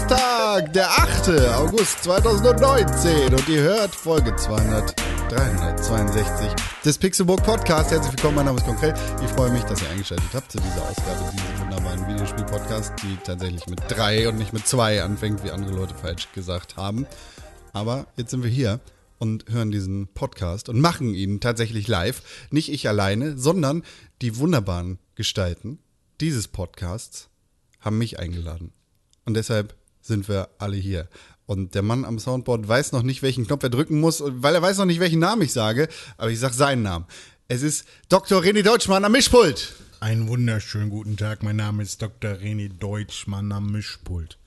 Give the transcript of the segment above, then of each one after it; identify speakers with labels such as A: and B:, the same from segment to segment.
A: Dienstag, der 8. August 2019 und ihr hört Folge 200, 362 des Pixelburg Podcast. Herzlich willkommen, mein Name ist Konkret. Ich freue mich, dass ihr eingeschaltet habt zu dieser Ausgabe dieses wunderbaren Videospiel-Podcasts, die tatsächlich mit 3 und nicht mit 2 anfängt, wie andere Leute falsch gesagt haben. Aber jetzt sind wir hier und hören diesen Podcast und machen ihn tatsächlich live. Nicht ich alleine, sondern die wunderbaren Gestalten dieses Podcasts haben mich eingeladen. Und deshalb sind wir alle hier. Und der Mann am Soundboard weiß noch nicht, welchen Knopf er drücken muss, weil er weiß noch nicht, welchen Namen ich sage, aber ich sage seinen Namen. Es ist Dr. René Deutschmann am Mischpult.
B: Einen wunderschönen guten Tag. Mein Name ist Dr. René Deutschmann am Mischpult.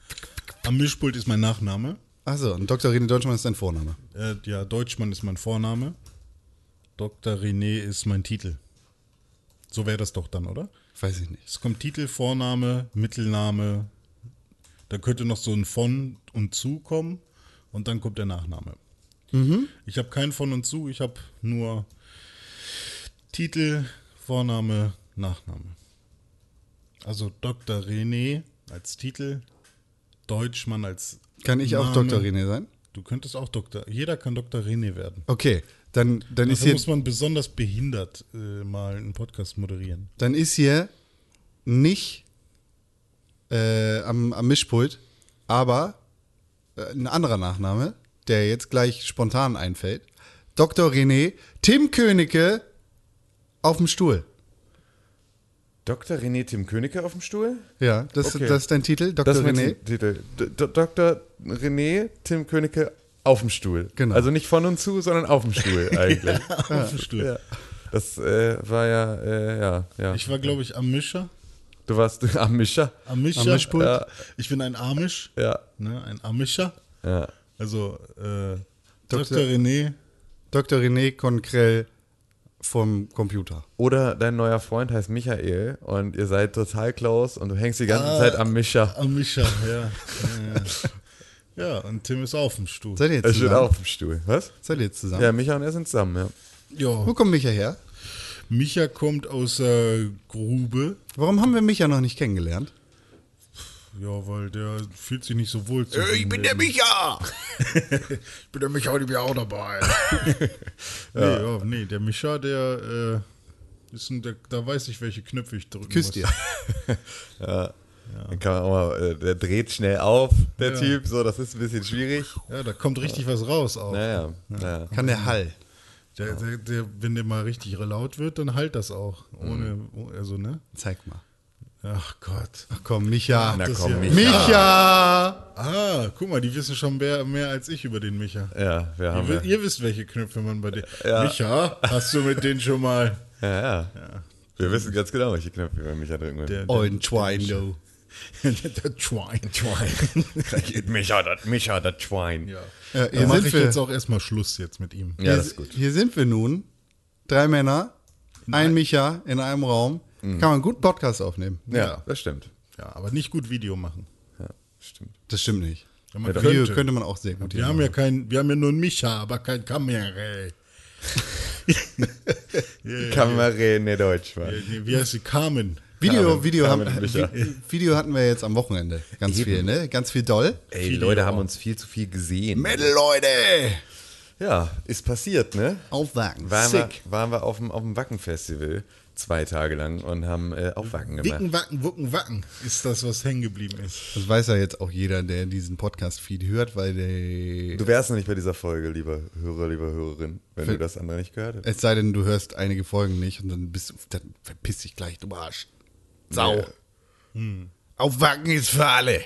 B: Am Mischpult ist mein Nachname.
A: Achso, und Dr. René Deutschmann ist dein Vorname.
B: Äh, ja, Deutschmann ist mein Vorname. Dr. René ist mein Titel. So wäre das doch dann, oder?
A: Weiß ich nicht.
B: Es kommt Titel, Vorname, Mittelname. Da könnte noch so ein von und zu kommen und dann kommt der Nachname.
C: Mhm.
B: Ich habe kein von und zu, ich habe nur Titel, Vorname, Nachname. Also Dr. René als Titel, Deutschmann als
A: Kann ich auch
B: Name.
A: Dr. René sein?
B: Du könntest auch Doktor. Jeder kann Dr. René werden.
A: Okay, dann, dann, ist,
B: Dafür
A: hier,
B: muss man besonders behindert äh, mal einen Podcast moderieren.
A: dann ist hier nicht äh, am, am Mischpult, aber äh, ein anderer Nachname, der jetzt gleich spontan einfällt. Dr. René Tim Königke auf dem Stuhl.
C: Dr. René Tim Königke auf dem Stuhl?
A: Ja, das,
C: Okay.
A: das ist dein Titel, Dr.
C: Das ist mein
A: René.
C: Ti- Titel. D D- Dr. René Tim Königke auf dem Stuhl.
A: Genau.
C: Also nicht von und zu, sondern auf dem Stuhl eigentlich.
B: Auf dem Stuhl.
C: ja. Das äh, war ja, äh, ja, ja.
B: Ich war, glaube ich, am Mischer.
C: du warst am Mischer.
B: Am Mischer.
A: Am Mischpult?
B: Ja. Ich bin ein Amish.
C: Ja.
B: Ne, ein Amischer.
C: ja.
B: Also äh, Dr.
A: Dr.
B: René.
A: Dr. René Konkrell vom Computer.
C: Oder dein neuer Freund heißt Michael und ihr seid total close und du hängst die ganze
B: Ah.
C: Zeit am Mischer.
B: Amischer, ja. ja, ja. ja, und Tim ist auf dem Stuhl.
A: Seid ihr jetzt
C: Er steht
A: zusammen?
C: auch auf dem Stuhl. Was?
A: Seid ihr jetzt zusammen?
C: Ja, Micha und er sind zusammen, ja.
B: Ja.
A: Wo kommt Micha her?
B: Micha kommt aus der Grube.
A: Warum haben wir Micha noch nicht kennengelernt?
B: Ja, weil der fühlt sich nicht so wohl. zu
D: Äh, Ich bin der
B: Micha.
D: Micha! ich bin der Micha und ich bin auch dabei.
B: Nee, ja. nee, der Micha, der äh, ist ein, der, da weiß ich, welche Knöpfe ich drücken
A: Küsst
B: muss.
A: ihr.
C: Dann kann man auch mal, äh, der dreht schnell auf, der
B: Ja.
C: Typ, so, das ist ein bisschen schwierig.
B: Ja, da kommt richtig was raus auch.
C: Naja, naja.
A: Kann der Hall.
B: Der, der, der, wenn der mal richtig laut wird, dann halt das auch. Ohne, oh- also, ne?
A: Zeig mal.
B: Ach Gott.
A: Ach komm, Micha.
C: Na
B: das
C: komm,
B: ja-
C: Micha.
A: Micha!
B: Ah, guck mal, die wissen schon mehr, mehr als ich über den Micha.
C: Ja, wir haben.
B: Ihr,
C: Ja,
B: wi- ihr wisst, welche Knöpfe man bei dir. Micha, hast du mit denen schon mal.
C: ja. Wir wissen ganz genau, welche Knöpfe wir mich drücken müssen.
B: Der, der,
A: Und Twino.
B: der, der Twine. Twine.
C: Micha, das Micha, das Schwein.
B: Ja.
A: Ja,
B: Da
A: hier
B: mache
A: sind
B: ich
A: wir.
B: jetzt auch erstmal Schluss jetzt mit ihm.
C: Ja,
A: Hier-
C: das ist gut.
A: Hier sind wir nun. Drei Männer, ein Micha in einem Raum.
C: Mhm.
A: Kann man gut Podcast aufnehmen.
C: Ja, das stimmt.
B: Ja, aber nicht gut Video machen.
C: Ja, stimmt.
A: Das stimmt nicht.
B: Ja, man
A: Video könnte man auch sehr gut
B: Wir haben ja Äh, kein, wir haben ja nur einen Micha, aber kein Kamera.
C: Kamerä, ne Deutsch, Mann.
B: Wie heißt sie? Carmen.
A: Video,
C: Carmen-
A: Video,
C: Carmen
A: haben,
C: und Micha.
A: Video hatten wir jetzt am Wochenende. Ganz viel, ne? Ganz viel doll.
C: Ey, die Leute haben uns viel zu viel gesehen.
A: Metal, Leute!
C: Ja, ist passiert, ne?
A: Aufwagen.
C: Waren
A: Sick.
C: wir, waren wir auf dem, auf dem Wacken-Festival zwei Tage lang und haben äh, auch Wacken gemacht.
B: Wicken, wacken, wucken, wacken ist das, was hängen geblieben ist.
A: Das weiß ja jetzt auch jeder, der diesen Podcast-Feed hört, weil der.
C: Du wärst noch nicht bei dieser Folge, lieber Hörer, lieber Hörerin, wenn du das andere nicht gehört hättest.
A: Es sei denn, du hörst einige Folgen nicht und dann bist du. Dann verpiss dich gleich, du Arsch. Sau.
C: Ja.
A: Aufwagen ist für alle.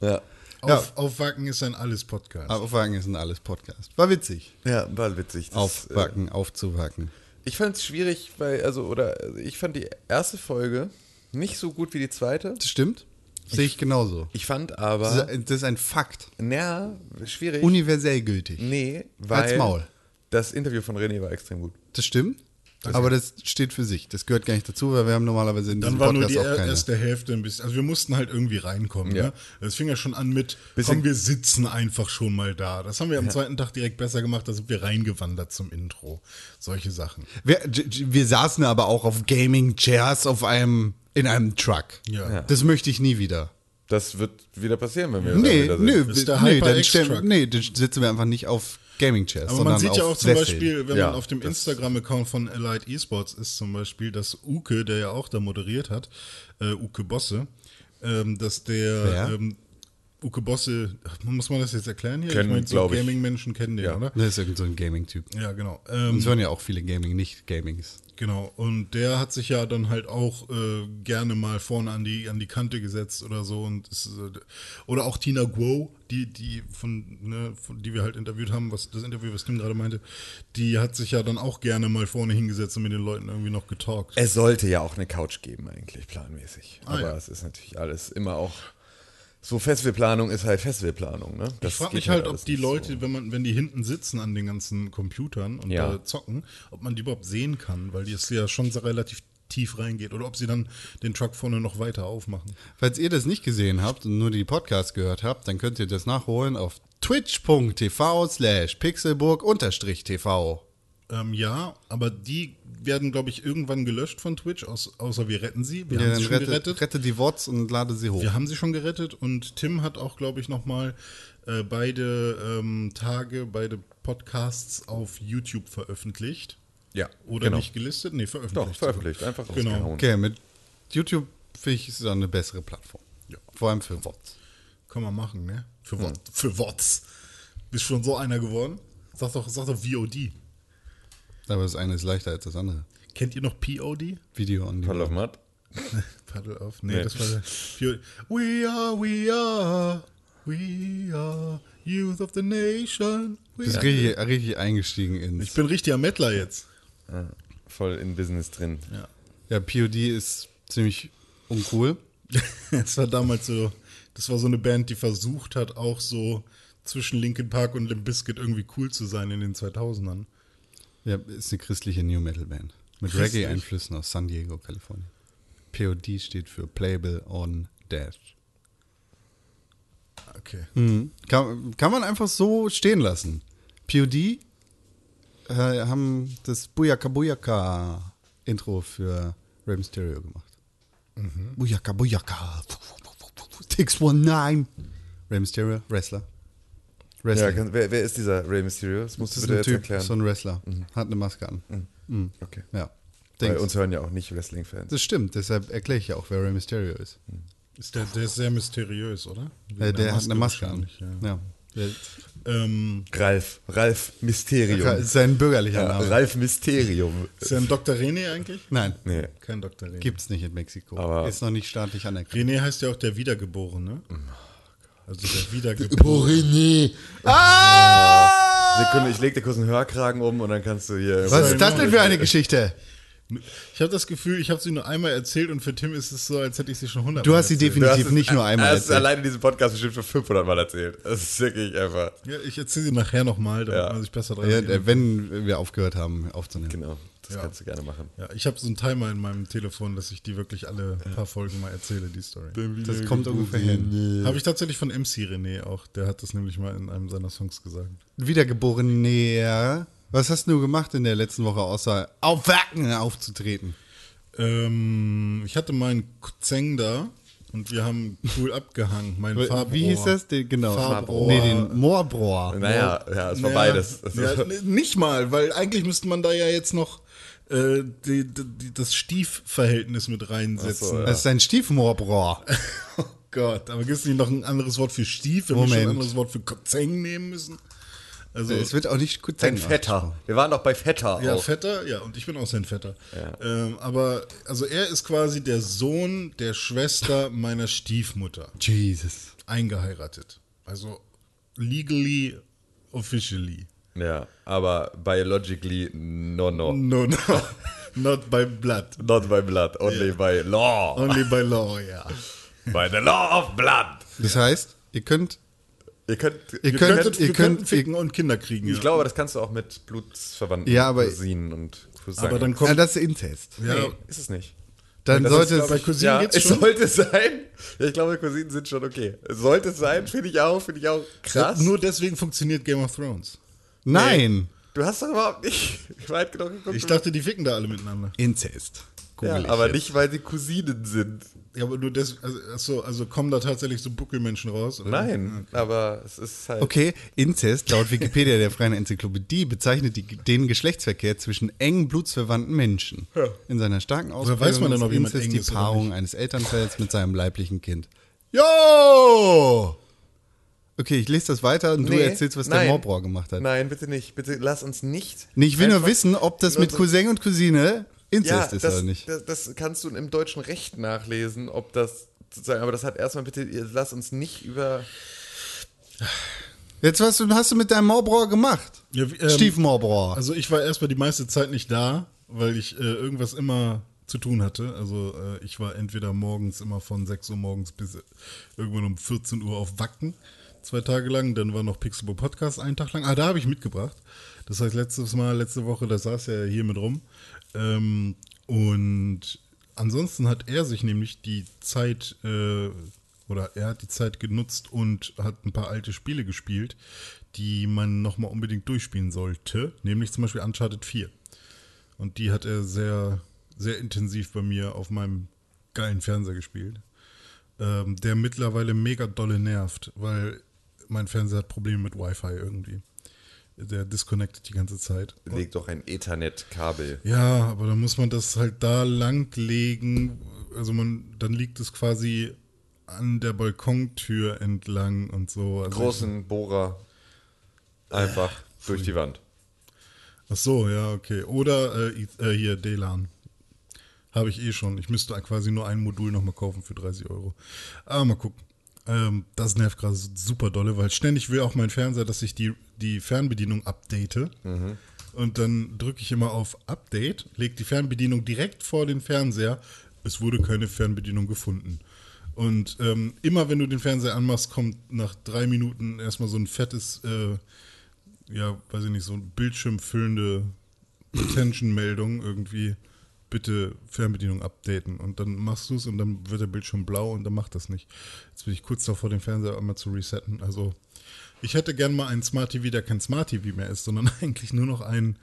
C: Ja.
B: Auf, Aufwacken ist ein Alles-Podcast.
A: Aufwagen ist ein alles Podcast. War witzig.
C: Ja, war witzig. Das, äh,
A: Aufwacken, aufzuwacken.
C: Ich fand es schwierig, weil, also, oder also ich fand die erste Folge nicht so gut wie die zweite.
A: Das stimmt. Sehe ich genauso.
C: Ich fand aber,
A: Das ist, das ist ein Fakt.
C: naja, schwierig.
A: Universell gültig.
B: Mhm.
C: nee, weil
A: Halt's Maul.
C: das Interview von René war extrem gut.
A: Das stimmt. aber das steht für sich. Das gehört gar nicht dazu, weil wir haben normalerweise in diesem
B: Dann war nur
A: Podcast
B: die
A: auch keine.
B: erste Hälfte ein bisschen. Also wir mussten halt irgendwie reinkommen.
C: Ja.
B: Ne? Das fing ja schon an mit,
C: Bisschen-
B: komm, wir sitzen einfach schon mal da. Das haben wir am zweiten Tag direkt besser gemacht, da sind wir reingewandert zum Intro. Solche Sachen.
A: Wir, j- j- wir saßen aber auch auf Gaming Chairs auf einem in einem Truck.
B: Ja. Ja.
A: Das möchte ich nie wieder.
C: Das wird wieder passieren, wenn wir da
A: Nee,
C: wieder
A: nö,
B: Ist der
A: nee, dann
B: HyperX-Truck.
A: stellen, nee, dann sitzen wir einfach nicht auf Gaming-Chairs,
B: Aber
A: sondern
B: man sieht
A: auf
B: ja auch zum
A: Sesseln.
B: Beispiel, wenn
C: Ja,
B: man auf dem
C: das-
B: Instagram-Account von Allied Esports ist, zum Beispiel, dass Uke, der ja auch da moderiert hat, äh, Uke Bosse, ähm, dass der
A: Wer?
B: ähm, Uke Bosse, ach, muss man das jetzt erklären hier?
C: Kennen,
B: ich meine, so
C: glaub ich.
B: Gaming-Menschen kennen den,
C: Ja.
B: oder?
A: Das ist irgend so ein Gaming-Typ.
B: Ja, genau.
A: Uns
B: Ähm,
A: hören ja auch viele Gaming, nicht Gamings.
B: genau. Und der hat sich ja dann halt auch äh, gerne mal vorne an die, an die Kante gesetzt oder so. Und ist, äh, oder auch Tina Guo, die, die von, ne, von, die wir halt interviewt haben, was das Interview, was Tim gerade meinte, die hat sich ja dann auch gerne mal vorne hingesetzt und mit den Leuten irgendwie noch getalkt.
C: Es sollte ja auch eine Couch geben, eigentlich planmäßig.
B: Ah,
C: Aber
B: ja.
C: es ist natürlich alles immer auch. So Festivalplanung ist halt Festivalplanung, ne? Das
B: Ich frage
C: geht
B: mich halt, ob
C: alles
B: die
C: nicht
B: Leute, wenn man, wenn die hinten sitzen an den ganzen Computern und
C: Ja.
B: da zocken, ob man die überhaupt sehen kann, weil die es ja schon so relativ tief reingeht oder ob sie dann den Truck vorne noch weiter aufmachen.
A: Falls ihr das nicht gesehen habt und nur die Podcasts gehört habt, dann könnt ihr das nachholen auf twitch.tv slash pixelburg-tv.
B: Ähm, ja, aber die werden, glaube ich, irgendwann gelöscht von Twitch, aus, außer wir retten sie. Wir
A: Ja,
B: haben
A: dann
B: sie schon
A: rette,
B: gerettet.
A: rette die Worts und lade sie hoch.
B: Wir haben sie schon gerettet und Tim hat auch, glaube ich, nochmal äh, beide ähm, Tage, beide Podcasts auf YouTube veröffentlicht.
C: Ja,
B: Oder
C: genau.
B: nicht gelistet? Nee, veröffentlicht.
C: Doch, veröffentlicht, einfach
B: Genau.
C: rausgehauen.
A: Okay, mit YouTube finde ich ist das eine bessere Plattform.
B: Ja.
A: Vor allem für Worts.
B: Kann man machen, ne?
C: Hm.
B: Für, Wort, für Worts. Bist schon so einer geworden? Sag doch, sag doch VOD.
A: Aber das eine ist leichter als das andere.
B: Kennt ihr noch POD?
A: Video on
C: Paddle of
A: demand.
C: Mud.
B: Paddle auf. Nee,
C: Nee.
B: das war der Fury. We are, we are, we are youth of the nation.
A: Du
B: We
A: bist
B: are.
A: richtig, richtig eingestiegen
B: Ich
A: ins.
B: bin richtiger Mettler jetzt.
C: Ja, voll im Business drin.
B: Ja.
A: Ja, POD ist ziemlich uncool.
B: Das war damals so, das war so eine Band, die versucht hat, auch so zwischen Linkin Park und Limp Bizkit irgendwie cool zu sein in den 2000ern.
A: Ja, ist eine christliche New Metal Band. Mit
B: Christlich?
A: Reggae-Einflüssen aus San Diego, Kalifornien. POD steht für Playable on Death.
B: Okay.
A: Kann, kann man einfach so stehen lassen. POD äh, haben das Buyaka Buyaka Intro für Rey Mysterio gemacht.
C: Mhm.
A: Buyaka Buyaka. 619. Rey Mysterio, Wrestler.
C: Ja,
A: Wrestler.
C: kann, wer, wer ist dieser Rey Mysterio? Das musst
A: das
C: du
A: ist
C: bitte
A: ein Typ,
C: jetzt erklären.
A: so ein Wrestler. Hat eine Maske an. Mhm,
C: okay.
A: Ja.
C: Bei
A: Dings.
C: uns hören ja auch nicht Wrestling-Fans.
A: das stimmt, deshalb erkläre ich ja auch, wer Rey Mysterio ist.
B: Ist der, der ist sehr mysteriös, oder? Wegen
A: Äh, der hat eine Maske an.
B: wahrscheinlich, Ja.
A: Ja. Der-
B: Ähm,
C: Ralf. Ralf Mysterium.
A: Das ist sein bürgerlicher
C: ja,
A: Name.
C: Ralf Mysterium.
B: ist er ein Dr. René eigentlich?
A: Nein,
C: Nee.
B: Kein Dr. René.
A: gibt's nicht in Mexiko.
C: Aber-
A: ist noch nicht staatlich anerkannt.
B: René heißt ja auch der Wiedergeborene. Also der Wiedergeborene.
C: Sekunde, ich leg dir kurz einen Hörkragen um und dann kannst du hier.
A: Was ist das denn für eine Geschichte?
B: Ich habe das Gefühl, ich habe sie nur einmal erzählt und für Tim ist es so, als hätte ich sie schon hundertmal
A: Du hast sie
B: erzählt.
C: Du hast
A: definitiv
C: es-
A: nicht nur einmal
C: Du hast es
A: erzählt.
C: alleine diesen Podcast bestimmt schon 500 Mal erzählt. Das ist wirklich einfach.
B: Ja, ich erzähle sie nachher nochmal, damit
C: Ja.
B: man sich besser dran
A: Ja,
B: erinnert.
A: äh, wenn wir aufgehört haben aufzunehmen.
C: Genau. Das
B: Ja.
C: kannst du gerne machen.
B: Ja, ich habe so einen Timer in meinem Telefon, dass ich die wirklich alle paar Folgen mal erzähle, die Story.
A: Das kommt ungefähr hin.
B: Habe ich tatsächlich von MC René auch. Der hat das nämlich mal in einem seiner Songs gesagt.
A: Wiedergeborener. Was hast du gemacht in der letzten Woche, außer auf Wacken aufzutreten?
B: Ähm, ich hatte meinen Cousin da und wir haben cool abgehangen. Mein
A: Wie
B: Farbrohr.
A: hieß das? Den, genau.
B: Farbrohr.
A: Nee, den Moorbrohr.
C: Naja, ja, es war
B: Naja,
C: beides. Also,
B: Ja, n- nicht mal, weil eigentlich müsste man da ja jetzt noch äh, die, die, die, das Stiefverhältnis mit reinsetzen.
C: Ach so, ja.
A: Das ist ein Stiefmoorbrohr.
B: Oh Gott, aber gibt es nicht noch ein anderes Wort für Stief, wenn wir schon
A: Moment.
B: ein anderes Wort für Cousin nehmen müssen? Also,
A: Es wird auch nicht gut
C: Ein Vetter. Wir waren doch bei Vetter.
B: Ja,
C: auch.
B: Vetter, ja, und ich bin auch sein Vetter. Ähm, aber, also er ist quasi der Sohn der Schwester meiner Stiefmutter,
A: Jesus.
B: eingeheiratet. Also legally, officially.
C: Ja, aber biologically, no, no.
B: No, no, not by blood,
C: Not by blood, only by law.
B: only by law, ja.
C: By the law of blood.
A: Das heißt, ihr könnt.
C: Ihr könnt,
A: Ihr
B: Wir
A: könnt-
B: könnten-
A: ihr
B: wir
A: könnt-
B: könnten ficken und Kinder kriegen,
C: ich
B: ja.
C: glaube, das kannst du auch mit Blutsverwandten,
A: Ja, aber-
C: Cousinen und Cousins.
B: Aber dann
A: Ja,
B: kommt,
A: das ist Inzest.
B: ja,
C: Nee, ist es nicht.
A: Dann
C: Das
A: sollte
C: ist,
A: es.
C: glaub ich,
B: Bei Cousinen
C: ja,
B: geht's
C: es
B: schon?
C: sollte sein. Ja, ich glaube, Cousinen sind schon okay. Es sollte es sein, finde ich auch, finde ich auch krass.
B: nur deswegen funktioniert Game of Thrones.
A: Nein.
C: Du hast doch überhaupt nicht weit genug geguckt.
B: Ich dachte, die ficken da alle miteinander.
A: Inzest. Google
C: ja,
A: ich
C: aber
A: jetzt.
C: nicht, weil sie Cousinen sind.
B: Ja, aber nur das, also, ach so, also kommen da tatsächlich so Buckelmenschen raus? Oder?
C: Nein, aber es ist halt.
A: Okay, Inzest laut Wikipedia der Freien Enzyklopädie bezeichnet die, den Geschlechtsverkehr zwischen engen blutsverwandten Menschen. In seiner starken Ausprägung
B: weiß man denn, ob
A: ist
B: jemand
A: Inzest
B: eng
A: die
B: ist oder
A: Paarung eines Elternteils mit seinem leiblichen Kind. Jo! Okay, ich lese das weiter und du
C: Nee,
A: erzählst, was
C: nein.
A: der Morbrohr gemacht hat.
C: Nein, bitte nicht. Bitte lass uns nicht.
A: Nee, ich will nur
C: einfach-
A: wissen, ob das mit
C: Leute-
A: Cousin und Cousine
C: ja,
A: Inzest ist
C: das,
A: oder nicht.
C: Das, das kannst du im deutschen Recht nachlesen, ob das sozusagen. Aber das hat erstmal bitte. ihr- Lass uns nicht über.
A: Jetzt was hast du mit deinem Morbrohr gemacht?
B: Ja, wie- ähm,
A: Stiefmorbrohr.
B: Also ich war erstmal die meiste Zeit nicht da, weil ich äh, irgendwas immer zu tun hatte. Also äh, ich war entweder morgens immer von 6 Uhr morgens bis äh, irgendwann um 14 Uhr auf Wacken, zwei Tage lang. Dann war noch Pixelbook Podcast einen Tag lang. Ah, da habe ich mitgebracht. Das heißt, letztes Mal, letzte Woche, da saß er hier mit rum. Ähm, und ansonsten hat er sich nämlich die Zeit äh, oder er hat die Zeit genutzt und hat ein paar alte Spiele gespielt, die man nochmal unbedingt durchspielen sollte, nämlich zum Beispiel Uncharted 4. Und die hat er sehr, sehr intensiv bei mir auf meinem geilen Fernseher gespielt, ähm, der mittlerweile mega dolle nervt, weil mein Fernseher hat Probleme mit Wi-Fi irgendwie. Der disconnectet die ganze Zeit.
C: Leg doch ein Ethernet-Kabel.
B: Ja, aber dann muss man das halt da lang legen. Also man, dann liegt es quasi an der Balkontür entlang und so. Also
C: Großen Bohrer. Einfach durch die Wand.
B: Ich, ach so, ja, okay. Oder äh, I- äh, hier DLAN. Habe ich eh schon. Ich müsste quasi nur ein Modul nochmal kaufen für 30 Euro. Aber mal gucken. Ähm, das nervt gerade super dolle, weil ständig will auch mein Fernseher, dass ich die, die Fernbedienung update. Und dann drücke ich immer auf Update, lege die Fernbedienung direkt vor den Fernseher. Es wurde keine Fernbedienung gefunden. Und ähm, immer wenn du den Fernseher anmachst, kommt nach drei Minuten erstmal so ein fettes, äh, ja, weiß ich nicht, so ein bildschirmfüllende Attention-Meldung irgendwie. Bitte Fernbedienung updaten. Und dann machst du es und dann wird der Bildschirm blau und dann macht das nicht. Jetzt bin ich kurz davor, den Fernseher einmal zu resetten. Also, ich hätte gern mal einen Smart TV, der kein Smart TV mehr ist, sondern eigentlich nur noch einen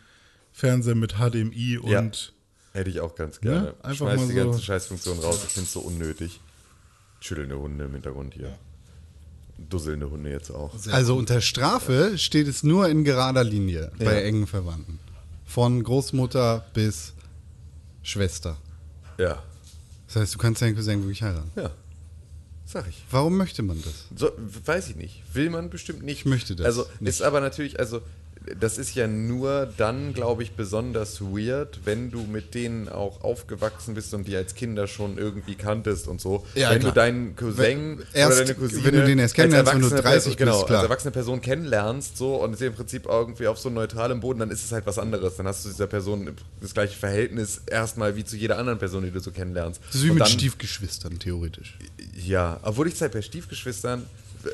B: Fernseher mit HDMI
C: Ja.
B: und
C: Hätte ich auch ganz gerne.
B: Ne? Einfach
C: Schmeiß
B: mal
C: die
B: so-
C: ganze Scheißfunktion raus. Ich finde es so unnötig. Schüttelnde Hunde im Hintergrund hier. Dusselnde Hunde jetzt auch.
A: Also unter Strafe steht es nur in gerader Linie bei engen Verwandten. Von Großmutter bis Schwester.
C: Ja.
A: Das heißt, du kannst deinen Cousin wirklich heiraten.
C: Ja. Sag ich.
A: Warum möchte man das?
C: So, weiß ich nicht. Will man bestimmt nicht. Ich
A: möchte das
C: Also
A: nicht.
C: ist aber natürlich, also das ist ja nur dann, glaube ich, besonders weird, wenn du mit denen auch aufgewachsen bist und die als Kinder schon irgendwie kanntest und so.
A: Ja,
C: wenn
A: klar.
C: du deinen Cousin
A: Wenn- erst-
C: oder deine Cousine,
A: wenn du den erst
C: als
A: kennenlernst, wenn du 30
C: erwachsene Person,
A: bist,
C: genau,
A: klar.
C: als erwachsene Person kennenlernst so und sie im Prinzip irgendwie auf so neutralem Boden, dann ist es halt was anderes. Dann hast du dieser Person das gleiche Verhältnis erstmal wie zu jeder anderen Person, die du so kennenlernst.
A: Das ist wie
C: und
A: mit
C: dann,
A: Stiefgeschwistern, theoretisch.
C: ja, obwohl ich halt bei Stiefgeschwistern,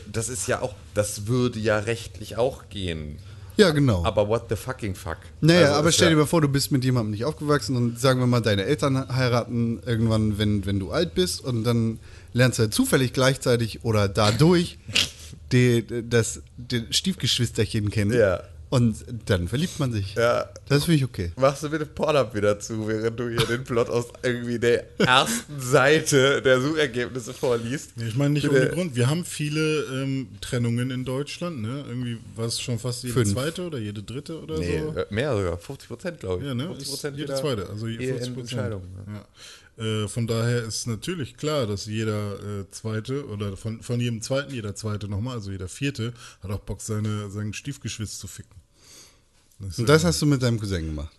C: das ist ja auch, das würde ja rechtlich auch gehen.
A: Ja, genau.
C: Aber what the fucking fuck?
A: naja,
C: Also
A: aber
C: ist
A: stell dir
C: ja,
A: mal vor, du bist mit jemandem nicht aufgewachsen und sagen wir mal, deine Eltern heiraten irgendwann, wenn, wenn du alt bist und dann lernst du halt zufällig gleichzeitig oder dadurch die, das die Stiefgeschwisterchen kennen.
C: Ja.
A: Und dann verliebt man sich.
C: Ja.
A: Das finde ich okay.
C: Machst du bitte Pornhub wieder zu, während du hier den Plot aus irgendwie der ersten Seite der Suchergebnisse vorliest?
B: Ja, Ich meine nicht
C: Bitte.
B: ohne Grund. Wir haben viele ähm, Trennungen in Deutschland. Ne? Irgendwie war es schon fast jede
A: Fünf.
B: zweite oder jede dritte oder
C: Nee,
B: so.
C: äh, mehr sogar, 50 Prozent, glaube ich.
B: Ja, ne?
C: 50
B: Ist
C: Prozent eh
B: jede zweite. Also je- 50 Prozent.
C: Entscheidung. ne?
B: Ja. Äh, von daher ist natürlich klar, dass jeder äh, zweite oder von, von jedem zweiten, jeder zweite nochmal, also jeder vierte, hat auch Bock, seine, seinen Stiefgeschwitz zu ficken. Das ist
A: Und
B: ja-
A: das hast du mit deinem Cousin gemacht.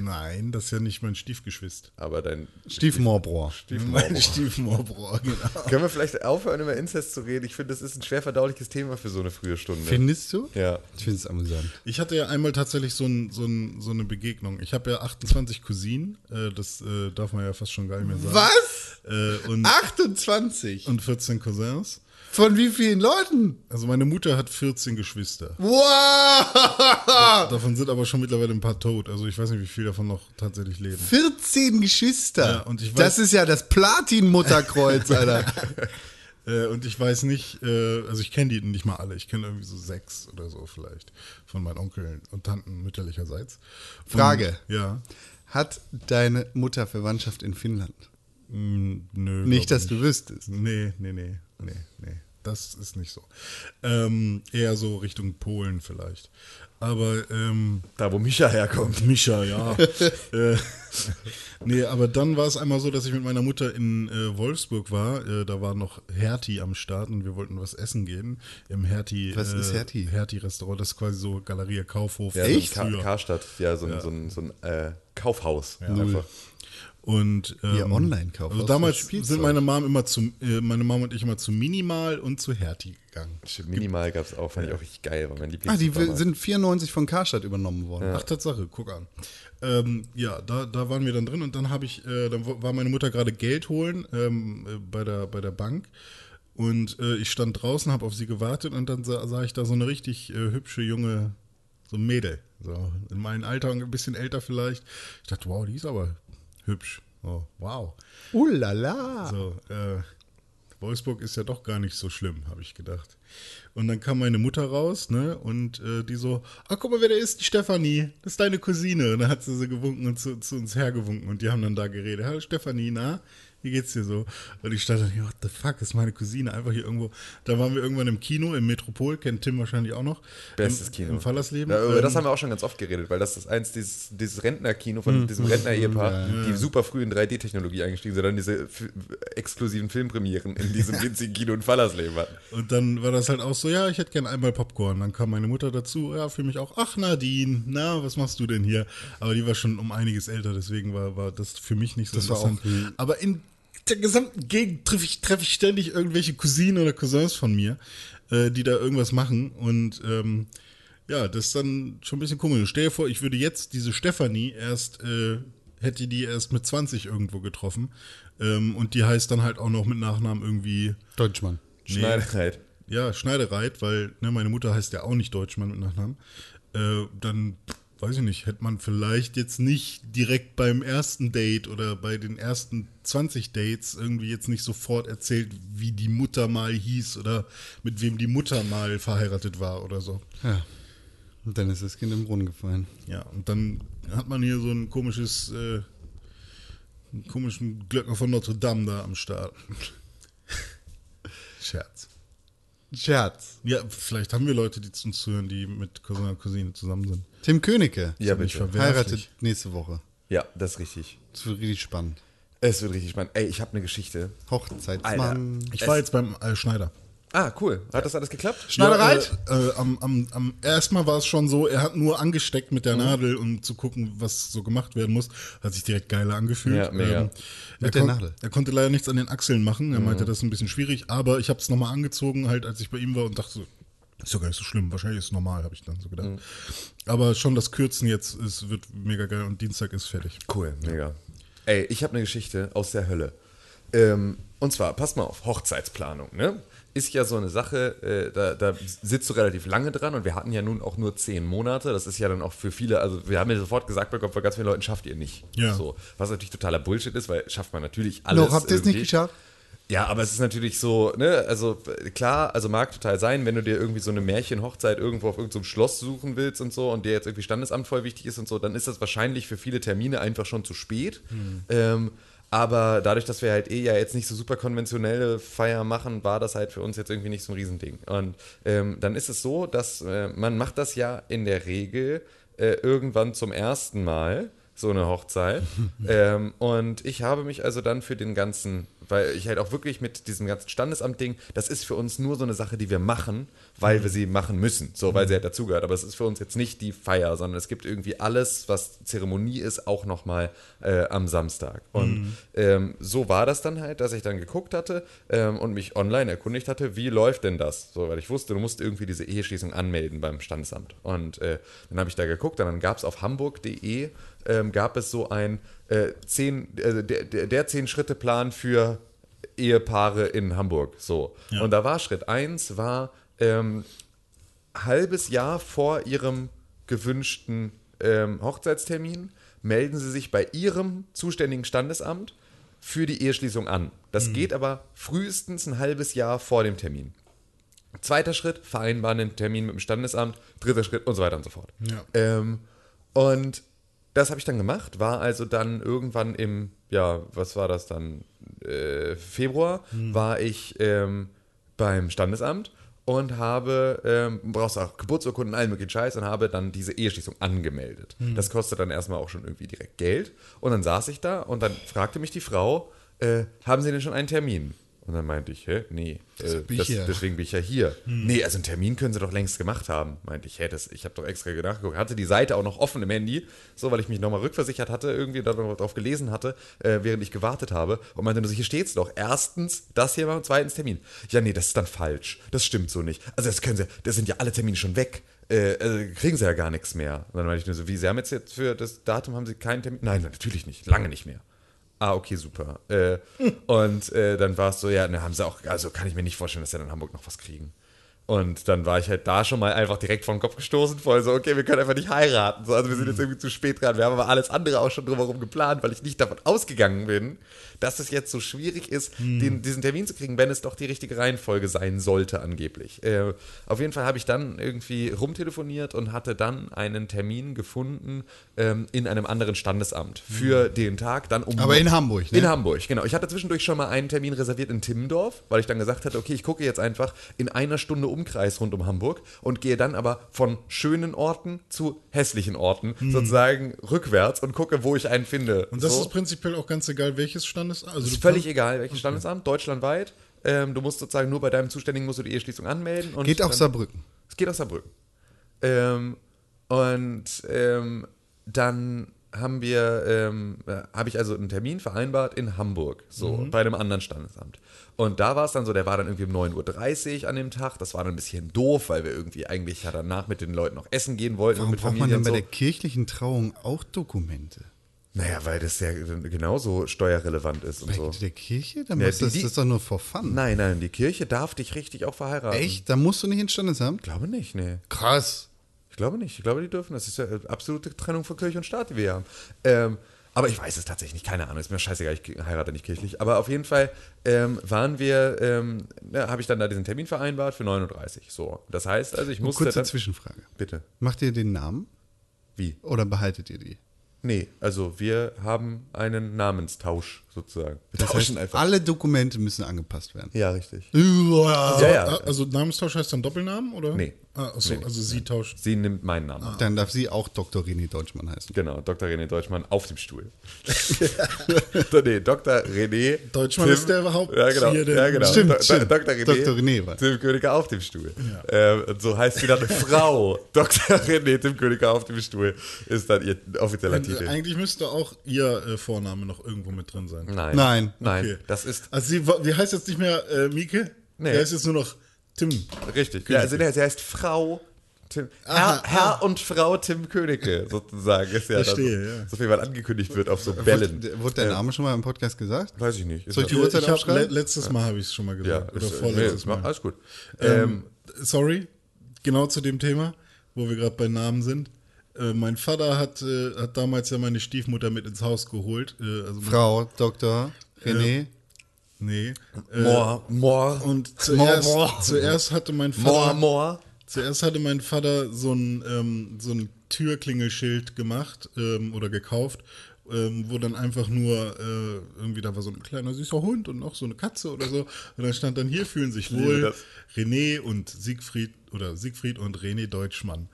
B: Nein, das ist ja nicht mein Stiefgeschwist.
C: Aber dein
A: Stiefmorbrohr.
B: Mein Stiefmorbrohr, genau.
C: Können wir vielleicht aufhören, über Inzest zu reden? Ich finde, das ist ein schwer verdauliches Thema für so eine frühe Stunde.
A: Findest du?
C: ja.
A: Ich finde es amüsant.
B: Ich hatte ja einmal tatsächlich so, ein, so, ein, so eine Begegnung. Ich habe ja 28 Cousinen, äh, das äh, darf man ja fast schon gar nicht mehr sagen.
A: Was?
B: Äh, und,
A: 28?
B: und 14 Cousins.
A: Von wie vielen Leuten?
B: Also meine Mutter hat 14 Geschwister.
A: Wow!
B: Davon sind aber schon mittlerweile ein paar tot. Also ich weiß nicht, wie viel davon noch tatsächlich leben.
A: 14 Geschwister.
B: Ja, und ich weiß-
A: das ist ja das Platin-Mutterkreuz, Alter.
B: Äh, Äh, und ich weiß nicht, äh, also ich kenne die nicht mal alle. Ich kenne irgendwie so sechs oder so vielleicht von meinen Onkeln und Tanten mütterlicherseits. Und,
A: Frage.
B: Ja.
A: Hat deine Mutter Verwandtschaft in Finnland?
B: Mm, Nö.
A: Nicht,
B: glaub
A: dass du wüsstest.
B: Nee, nee, nee, nee, nee. Das ist nicht so. Ähm, eher so Richtung Polen vielleicht. Aber ähm,
C: Da, wo Micha herkommt.
B: Mischa, ja. äh, nee, aber dann war es einmal so, dass ich mit meiner Mutter in äh, Wolfsburg war. Äh, da war noch Hertie am Start und wir wollten was essen gehen im Hertie.
A: Was
B: äh,
A: ist Hertie?
B: Hertie-Restaurant. Das ist quasi so Galeria Kaufhof.
C: Ja,
B: von
C: Echt? So ein Ka
B: früher.
C: Karstadt, ja, so ein, So ein, so ein äh, Kaufhaus. Einfach.
B: Und ähm,
A: Ihr Online-Kauf
B: Also
A: aus dem
B: damals
A: Spielzeug.
B: sind meine Mom immer zu, äh, meine Mom und ich immer zu Minimal und zu Hertie gegangen.
C: Minimal gab es auch, fand ich auch richtig geil, war mein Lieblings.
A: Ah, die w- sind 94 von Karstadt übernommen worden.
B: Ach, Tatsache, guck an. Ähm, ja, da, da waren wir dann drin und dann habe ich, äh, dann wo- war meine Mutter gerade Geld holen ähm, äh, bei, der, bei der Bank. Und äh, ich stand draußen, habe auf sie gewartet und dann sah, sah ich da so eine richtig äh, hübsche junge, so ein Mädel. So in meinem Alter und ein bisschen älter vielleicht. Ich dachte, wow, die ist aber hübsch. Oh, wow.
A: Uh,
C: Ah.
A: Ulala.
B: So, äh, Wolfsburg ist ja doch gar nicht so schlimm, habe ich gedacht. Und dann kam meine Mutter raus, ne, und äh, die so, ah, guck mal, wer da ist, die Stefanie, das ist deine Cousine. Und dann hat sie so gewunken und zu, zu uns hergewunken und die haben dann da geredet, hallo Stefanie, na, wie geht's dir so? Und ich stand dann, hier, what the fuck, ist meine Cousine einfach hier irgendwo. Da waren wir irgendwann im Kino, im Metropol, kennt Tim wahrscheinlich auch noch.
C: Bestes
B: Im,
C: Kino.
B: Im Fallersleben.
C: Ja, über
B: Ähm,
C: das haben wir auch schon ganz oft geredet, weil das ist eins, dieses, dieses Rentnerkino von diesem Rentner-Ehepaar, die super früh in 3D-Technologie eingestiegen sind, dann diese f- exklusiven Filmpremieren in diesem winzigen Kino in Fallersleben hatten.
B: Und dann war das halt auch so, ja, ich hätte gern einmal Popcorn. Dann kam meine Mutter dazu, ja, für mich auch, ach Nadine, na, was machst du denn hier? Aber die war schon um einiges älter, deswegen war, war das für mich nicht so
A: Das war
B: interessant.
A: auch ein-
B: Aber in der gesamten Gegend treffe ich, treffe ich ständig irgendwelche Cousinen oder Cousins von mir, äh, die da irgendwas machen. Und ähm, ja, das ist dann schon ein bisschen komisch. Stell dir vor, ich würde jetzt diese Stefanie erst, äh, hätte die erst mit 20 irgendwo getroffen. Ähm, und die heißt dann halt auch noch mit Nachnamen irgendwie
A: Deutschmann.
C: Schneiderheit.
B: ja, Schneidereit, weil ne, meine Mutter heißt ja auch nicht Deutschmann mit Nachnamen, äh, dann pff, weiß ich nicht, hätte man vielleicht jetzt nicht direkt beim ersten Date oder bei den ersten 20 Dates irgendwie jetzt nicht sofort erzählt, wie die Mutter mal hieß oder mit wem die Mutter mal verheiratet war oder so.
A: Ja. Und dann ist das Kind im Brunnen gefallen.
B: Ja, und dann hat man hier so ein komisches, äh, einen komischen Glöckner von Notre Dame da am Start. Scherz.
A: Scherz.
B: Ja, vielleicht haben wir Leute, die zu uns zuhören, die mit Cousin oder Cousine zusammen sind.
A: Tim Königke
C: Ja,
B: Nicht
C: bitte.
A: heiratet nächste Woche.
C: Ja, das ist richtig.
A: Das wird richtig spannend.
C: Es wird richtig spannend. Ey, ich habe eine Geschichte.
A: Hochzeitsmann.
C: Alter.
B: Ich war jetzt beim äh, Schneider.
C: Ah, cool. Hat das alles geklappt?
A: Schneidereit?
B: Ja, äh, äh, am, am, am erstmal war es schon so, er hat nur angesteckt mit der
A: Mhm.
B: Nadel, um zu gucken, was so gemacht werden muss. Hat sich direkt geiler angefühlt. Ähm,
C: Ja, mega.
B: er,
C: Mhm.
A: Mit der
B: kon
A: Nadel.
B: er konnte leider nichts an den Achseln machen. Er meinte, das ist ein bisschen schwierig, aber ich habe es nochmal angezogen, halt, als ich bei ihm war und dachte, so, ist ja gar nicht so schlimm, wahrscheinlich ist es normal, habe ich dann so
C: Mhm.
B: gedacht. Aber schon das Kürzen jetzt ist, wird mega geil und Dienstag ist fertig.
C: Cool, mega. Ey, ich habe eine Geschichte aus der Hölle. Ähm, und zwar, pass mal auf, Hochzeitsplanung, ne? Ist ja so eine Sache, äh, da, da sitzt du relativ lange dran und wir hatten ja nun auch nur zehn Monate. Das ist ja dann auch für viele, also wir haben ja sofort gesagt bekommen, von ganz vielen Leuten schafft ihr nicht.
B: Ja.
C: So, was natürlich totaler Bullshit ist, weil schafft man natürlich alles.
A: Noch habt ihr es nicht
C: irgendwie.
A: geschafft?
C: Ja, aber es ist natürlich so, ne, also äh, klar, also mag total sein, wenn du dir irgendwie so eine Märchenhochzeit irgendwo auf irgendeinem Schloss suchen willst und so und dir jetzt irgendwie Standesamt voll wichtig ist und so, dann ist das wahrscheinlich für viele Termine einfach schon zu spät. Ähm, aber dadurch, dass wir halt eh ja jetzt nicht so super konventionelle Feier machen, war das halt für uns jetzt irgendwie nicht so ein Riesending. Und ähm, dann ist es so, dass äh, man macht das ja in der Regel äh, irgendwann zum ersten Mal so eine Hochzeit. ähm, und ich habe mich also dann für den ganzen, weil ich halt auch wirklich mit diesem ganzen Standesamt-Ding, das ist für uns nur so eine Sache, die wir machen, weil wir sie machen müssen, so weil sie halt dazugehört. Aber es ist für uns jetzt nicht die Feier, sondern es gibt irgendwie alles, was Zeremonie ist, auch nochmal äh, am Samstag. Und ähm, so war das dann halt, dass ich dann geguckt hatte ähm, und mich online erkundigt hatte, wie läuft denn das? So, weil ich wusste, du musst irgendwie diese Eheschließung anmelden beim Standesamt. Und äh, dann habe ich da geguckt und dann gab es auf hamburg.de ähm, gab es so ein äh, zehn, also der, der, der Zehn-Schritte-Plan für Ehepaare in Hamburg. So. Und da war Schritt 1 war ähm, halbes Jahr vor ihrem gewünschten ähm, Hochzeitstermin melden sie sich bei ihrem zuständigen Standesamt für die Eheschließung an. Das geht aber frühestens ein halbes Jahr vor dem Termin. Zweiter Schritt, vereinbaren den Termin mit dem Standesamt. Dritter Schritt und so weiter und so fort.
B: Ja.
C: Ähm, und das habe ich dann gemacht, war also dann irgendwann im, ja, was war das dann? Äh, Februar war ich ähm, beim Standesamt und habe, ähm, brauchst auch Geburtsurkunden, allen möglichen Scheiß und habe dann diese Eheschließung angemeldet. Das kostet dann erstmal auch schon irgendwie direkt Geld. Und dann saß ich da und dann fragte mich die Frau, äh, haben Sie denn schon einen Termin? Und dann meinte ich, hä, nee, äh,
A: bin ich
C: das,
A: hier.
C: das, Deswegen bin ich ja hier. Nee, also einen Termin können sie doch längst gemacht haben. Meinte ich, hä, das, ich habe doch extra nachgeguckt. Hatte die Seite auch noch offen im Handy, so, weil ich mich nochmal rückversichert hatte, irgendwie da noch drauf gelesen hatte, äh, während ich gewartet habe. Und meinte nur so, hier steht's doch. Erstens das hier und zweitens Termin. Ja, nee, das ist dann falsch. Das stimmt so nicht. Also das können sie, das sind ja alle Termine schon weg. Äh, äh, kriegen sie ja gar nichts mehr. Und dann meinte ich nur so, wie, sie haben jetzt, jetzt für das Datum, haben sie keinen Termin? Nein, natürlich nicht. Lange nicht mehr. Ah, okay, super. Äh, und äh, dann war es so, ja, dann haben sie auch, also kann ich mir nicht vorstellen, dass sie dann in Hamburg noch was kriegen. Und dann war ich halt da schon mal einfach direkt vor den Kopf gestoßen, voll so, okay, wir können einfach nicht heiraten. So, also wir sind jetzt irgendwie zu spät dran. Wir haben aber alles andere auch schon drumherum geplant, weil ich nicht davon ausgegangen bin, dass es jetzt so schwierig ist, den, diesen Termin zu kriegen, wenn es doch die richtige Reihenfolge sein sollte angeblich. Äh, auf jeden Fall habe ich dann irgendwie rumtelefoniert und hatte dann einen Termin gefunden ähm, in einem anderen Standesamt für den Tag, dann um
A: Aber in Hamburg, ne?
C: in Hamburg, genau. Ich hatte zwischendurch schon mal einen Termin reserviert in Timmendorf, weil ich dann gesagt hatte, okay, ich gucke jetzt einfach in einer Stunde Umkreis rund um Hamburg und gehe dann aber von schönen Orten zu hässlichen Orten
A: Hm.
C: sozusagen rückwärts und gucke, wo ich einen finde.
B: Und das
C: so.
B: ist prinzipiell auch ganz egal, welches Standesamt. Also
C: Ist
B: du
C: völlig
B: kannst-
C: egal, welches Standesamt, deutschlandweit. Ähm, du musst sozusagen nur bei deinem Zuständigen musst du die Eheschließung anmelden. Und
A: Geht auch
C: dann-
A: Saarbrücken.
C: es geht aus Saarbrücken. Ähm, und ähm, dann haben wir, ähm, äh, habe ich also einen Termin vereinbart in Hamburg, so
A: Mhm.
C: bei einem anderen Standesamt. Und da war es dann so, der war dann irgendwie um 9.30 Uhr an dem Tag. Das war dann ein bisschen doof, weil wir irgendwie eigentlich ja danach mit den Leuten noch essen gehen wollten. und
A: Warum
C: mit
A: braucht man
C: Familie
A: denn bei
C: und
A: der kirchlichen Trauung auch Dokumente?
C: so. Naja, weil das ja genauso steuerrelevant ist und
A: Bei
C: so.
A: der Kirche? Dann
C: Ja,
A: musst
C: die-
A: du das,
C: die-
A: das ist doch nur for fun.
C: Nein, nein, die Kirche darf dich richtig auch verheiraten.
A: Echt? Da musst du nicht ins Standesamt?
C: Ich glaube nicht, nee.
A: Krass.
C: Ich glaube nicht. Ich glaube, die dürfen. Das ist ja äh, absolute Trennung von Kirche und Staat, die wir hier haben. Ähm, aber ich weiß es tatsächlich nicht. Keine Ahnung. Ist mir scheißegal. Ich heirate nicht kirchlich. Aber auf jeden Fall ähm, waren wir, ähm, ne, habe ich dann da diesen Termin vereinbart für 39. So. Das heißt also, ich musste
A: Kurze
C: dann...
A: Zwischenfrage.
C: Bitte.
A: Macht ihr den Namen
C: Wie?
A: oder behaltet ihr die?
C: Nee, also wir haben einen Namenstausch sozusagen. Wir
A: Das heißt, alle Dokumente müssen angepasst werden.
C: Ja, richtig.
B: Also,
C: Ja, ja.
B: also Namenstausch heißt dann Doppelnamen, oder?
C: Nee.
B: Ah, achso,
C: Nee.
B: also sie tauscht.
C: Sie nimmt meinen Namen.
A: Dann darf sie auch Dr. René Deutschmann heißen.
C: Genau, Dr. René Deutschmann auf dem Stuhl. So, nee, Dr. René.
B: Deutschmann ist der Haupt-
C: Ja, genau.
B: hier der-
C: ja, genau.
A: Stimmt,
C: Do- do-
A: stimmt.
C: Dr. René.
A: Dr. René war-
C: Tim Königer auf dem Stuhl. Ähm, und so heißt sie dann eine Frau. Dr. René Tim Königer auf dem Stuhl ist dann ihr offizieller
B: Und, äh,
C: Titel.
B: Eigentlich müsste auch ihr äh, Vorname noch irgendwo mit drin sein.
C: Nein.
A: Nein.
C: Nein.
B: Okay.
C: Das ist
B: Also sie, wa- sie heißt jetzt nicht mehr äh, Mieke,
C: Nee.
B: der ist jetzt nur noch Tim.
C: richtig. Ja, also, nee, sie heißt Frau. Tim, Herr,
A: ah.
C: Herr und Frau Tim Königke sozusagen ist ja
B: Verstehe,
C: dann,
B: ja.
C: so viel mal angekündigt wird auf so Bällen.
A: Wurde, wurde der Name schon mal im Podcast gesagt?
C: Weiß ich nicht. Ist
A: Äh, Soll ich
C: das-
A: die Uhrzeit
B: Ich hab le
A: aufschreiben?
B: letztes Mal habe ich es schon mal
C: ja,
B: gesagt. oder
C: ist- äh,
B: vorletztes
C: nee,
B: Mal.
C: Alles gut.
B: Ähm, sorry, genau zu dem Thema, wo wir gerade bei Namen sind. Äh, mein Vater hat, äh, hat damals ja meine Stiefmutter mit ins Haus geholt. Äh, also
A: Frau Dr. René.
B: Nee. Äh,
C: Moor, Moor.
B: Und
A: Moor,
B: zuerst,
A: moor.
B: zuerst hatte mein
C: Moor,
B: Vater,
C: Moor.
B: zuerst hatte mein Vater so ein, ähm, so ein Türklingelschild gemacht ähm, oder gekauft, ähm, wo dann einfach nur äh, irgendwie da war so ein kleiner süßer Hund und noch so eine Katze oder so. Und dann stand dann hier fühlen sich
C: liebe
B: wohl
C: das.
B: René und Siegfried oder Siegfried und René Deutschmann.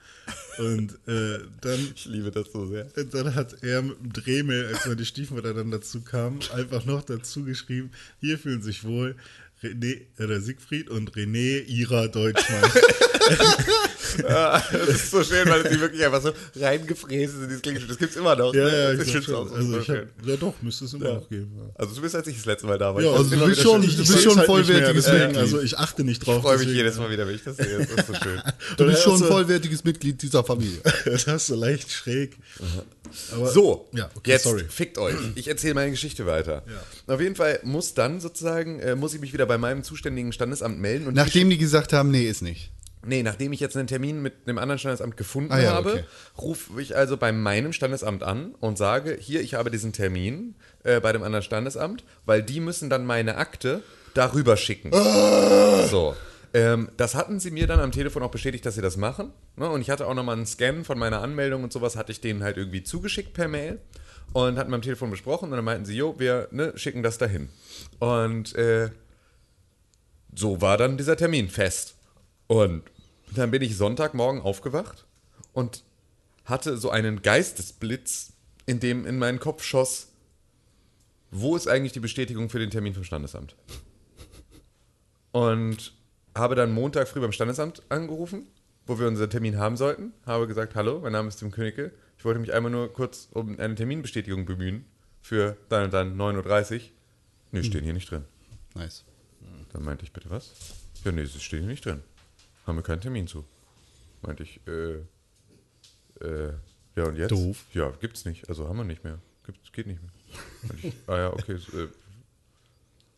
B: Und äh, dann
C: Ich liebe das so sehr.
B: und dann hat er mit dem Dremel, als meine Stiefmutter dann dazu kam, einfach noch dazu geschrieben, hier fühlen sich wohl René, oder Siegfried und René ihrer Deutschmann.
C: das ist so schön, weil sie wirklich einfach so reingefräst sind, dieses Klingelschild. Das gibt's immer noch.
B: ja, ja,
C: ich
B: ich glaub
C: find's
B: schon.
C: auch so
B: Also ich
C: schön.
B: hab, ja doch, müsste es immer noch geben. Ja.
C: Also du bist, als ich das letzte Mal da war.
B: Ja,
C: ich genau, find's
A: also du
C: immer
A: bist schon-
C: wieder schön.
A: du bist schon vollwertiges
B: mehr, deswegen,
A: Mitglied.
B: Also ich achte nicht drauf.
C: Ich freue mich
B: deswegen-
C: jedes Mal wieder, wenn ich das sehe. Das ist so schön. Also-
A: Du bist
B: hast
A: schon
B: du-
A: ein vollwertiges Mitglied dieser Familie.
B: Das hast du leicht schräg. Aber-
C: So,
B: ja, okay,
C: jetzt
B: sorry.
C: fickt euch. Ich erzähle meine Geschichte weiter.
B: Ja.
C: Auf jeden Fall muss dann sozusagen, äh, muss ich mich wieder bei meinem zuständigen Standesamt melden. Und die
A: Nachdem die gesagt haben, nee, ist nicht.
C: Nee, nachdem ich jetzt einen Termin mit einem anderen Standesamt gefunden
A: Ah ja,
C: habe,
A: okay.
C: rufe ich also bei meinem Standesamt an und sage, hier, ich habe diesen Termin äh, bei dem anderen Standesamt, weil die müssen dann meine Akte darüber schicken.
A: Ah!
C: So. Ähm, das hatten sie mir dann am Telefon auch bestätigt, dass sie das machen. Ne? Und ich hatte auch nochmal einen Scan von meiner Anmeldung und sowas, hatte ich denen halt irgendwie zugeschickt per Mail und hatten am Telefon besprochen. Und dann meinten sie, jo, wir ne, schicken das dahin. Und äh, so war dann dieser Termin fest. Und dann bin ich Sonntagmorgen aufgewacht und hatte so einen Geistesblitz, in dem in meinen Kopf schoss, wo ist eigentlich die Bestätigung für den Termin vom Standesamt? Und habe dann Montag früh beim Standesamt angerufen, wo wir unseren Termin haben sollten. Habe gesagt, hallo, mein Name ist Tim Königke. Ich wollte mich einmal nur kurz um eine Terminbestätigung bemühen für dann und dann 9.30 Uhr. Nee, stehen hier nicht drin.
A: Nice.
C: Dann meinte ich, bitte was? Ja, nee, das steht hier nicht drin. Haben wir keinen Termin zu. Meinte ich, äh, äh, ja und jetzt?
B: Doof.
C: Ja, gibt's nicht. Also haben wir nicht mehr. Gibt's, geht nicht mehr. Meinte ich, ah ja, okay. So, äh,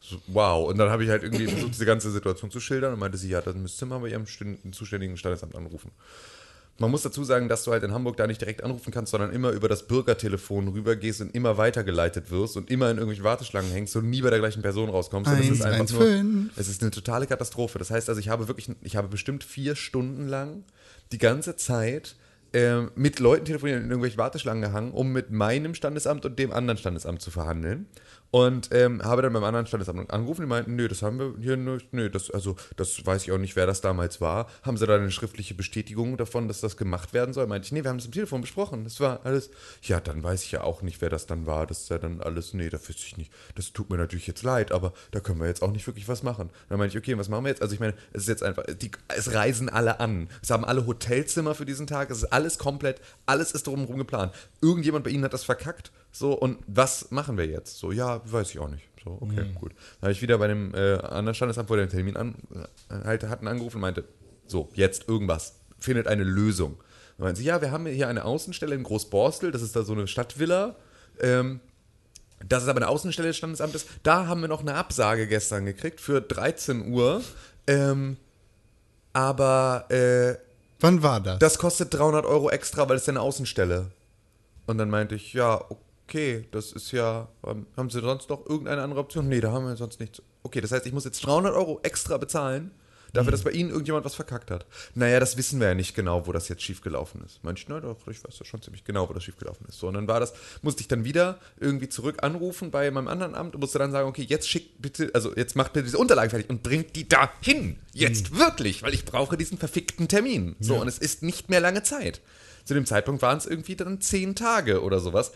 C: so, wow. Und dann habe ich halt irgendwie versucht, diese ganze Situation zu schildern und meinte sie, ja, dann müsste man bei ihrem stün- zuständigen Standesamt anrufen. Man muss dazu sagen, dass du halt in Hamburg da nicht direkt anrufen kannst, sondern immer über das Bürgertelefon rübergehst und immer weitergeleitet wirst und immer in irgendwelchen Warteschlangen hängst und nie bei der gleichen Person rauskommst. Und es ist einfach nur,
A: 115.
C: es ist eine totale Katastrophe. Das heißt also, ich habe wirklich, ich habe bestimmt vier Stunden lang die ganze Zeit ähm, mit Leuten telefoniert und in irgendwelche Warteschlangen gehangen, um mit meinem Standesamt und dem anderen Standesamt zu verhandeln. Und ähm, habe dann beim anderen Standesamt angerufen, die meinten, nö, das haben wir hier nicht, nö, das, also, das weiß ich auch nicht, wer das damals war. Haben sie da eine schriftliche Bestätigung davon, dass das gemacht werden soll? Meinte ich, nee, wir haben das am Telefon besprochen, das war alles, ja, dann weiß ich ja auch nicht, wer das dann war, das ist ja dann alles, nee, da wüsste ich nicht, das tut mir natürlich jetzt leid, aber da können wir jetzt auch nicht wirklich was machen. Dann meinte ich, okay, was machen wir jetzt? Also ich meine, es ist jetzt einfach, die, es reisen alle an, es haben alle Hotelzimmer für diesen Tag, es ist alles komplett, alles ist drumherum geplant. Irgendjemand bei ihnen hat das verkackt, so, und was machen wir jetzt? So, ja, weiß ich auch nicht. So, okay, gut. Dann habe ich wieder bei dem äh, anderen Standesamt, wo wir den Termin an, äh, halt hatten, angerufen und meinte, so, jetzt irgendwas. Findet eine Lösung. Dann meinte sie, ja, wir haben hier eine Außenstelle in Großborstel, das ist da so eine Stadtvilla. Ähm, das ist aber eine Außenstelle des Standesamtes. Da haben wir noch eine Absage gestern gekriegt für 13 Uhr. Ähm, aber äh,
A: Wann war das?
C: das kostet 300 Euro extra, weil es ja eine Außenstelle. Und dann meinte ich, ja, okay, das ist ja, ähm, haben Sie sonst noch irgendeine andere Option? Nee, da haben wir sonst nichts. Okay, das heißt, ich muss jetzt 300 Euro extra bezahlen, dafür, dass bei Ihnen irgendjemand was verkackt hat. Naja, das wissen wir ja nicht genau, wo das jetzt schiefgelaufen ist. Meinte ich, na doch, ich weiß ja schon ziemlich genau, wo das schiefgelaufen ist. So, und dann war das, musste ich dann wieder irgendwie zurück anrufen bei meinem anderen Amt und musste dann sagen, okay, jetzt schickt bitte, also jetzt macht bitte diese Unterlagen fertig und bringt die da hin. Jetzt wirklich, weil ich brauche diesen verfickten Termin. So, und es ist nicht mehr lange Zeit. Zu dem Zeitpunkt waren es irgendwie dann zehn Tage oder sowas.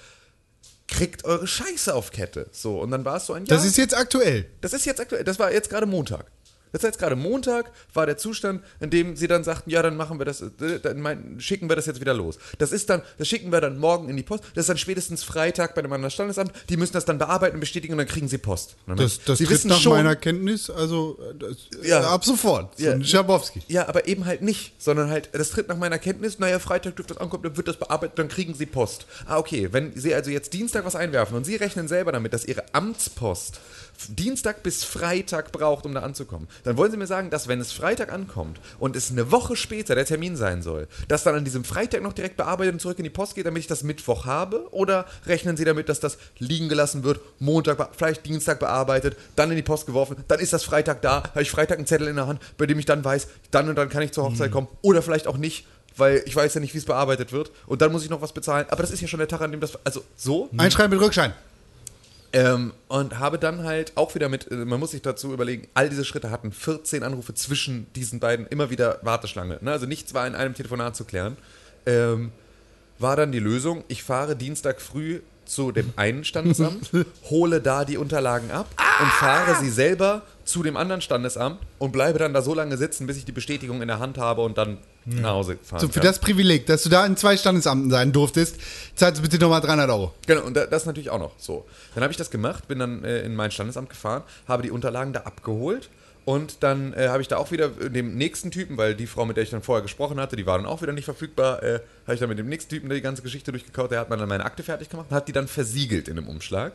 C: Kriegt eure Scheiße auf Kette. So, und dann war es so ein Jahr.
A: Das ist jetzt aktuell.
C: Das ist jetzt aktuell, das war jetzt gerade Montag. Das war jetzt gerade Montag, war der Zustand, in dem sie dann sagten, ja, dann machen wir das, äh, dann mein, schicken wir das jetzt wieder los. Das ist dann, das schicken wir dann morgen in die Post, das ist dann spätestens Freitag bei dem anderen Standesamt, die müssen das dann bearbeiten und bestätigen und dann kriegen sie Post. Und dann
A: Das,
C: meinte ich,
A: das
C: sie
A: tritt
C: wissen
A: nach
C: schon,
A: meiner Kenntnis, also äh, das,
C: Ja.
A: ab sofort. So
C: Ja.
A: ein Schabowski.
C: Ja, aber eben halt nicht, sondern halt, das tritt nach meiner Kenntnis, naja, Freitag dürfte das ankommen, dann wird das bearbeitet, dann kriegen sie Post. Ah, okay, wenn sie also jetzt Dienstag was einwerfen und sie rechnen selber damit, dass ihre Amtspost f- Dienstag bis Freitag braucht, um da anzukommen, dann wollen sie mir sagen, dass wenn es Freitag ankommt und es eine Woche später der Termin sein soll, dass dann an diesem Freitag noch direkt bearbeitet und zurück in die Post geht, damit ich das Mittwoch habe? Oder rechnen sie damit, dass das liegen gelassen wird, Montag, be- vielleicht Dienstag bearbeitet, dann in die Post geworfen, dann ist das Freitag da, habe ich Freitag einen Zettel in der Hand, bei dem ich dann weiß, dann und dann kann ich zur Hochzeit kommen oder vielleicht auch nicht, weil ich weiß ja nicht, wie es bearbeitet wird und dann muss ich noch was bezahlen, aber das ist ja schon der Tag, an dem das, also so,
A: Einschreiben mit Rückschein.
C: ähm, und habe dann halt auch wieder mit, äh, man muss sich dazu überlegen, all diese Schritte hatten 14 Anrufe zwischen diesen beiden, immer wieder Warteschlange. Ne? Also nichts war in einem Telefonat zu klären. Ähm, war dann die Lösung, ich fahre Dienstag früh zu dem einen Standesamt, hole da die Unterlagen ab und fahre sie selber zu dem anderen Standesamt und bleibe dann da so lange sitzen, bis ich die Bestätigung in der Hand habe und dann nach Hause fahren
A: So, für
C: kann.
A: das Privileg, dass du da in zwei Standesamten sein durftest, zahlst du bitte nochmal 300 Euro.
C: Genau, und da, das natürlich auch noch so. Dann habe ich das gemacht, bin dann äh, in mein Standesamt gefahren, habe die Unterlagen da abgeholt und dann äh, habe ich da auch wieder äh, dem nächsten Typen, weil die Frau, mit der ich dann vorher gesprochen hatte, die war dann auch wieder nicht verfügbar, äh, habe ich dann mit dem nächsten Typen die ganze Geschichte durchgekaut, der hat mir dann meine Akte fertig gemacht und hat die dann versiegelt in einem Umschlag.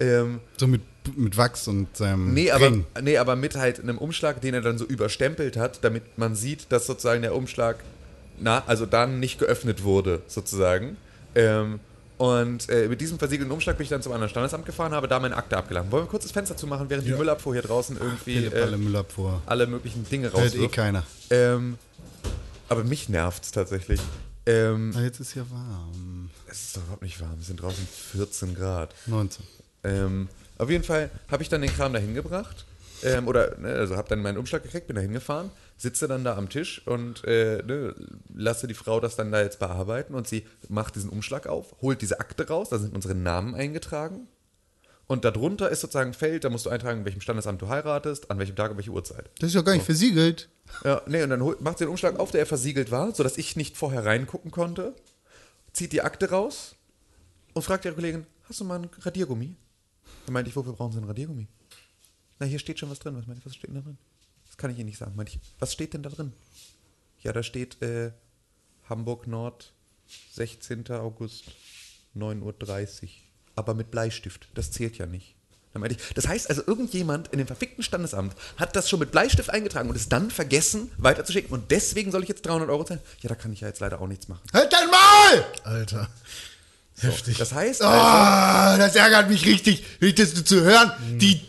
C: Ähm,
A: So mit mit Wachs und seinem
C: Nee aber,
A: Ring.
C: nee, aber mit halt einem Umschlag, den er dann so überstempelt hat, damit man sieht, dass sozusagen der Umschlag, na, also dann nicht geöffnet wurde, sozusagen. Ähm, und äh, mit diesem versiegelten Umschlag bin ich dann zum anderen Standesamt gefahren, habe da meine Akte abgeladen. Wollen wir kurz das Fenster zumachen, während die
B: Ja.
C: Müllabfuhr hier draußen irgendwie
A: Philipp alle
C: äh,
A: Müller vor.
C: alle möglichen Dinge
A: Hört eh
C: rauswirft?
A: keiner.
C: ähm, aber mich nervt's tatsächlich. Ähm,
A: Ah, jetzt ist ja warm.
C: es ist doch überhaupt nicht warm, es sind draußen 14 Grad.
A: 19.
C: Ähm, auf jeden Fall habe ich dann den Kram da hingebracht. Ähm, oder, ne, also habe dann meinen Umschlag gekriegt, bin da hingefahren, sitze dann da am Tisch und äh, ne, lasse die Frau das dann da jetzt bearbeiten und sie macht diesen Umschlag auf, holt diese Akte raus, da sind unsere Namen eingetragen und darunter ist sozusagen ein Feld, da musst du eintragen, in welchem Standesamt du heiratest, an welchem Tag und welche Uhrzeit.
A: Das ist ja
C: Oh.
A: gar nicht versiegelt.
C: Ja, nee, und dann holt- macht sie den Umschlag auf, der er versiegelt war, sodass ich nicht vorher reingucken konnte, zieht die Akte raus und fragt ihre Kollegin, hast du mal ein Radiergummi? Dann meinte ich, wofür brauchen sie ein Radiergummi? Na, hier steht schon was drin. Was meinte ich, was steht denn da drin? Das kann ich Ihnen nicht sagen. Meinte ich, was steht denn da drin? Ja, da steht äh, Hamburg Nord, 16. August, 9.30 Uhr. Aber mit Bleistift. Das zählt ja nicht. Dann meinte ich, das heißt also, irgendjemand in dem verfickten Standesamt hat das schon mit Bleistift eingetragen und es dann vergessen, weiterzuschicken. Und deswegen soll ich jetzt 300 Euro zahlen? Ja, da kann ich ja jetzt leider auch nichts machen.
A: Halt dein Maul!
D: Alter.
B: Heftig.
C: Das heißt, also,
A: Ah, das ärgert mich richtig, richtig, das zu hören.
B: Hm.
A: Die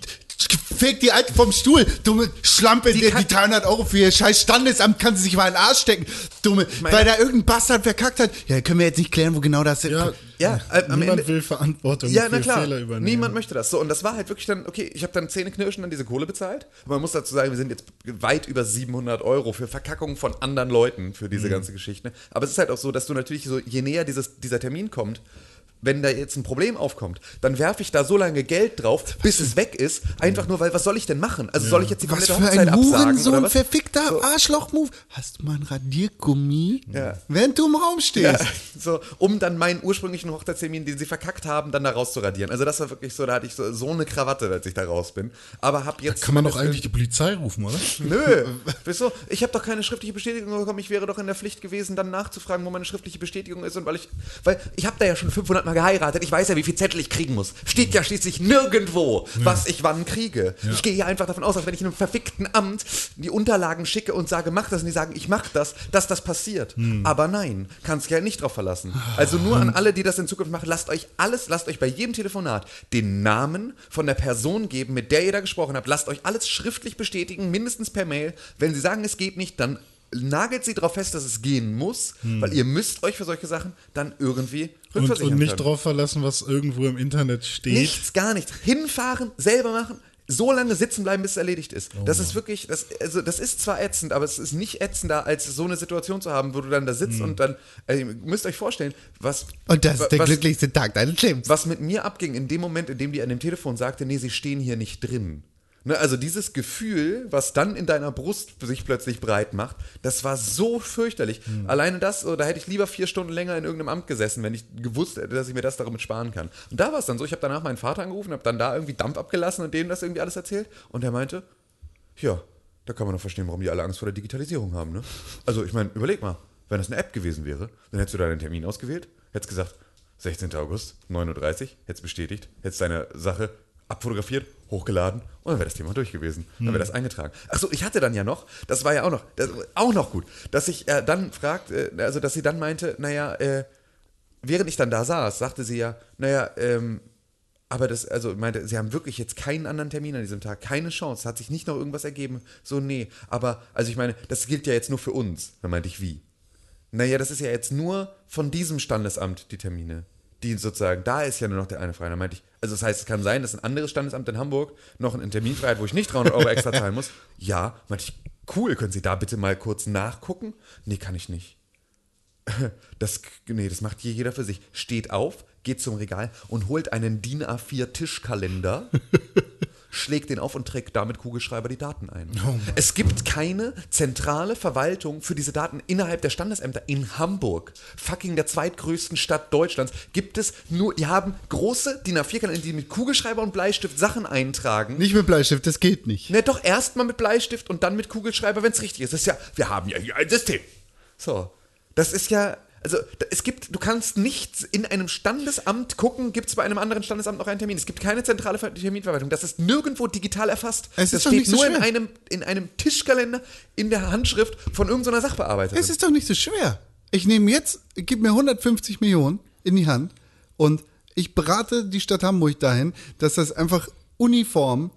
A: fegt die Alte vom Stuhl, dumme Schlampe, die,
C: kann-
A: die 300 Euro für ihr scheiß Standesamt kann sie sich mal in den Arsch stecken. Dumme,
C: meine-
A: weil da irgendein Bastard verkackt hat. Ja, können wir jetzt nicht klären, wo genau das ist.
B: Ja,
C: ja, äh, am
B: niemand
C: Ende,
B: will Verantwortung
C: Ja,
B: für
C: na klar.
B: Fehler übernehmen.
C: Niemand möchte das. So, und das war halt wirklich dann, okay, ich habe dann zähneknirschend dann diese Kohle bezahlt. Man muss dazu sagen, wir sind jetzt weit über 700 Euro für Verkackungen von anderen Leuten für
B: Mhm.
C: diese ganze Geschichte. Aber es ist halt auch so, dass du natürlich so, je näher dieses, dieser Termin kommt, wenn da jetzt ein Problem aufkommt, dann werfe ich da so lange Geld drauf, bis es weg ist, einfach nur, weil was soll ich denn machen? Also soll ich jetzt die
A: was
C: komplette
A: für
C: Hochzeit
A: ein
C: absagen oder
A: Hurensohn,
C: was?
A: verfickter Arschloch-Move. Hast du mal ein Radiergummi?
C: Ja.
A: Während du im Raum stehst.
C: so, um dann meinen ursprünglichen Hochzeitstermin, den sie verkackt haben, dann da rauszuradieren. Also das war wirklich so, da hatte ich so, so eine Krawatte, als ich da raus bin. Aber hab jetzt...
B: Kann man doch eigentlich die Polizei rufen, oder?
C: Nö, wieso? Ich habe doch keine schriftliche Bestätigung bekommen. Ich wäre doch in der Pflicht gewesen, dann nachzufragen, wo meine schriftliche Bestätigung ist. Und weil ich, weil ich habe da ja schon 500 Mal geheiratet. Ich weiß ja, wie viel Zettel ich kriegen muss. Steht ja schließlich nirgendwo, was ich wann kriege. Ich gehe ja einfach davon aus, dass wenn ich in einem verfickten Amt die Unterlagen schicke und sage, mach das, und die sagen, ich mach das, dass das passiert.
B: Hm.
C: Aber nein, kannst ja nicht drauf verlassen. Also nur an alle, die das in Zukunft machen, lasst euch alles, lasst euch bei jedem Telefonat den Namen von der Person geben, mit der ihr da gesprochen habt. Lasst euch alles schriftlich bestätigen, mindestens per Mail. Wenn sie sagen, es geht nicht, dann nagelt sie darauf fest, dass es gehen muss, weil ihr müsst euch für solche Sachen dann irgendwie
B: Hm. Und,
C: rückversichern
B: und nicht
C: können.
B: drauf verlassen, was irgendwo im Internet steht.
C: Nichts, gar nichts. Hinfahren, selber machen, so lange sitzen bleiben, bis es erledigt ist.
A: Oh
C: das ist wirklich, das, also das ist zwar ätzend, aber es ist nicht ätzender, als so eine Situation zu haben, wo du dann da sitzt und dann, also ihr müsst euch vorstellen, was.
A: Hm. Und das ist der
C: was,
A: glücklichste Tag deines Lebens.
C: was mit mir abging in dem Moment, in dem die an dem Telefon sagte, nee, sie stehen hier nicht drin. Ne, also dieses Gefühl, was dann in deiner Brust sich plötzlich breit macht, das war so fürchterlich. Alleine das, so, da hätte ich lieber vier Stunden länger in irgendeinem Amt gesessen, wenn ich gewusst hätte, dass ich mir das darum sparen kann. Und da war es dann so, ich habe danach meinen Vater angerufen, habe dann da irgendwie Dampf abgelassen und dem das irgendwie alles erzählt. Und er meinte, ja, da kann man doch verstehen, warum die alle Angst vor der Digitalisierung haben, ne? Also, ich meine, überleg mal, wenn das eine App gewesen wäre, dann hättest du deinen Termin ausgewählt, hättest gesagt, 16. August, 9.30 Uhr, hättest bestätigt, hättest deine Sache abfotografiert, hochgeladen und dann wäre das Thema durch gewesen. Dann wäre das eingetragen. Achso, ich hatte dann ja noch, das war ja auch noch, das, auch noch gut, dass ich äh, dann fragt, äh, also dass sie dann meinte, naja, äh, während ich dann da saß, sagte sie ja, naja, ähm, aber das, also meinte, sie haben wirklich jetzt keinen anderen Termin an diesem Tag, keine Chance, hat sich nicht noch irgendwas ergeben. So, nee, aber, also ich meine, das gilt ja jetzt nur für uns. Dann meinte ich, wie? Naja, das ist ja jetzt nur von diesem Standesamt die Termine. Die sozusagen, da ist ja nur noch der eine frei. Dann meinte ich, also das heißt, es kann sein, dass ein anderes Standesamt in Hamburg noch einen Termin frei hat, wo ich nicht 300 Euro extra zahlen muss. Ja, meinte ich, cool, können Sie da bitte mal kurz nachgucken? Nee, kann ich nicht. Das, nee, das macht hier jeder für sich. Steht auf, geht zum Regal und holt einen DIN A4 Tischkalender, schlägt den auf und trägt damit Kugelschreiber die Daten ein. es gibt keine zentrale Verwaltung für diese Daten innerhalb der Standesämter in Hamburg, fucking der zweitgrößten Stadt Deutschlands. Gibt es nur, die haben große DIN A4-Kalender, die mit Kugelschreiber und Bleistift Sachen eintragen.
A: Nicht mit Bleistift, das geht nicht.
C: Ne, doch erstmal mit Bleistift und dann mit Kugelschreiber, wenn es richtig ist. Das ist ja, wir haben ja hier ein System. So. Das ist ja, Also da- es gibt, du kannst nicht in einem Standesamt gucken, gibt es bei einem anderen Standesamt noch einen Termin. Es gibt keine zentrale Ver- Terminverwaltung. Das ist nirgendwo digital erfasst.
A: Es ist
C: das
A: doch
C: steht
A: nicht so
C: nur in
A: schwer.
C: einem, in einem Tischkalender in der Handschrift von irgendeiner Sachbearbeiterin.
A: Es ist doch nicht so schwer. Ich nehme jetzt, gib mir 150 Millionen in die Hand und ich berate die Stadt Hamburg dahin, dass das einfach uniform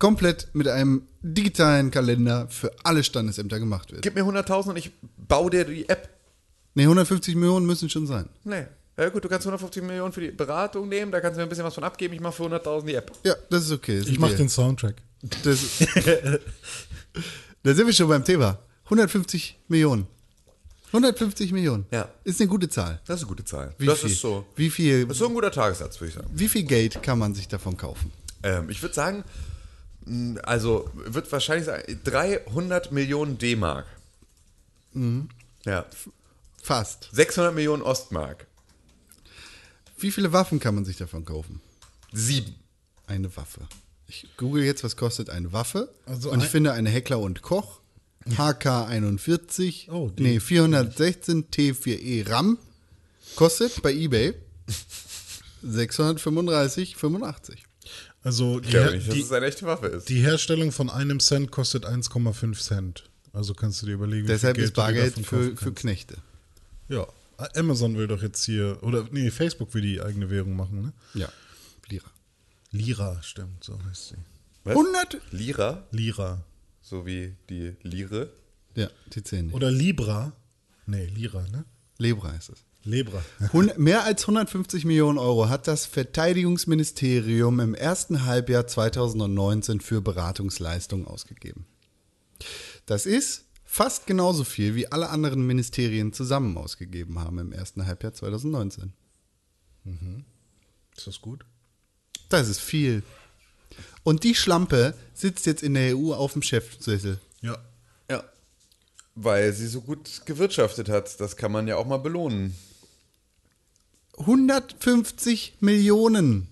A: komplett mit einem digitalen Kalender für alle Standesämter gemacht wird.
C: Gib mir 100.000 und ich baue dir die App.
A: Nee, 150 Millionen müssen schon sein.
C: Nee. Ja gut, du kannst 150 Millionen für die Beratung nehmen, da kannst du mir ein bisschen was von abgeben, ich mache für 100.000 die App.
A: Ja, das ist okay. Das ist
B: Ich mache
A: okay.
B: den Soundtrack.
A: Das, da sind wir schon beim Thema. 150 Millionen. 150 Millionen.
C: Ja.
A: Ist eine gute Zahl.
C: Das ist eine gute Zahl.
A: Wie
C: das
A: viel,
C: ist so.
A: Wie viel,
C: Das ist so ein guter Tagessatz, würde ich sagen.
A: wie viel Geld kann man sich davon kaufen?
C: Ähm, ich würde sagen, mh, also wird wahrscheinlich sagen, 300 Millionen D-Mark.
B: Mhm.
C: Ja.
A: Fast.
C: 600 Millionen Ostmark.
A: Wie viele Waffen kann man sich davon kaufen?
C: Sieben.
A: Eine Waffe. Ich google jetzt, was kostet eine Waffe.
B: Also
A: und ich
B: ein-
A: finde eine Heckler und Koch. HK41.
B: Oh, die-
A: nee, 416 T4E E RAM. Kostet bei eBay 635,85.
B: Also die,
C: Ja,
B: Her
C: nicht, dass
B: die,
C: es eine echte Waffe ist.
B: die Herstellung von einem Cent kostet 1,5 Cent. Also kannst du dir überlegen, wie viel
A: Deshalb ist
B: du dir
A: Bargeld
B: davon
A: für,
B: kaufen
A: für
B: kannst.
A: Knechte.
B: Ja, Ah, Amazon will doch jetzt hier, oder nee, Facebook will die eigene Währung machen, ne?
A: Ja. Lira.
B: Lira, stimmt, so heißt sie.
C: Was?
A: 100?
C: Lira,
B: Lira.
C: so wie die Lire.
A: Ja, die 10 nicht.
B: Oder Libra. Nee, Lira, ne?
A: Lebra ist es.
B: Lebra.
A: Hun- Mehr als 150 Millionen Euro hat das Verteidigungsministerium im ersten Halbjahr 2019 für Beratungsleistungen ausgegeben. Das ist fast genauso viel, wie alle anderen Ministerien zusammen ausgegeben haben im ersten Halbjahr 2019.
B: Ist das gut?
A: Das ist viel. Und die Schlampe sitzt jetzt in der EU auf dem Chefsessel.
B: Ja.
C: Ja. Weil sie so gut gewirtschaftet hat. Das kann man ja auch mal belohnen.
A: 150 Millionen.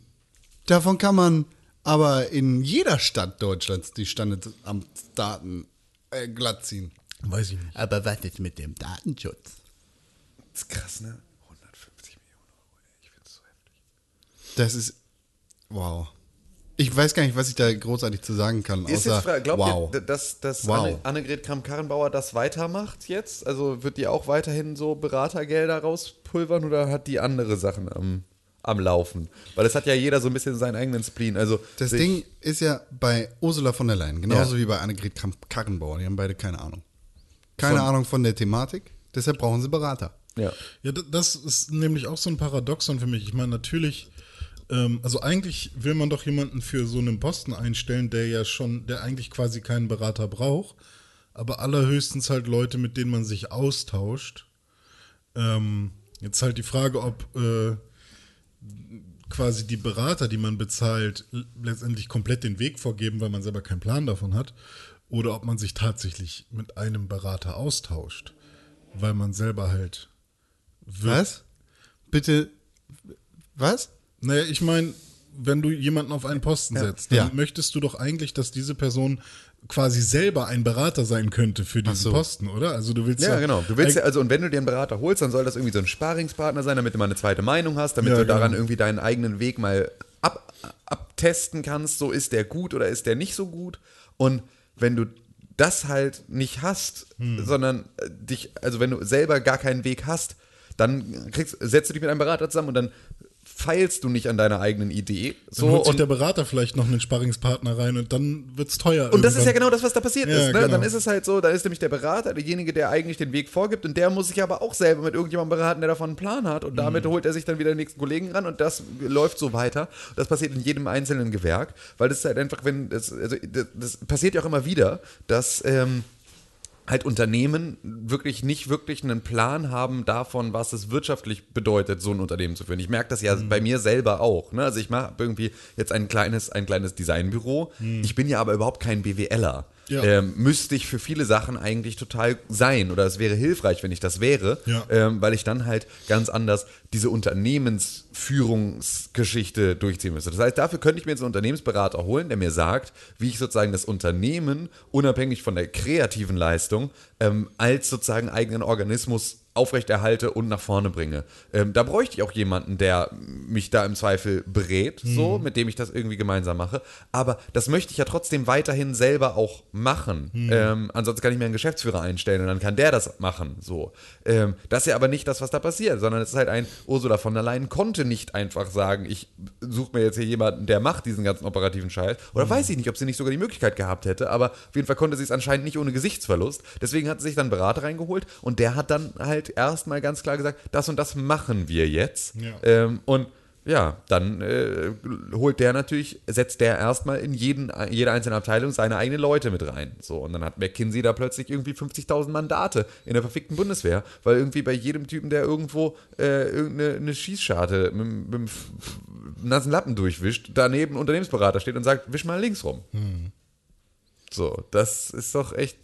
A: Davon kann man aber in jeder Stadt Deutschlands die Standesamtsdaten äh, glatt ziehen.
B: Weiß ich nicht.
A: Aber was ist mit dem Datenschutz?
C: Das ist krass, ne? 150 Millionen Euro, ey. Ich find's so heftig.
A: Das ist. Wow. Ich weiß gar nicht, was ich da großartig zu sagen kann.
C: Ist
A: außer,
C: jetzt die Frage, glaubt
A: wow.
C: ihr, dass, dass
A: Wow.
C: Anne, Annegret Kramp-Karrenbauer das weitermacht jetzt? Also wird die auch weiterhin so Beratergelder rauspulvern oder hat die andere Sachen am, am Laufen? Weil es hat ja jeder so ein bisschen seinen eigenen Spleen. Also
A: das
C: sich-
A: Ding ist ja bei Ursula von der Leyen, genauso
C: Ja.
A: wie bei Annegret Kramp- Karrenbauer. Die haben beide keine Ahnung. Keine
C: Von-
A: Ahnung von der Thematik. Deshalb brauchen sie Berater.
C: Ja.
B: Ja, d- das ist nämlich auch so ein Paradoxon für mich. Ich meine, natürlich, ähm, also eigentlich will man doch jemanden für so einen Posten einstellen, der ja schon, der eigentlich quasi keinen Berater braucht, aber allerhöchstens halt Leute, mit denen man sich austauscht. Ähm, jetzt halt die Frage, ob äh, quasi die Berater, die man bezahlt, l- letztendlich komplett den Weg vorgeben, weil man selber keinen Plan davon hat, oder ob man sich tatsächlich mit einem Berater austauscht, weil man selber halt wird.
A: Was? Bitte. Was?
B: Naja, ich meine, wenn du jemanden auf einen Posten setzt, dann
A: Ja.
B: möchtest du doch eigentlich, dass diese Person quasi selber ein Berater sein könnte für diesen
A: so.
B: Posten, oder? Also du willst ja,
C: Ja, genau. Du willst ja,
B: eig-
C: also, und wenn du dir einen Berater holst, dann soll das irgendwie so ein Sparingspartner sein, damit du mal eine zweite Meinung hast, damit
B: Ja,
C: du daran
B: genau.
C: irgendwie deinen eigenen Weg mal ab, abtesten kannst, so ist der gut oder ist der nicht so gut. Und wenn du das halt nicht hast,
B: Hm.
C: sondern äh, dich, also wenn du selber gar keinen Weg hast, dann kriegst, setzt du dich mit einem Berater zusammen und dann feilst du nicht an deiner eigenen Idee. So
B: dann holt sich
C: und
B: der Berater vielleicht noch einen Sparringspartner rein und dann wird's teuer.
C: und das ist ja
B: irgendwann.
C: genau das, was da passiert
B: Ja,
C: ist. Ne?
B: genau.
C: Dann ist es halt so, dann ist nämlich der Berater derjenige, der eigentlich den Weg vorgibt und der muss sich aber auch selber mit irgendjemandem beraten, der davon einen Plan hat und damit
B: Mhm.
C: holt er sich dann wieder den nächsten Kollegen ran und das läuft so weiter. Das passiert in jedem einzelnen Gewerk, weil das ist halt einfach, wenn, das, also, das, das passiert ja auch immer wieder, dass... Ähm, halt Unternehmen wirklich nicht wirklich einen Plan haben davon, was es wirtschaftlich bedeutet, so ein Unternehmen zu führen. Ich merke das ja bei mir selber auch. Ne? Also ich mache irgendwie jetzt ein kleines, ein kleines Designbüro. Ich bin ja aber überhaupt kein BWLer.
B: Ja.
C: Ähm, müsste ich für viele Sachen eigentlich total sein oder es wäre hilfreich, wenn ich das wäre,
B: Ja.
C: ähm, weil ich dann halt ganz anders diese Unternehmensführungsgeschichte durchziehen müsste. Das heißt, dafür könnte ich mir jetzt einen Unternehmensberater holen, der mir sagt, wie ich sozusagen das Unternehmen unabhängig von der kreativen Leistung ähm, als sozusagen eigenen Organismus aufrechterhalte und nach vorne bringe. Ähm, da bräuchte ich auch jemanden, der mich da im Zweifel berät, so, mit dem ich das irgendwie gemeinsam mache. Aber das möchte ich ja trotzdem weiterhin selber auch machen. Ähm, ansonsten kann ich mir einen Geschäftsführer einstellen und dann kann der das machen, so. Ähm, das ist ja aber nicht das, was da passiert, sondern es ist halt ein, Ursula von der Leyen konnte nicht einfach sagen, ich suche mir jetzt hier jemanden, der macht diesen ganzen operativen Scheiß. Oder weiß ich nicht, ob sie nicht sogar die Möglichkeit gehabt hätte, aber auf jeden Fall konnte sie es anscheinend nicht ohne Gesichtsverlust. Deswegen hat sie sich dann einen Berater reingeholt und der hat dann halt erstmal ganz klar gesagt, das und das machen wir jetzt.
B: Ja.
C: Ähm, und ja, dann äh, holt der natürlich, setzt der erstmal in jeden, jede einzelne Abteilung seine eigenen Leute mit rein. So, und dann hat McKinsey da plötzlich irgendwie 50.000 Mandate in der verfickten Bundeswehr, weil irgendwie bei jedem Typen, der irgendwo äh, irgendeine eine Schießscharte mit, dem- mit dem f- nassen Lappen durchwischt, daneben ein Unternehmensberater steht und sagt, wisch mal links rum. So, das ist doch echt.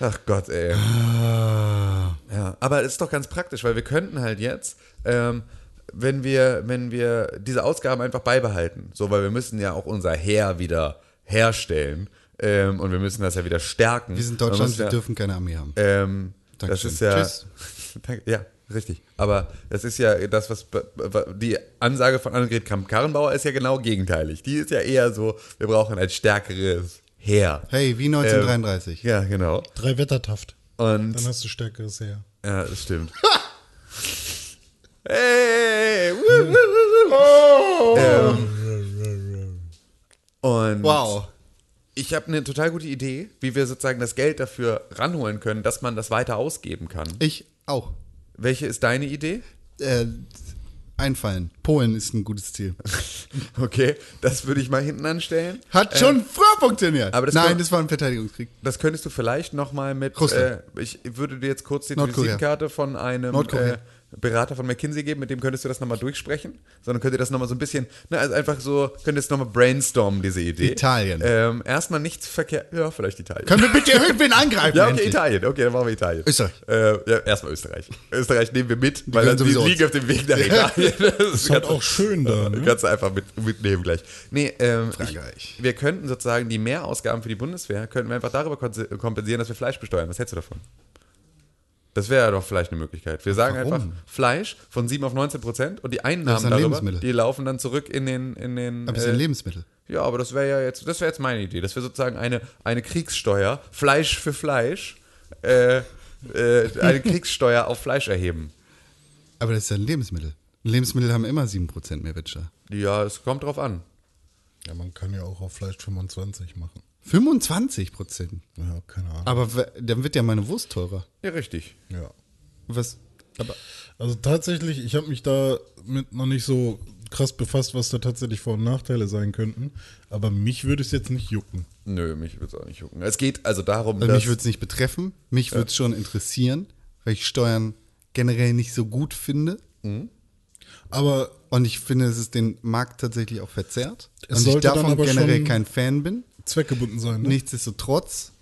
C: Ach Gott, ey.
A: Ah.
C: Ja, aber es ist doch ganz praktisch, weil wir könnten halt jetzt, ähm, wenn wir, wenn wir diese Ausgaben einfach beibehalten, so, weil wir müssen ja auch unser Heer wieder herstellen ähm, und wir müssen das ja wieder stärken.
A: Wir sind
C: Man
A: Deutschland,
C: muss
A: wir
C: ja,
A: dürfen keine Armee haben.
C: Ähm, das
A: Dankeschön.
C: ist ja.
A: Tschüss.
C: Danke, ja, richtig. Aber das ist ja das, was be- be- die Ansage von Annegret Kramp-Karrenbauer ist ja genau gegenteilig. Die ist ja eher so, wir brauchen ein stärkeres Heer.
A: Hey, wie 1933.
C: Ja, genau.
B: Drei Wettertaft.
C: Und
B: Dann hast du stärkeres Heer.
C: Ja, das stimmt. hey! wuh, wuh, wuh, wuh.
A: Oh.
C: Und
A: Wow.
C: ich habe eine total gute Idee, wie wir sozusagen das Geld dafür ranholen können, dass man das weiter ausgeben kann.
A: Ich auch.
C: Welche ist deine Idee?
A: Äh, einfallen. Polen ist ein gutes Ziel.
C: Okay, das würde ich mal hinten anstellen.
A: Hat schon früher funktioniert.
C: Äh. aber das
A: Nein,
C: war-
A: das war ein Verteidigungskrieg.
C: Das könntest du vielleicht nochmal mit.
A: Russland.
C: Äh, ich würde dir jetzt kurz die
A: Nordkorea.
C: Visitenkarte von einem
A: Nordkorea.
C: äh, Berater von McKinsey geben, mit dem könntest du das nochmal durchsprechen. Sondern könnt ihr das nochmal so ein bisschen, ne, also einfach so, könntest nochmal brainstormen, diese Idee.
A: Italien.
C: Ähm, erstmal nichts verkehrt. Ja, vielleicht Italien.
A: Können wir bitte irgendwen angreifen?
C: ja, okay,
A: endlich?
C: Italien. Okay, dann machen wir Italien.
A: Österreich.
C: Äh, ja, erstmal Österreich. Österreich nehmen wir mit, weil
A: können
C: dann die
A: sowieso
C: liegen auf dem Weg nach Italien. Das
B: Ist halt auch schön da.
A: Mhm.
C: Du
B: Ne?
C: kannst du einfach mit, mitnehmen gleich. Nee, ähm,
A: Frankreich.
C: Ich, wir könnten sozusagen die Mehrausgaben für die Bundeswehr, könnten wir einfach darüber konse- kompensieren, dass wir Fleisch besteuern. Was hältst du davon? Das wäre doch vielleicht eine Möglichkeit. Wir sagen
A: Warum?
C: einfach Fleisch von 7 auf 19 Prozent und die
A: Das
C: Einnahmen
A: ist ein
C: darüber,
A: Lebensmittel.
C: die laufen dann zurück in den... In den äh,
A: Aber es sind Lebensmittel.
C: ja, aber das wäre ja jetzt, das wäre jetzt meine Idee, dass wir sozusagen eine, eine Kriegssteuer, Fleisch für Fleisch, äh, äh, eine Kriegssteuer auf Fleisch erheben.
A: Aber das ist ja ein Lebensmittel. Lebensmittel haben immer 7% Mehrwertsteuer.
C: Ja, es kommt drauf an.
B: Ja, man kann ja auch auf Fleisch 25 machen.
A: 25%.
B: Ja, keine Ahnung.
A: Aber w- dann wird ja meine Wurst teurer.
C: Ja, richtig.
B: Ja.
A: Was? Aber
B: Also tatsächlich, ich habe mich da mit noch nicht so krass befasst, was da tatsächlich Vor- und Nachteile sein könnten. Aber mich würde es jetzt nicht jucken.
C: Nö, mich würde es auch nicht jucken. Es geht also darum,
A: also
C: dass.
A: mich würde es nicht betreffen. Mich würde es schon interessieren, weil ich Steuern generell nicht so gut finde.
B: Aber
A: Und ich finde, es ist den Markt tatsächlich auch verzerrt.
B: Es
A: und ich
B: sollte dann
A: davon
B: aber
A: generell
B: schon-
A: kein Fan bin.
B: zweckgebunden sein, ne?
A: Nichtsdestotrotz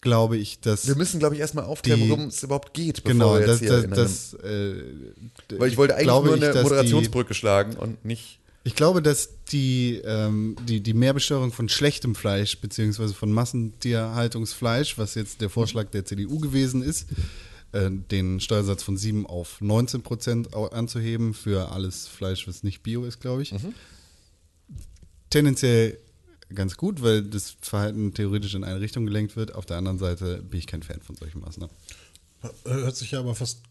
A: glaube ich, dass.
C: wir müssen, glaube ich, erstmal aufklären,
A: Die-
C: worum es überhaupt geht, bevor
A: Genau,
C: wir jetzt
A: das,
C: hier
A: das,
C: in
A: das, äh,
C: einem, Weil ich wollte eigentlich
A: glaube
C: nur
A: ich,
C: eine
A: dass die-
C: Moderationsbrücke schlagen und nicht.
A: Ich glaube, dass die, ähm, die, die Mehrbesteuerung von schlechtem Fleisch, beziehungsweise von Massentierhaltungsfleisch, was jetzt der Vorschlag der CDU gewesen ist, äh, den Steuersatz von 7 auf 19 Prozent au- anzuheben für alles Fleisch, was nicht bio ist, glaube ich. Tendenziell ganz gut, weil das Verhalten theoretisch in eine Richtung gelenkt wird. Auf der anderen Seite bin ich kein Fan von solchen Maßnahmen.
B: Hört sich ja aber fast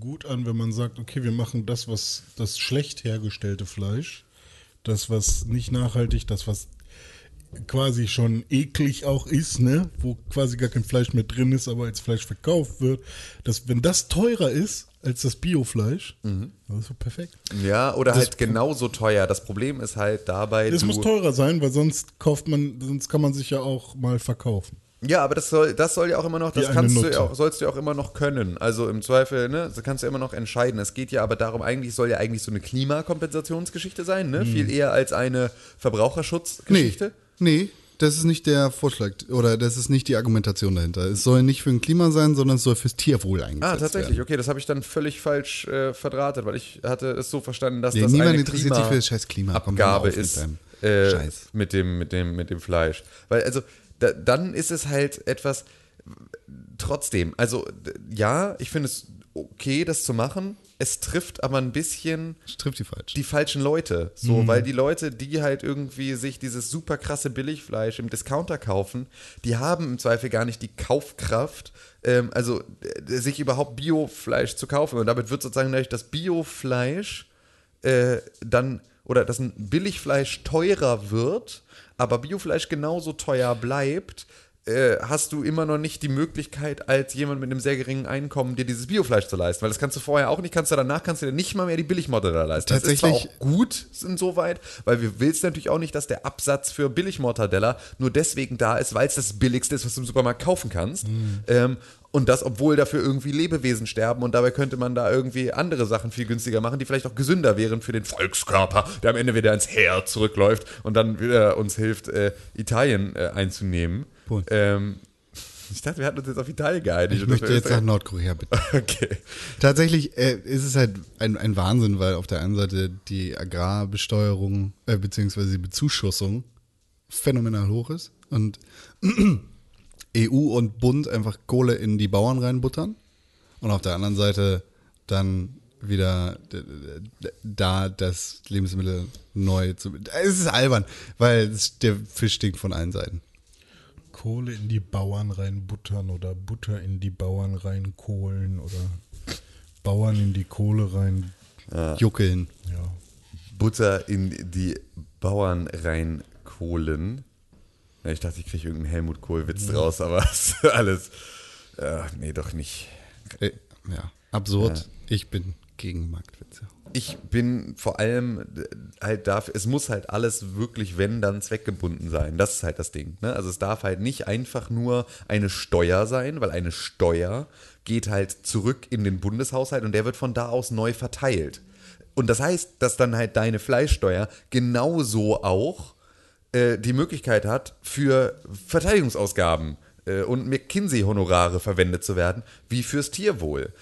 B: gut an, wenn man sagt, okay, wir machen das, was das schlecht hergestellte Fleisch, das, was nicht nachhaltig, das, was quasi schon eklig auch ist, ne? Wo quasi gar kein Fleisch mehr drin ist, aber als Fleisch verkauft wird, dass wenn das teurer ist als das Biofleisch, das ist doch perfekt.
C: Ja, oder halt genauso teuer. Das Problem ist halt dabei.
B: Es
C: du-
B: muss teurer sein, weil sonst kauft man, sonst kann man sich ja auch mal verkaufen.
C: Ja, aber das soll, das soll ja auch immer noch,
B: Wie
C: das
B: eine
C: kannst du
B: Nutte.
C: ja auch, sollst du ja auch immer noch können. Also im Zweifel, ne, das kannst du immer noch entscheiden. Es geht ja aber darum, eigentlich soll ja eigentlich so eine Klimakompensationsgeschichte sein,
B: Hm.
C: ne? Viel eher als eine Verbraucherschutzgeschichte.
A: Nee, nee, das ist nicht der Vorschlag oder das ist nicht die Argumentation dahinter. Es soll nicht für ein Klima sein, sondern es soll fürs Tierwohl eingesetzt
C: Ah,
A: werden.
C: tatsächlich. Okay, das habe ich dann völlig falsch äh, verdrahtet, weil ich hatte es so verstanden, dass
A: Nee,
C: das
A: niemand
C: eine
A: interessiert sich für das scheiß Klima. Komm, hör mal
C: Abgabe
A: auf mit
C: ist
A: deinem
C: äh,
A: Scheiß.
C: mit dem mit dem mit dem Fleisch, weil also da, dann ist es halt etwas. trotzdem, also d- ja, ich finde es okay, das zu machen. Es trifft aber ein bisschen
A: Trifft die falsch.
C: die falschen Leute. So, weil die Leute, die halt irgendwie sich dieses super krasse Billigfleisch im Discounter kaufen, die haben im Zweifel gar nicht die Kaufkraft, ähm, also äh, sich überhaupt Biofleisch zu kaufen. Und damit wird sozusagen dadurch das Biofleisch äh, dann oder dass ein Billigfleisch teurer wird, aber Biofleisch genauso teuer bleibt. äh, Hast du immer noch nicht die Möglichkeit, als jemand mit einem sehr geringen Einkommen dir dieses Biofleisch zu leisten? Weil das kannst du vorher auch nicht, kannst du danach, kannst du dir nicht mal mehr die Billigmodelle da leisten. Das ist
A: Tatsächlich-
C: zwar auch gut insoweit, weil wir willst natürlich auch nicht, dass der Absatz für Billigmortadella nur deswegen da ist, weil es das Billigste ist, was du im Supermarkt kaufen kannst.
A: Mhm.
C: Ähm, und das, obwohl dafür irgendwie Lebewesen sterben und dabei könnte man da irgendwie andere Sachen viel günstiger machen, die vielleicht auch gesünder wären für den Volkskörper, der am Ende wieder ins Heer zurückläuft und dann wieder uns hilft, äh, Italien äh, einzunehmen.
A: Polen.
C: Ähm, ich dachte, wir hatten uns jetzt auf Italien geeinigt.
A: ich
C: und dass
A: möchte
C: wir
A: jetzt nach Nordkorea bitte.
C: Okay.
A: Tatsächlich äh, ist es halt ein, ein Wahnsinn, weil auf der einen Seite die Agrarbesteuerung äh, beziehungsweise die Bezuschussung phänomenal hoch ist und EU und Bund einfach Kohle in die Bauern reinbuttern und auf der anderen Seite dann wieder d- d- da das Lebensmittel neu zu. Es ist albern, weil es, der Fisch stinkt von allen Seiten.
B: Kohle in die Bauern reinbuttern oder Butter in die Bauern reinkohlen oder Bauern in die Kohle rein.
A: Juckeln.
B: Ja.
C: Butter in die Bauern reinkohlen. Ja, ich dachte, ich kriege irgendeinen Helmut Kohl-Witz draus, aber es ist alles. Ach, nee, doch nicht.
A: Äh, ja, absurd. Ich bin gegen Marktwitze.
C: Ich bin vor allem äh, halt dafür, es muss halt alles wirklich, wenn, dann zweckgebunden sein. Das ist halt das Ding. Ne? Also es darf halt nicht einfach nur eine Steuer sein, weil eine Steuer geht halt zurück in den Bundeshaushalt und der wird von da aus neu verteilt. Und das heißt, dass dann halt deine Fleischsteuer genauso auch äh, die Möglichkeit hat, für Verteidigungsausgaben äh, und McKinsey-Honorare verwendet zu werden, wie fürs Tierwohl.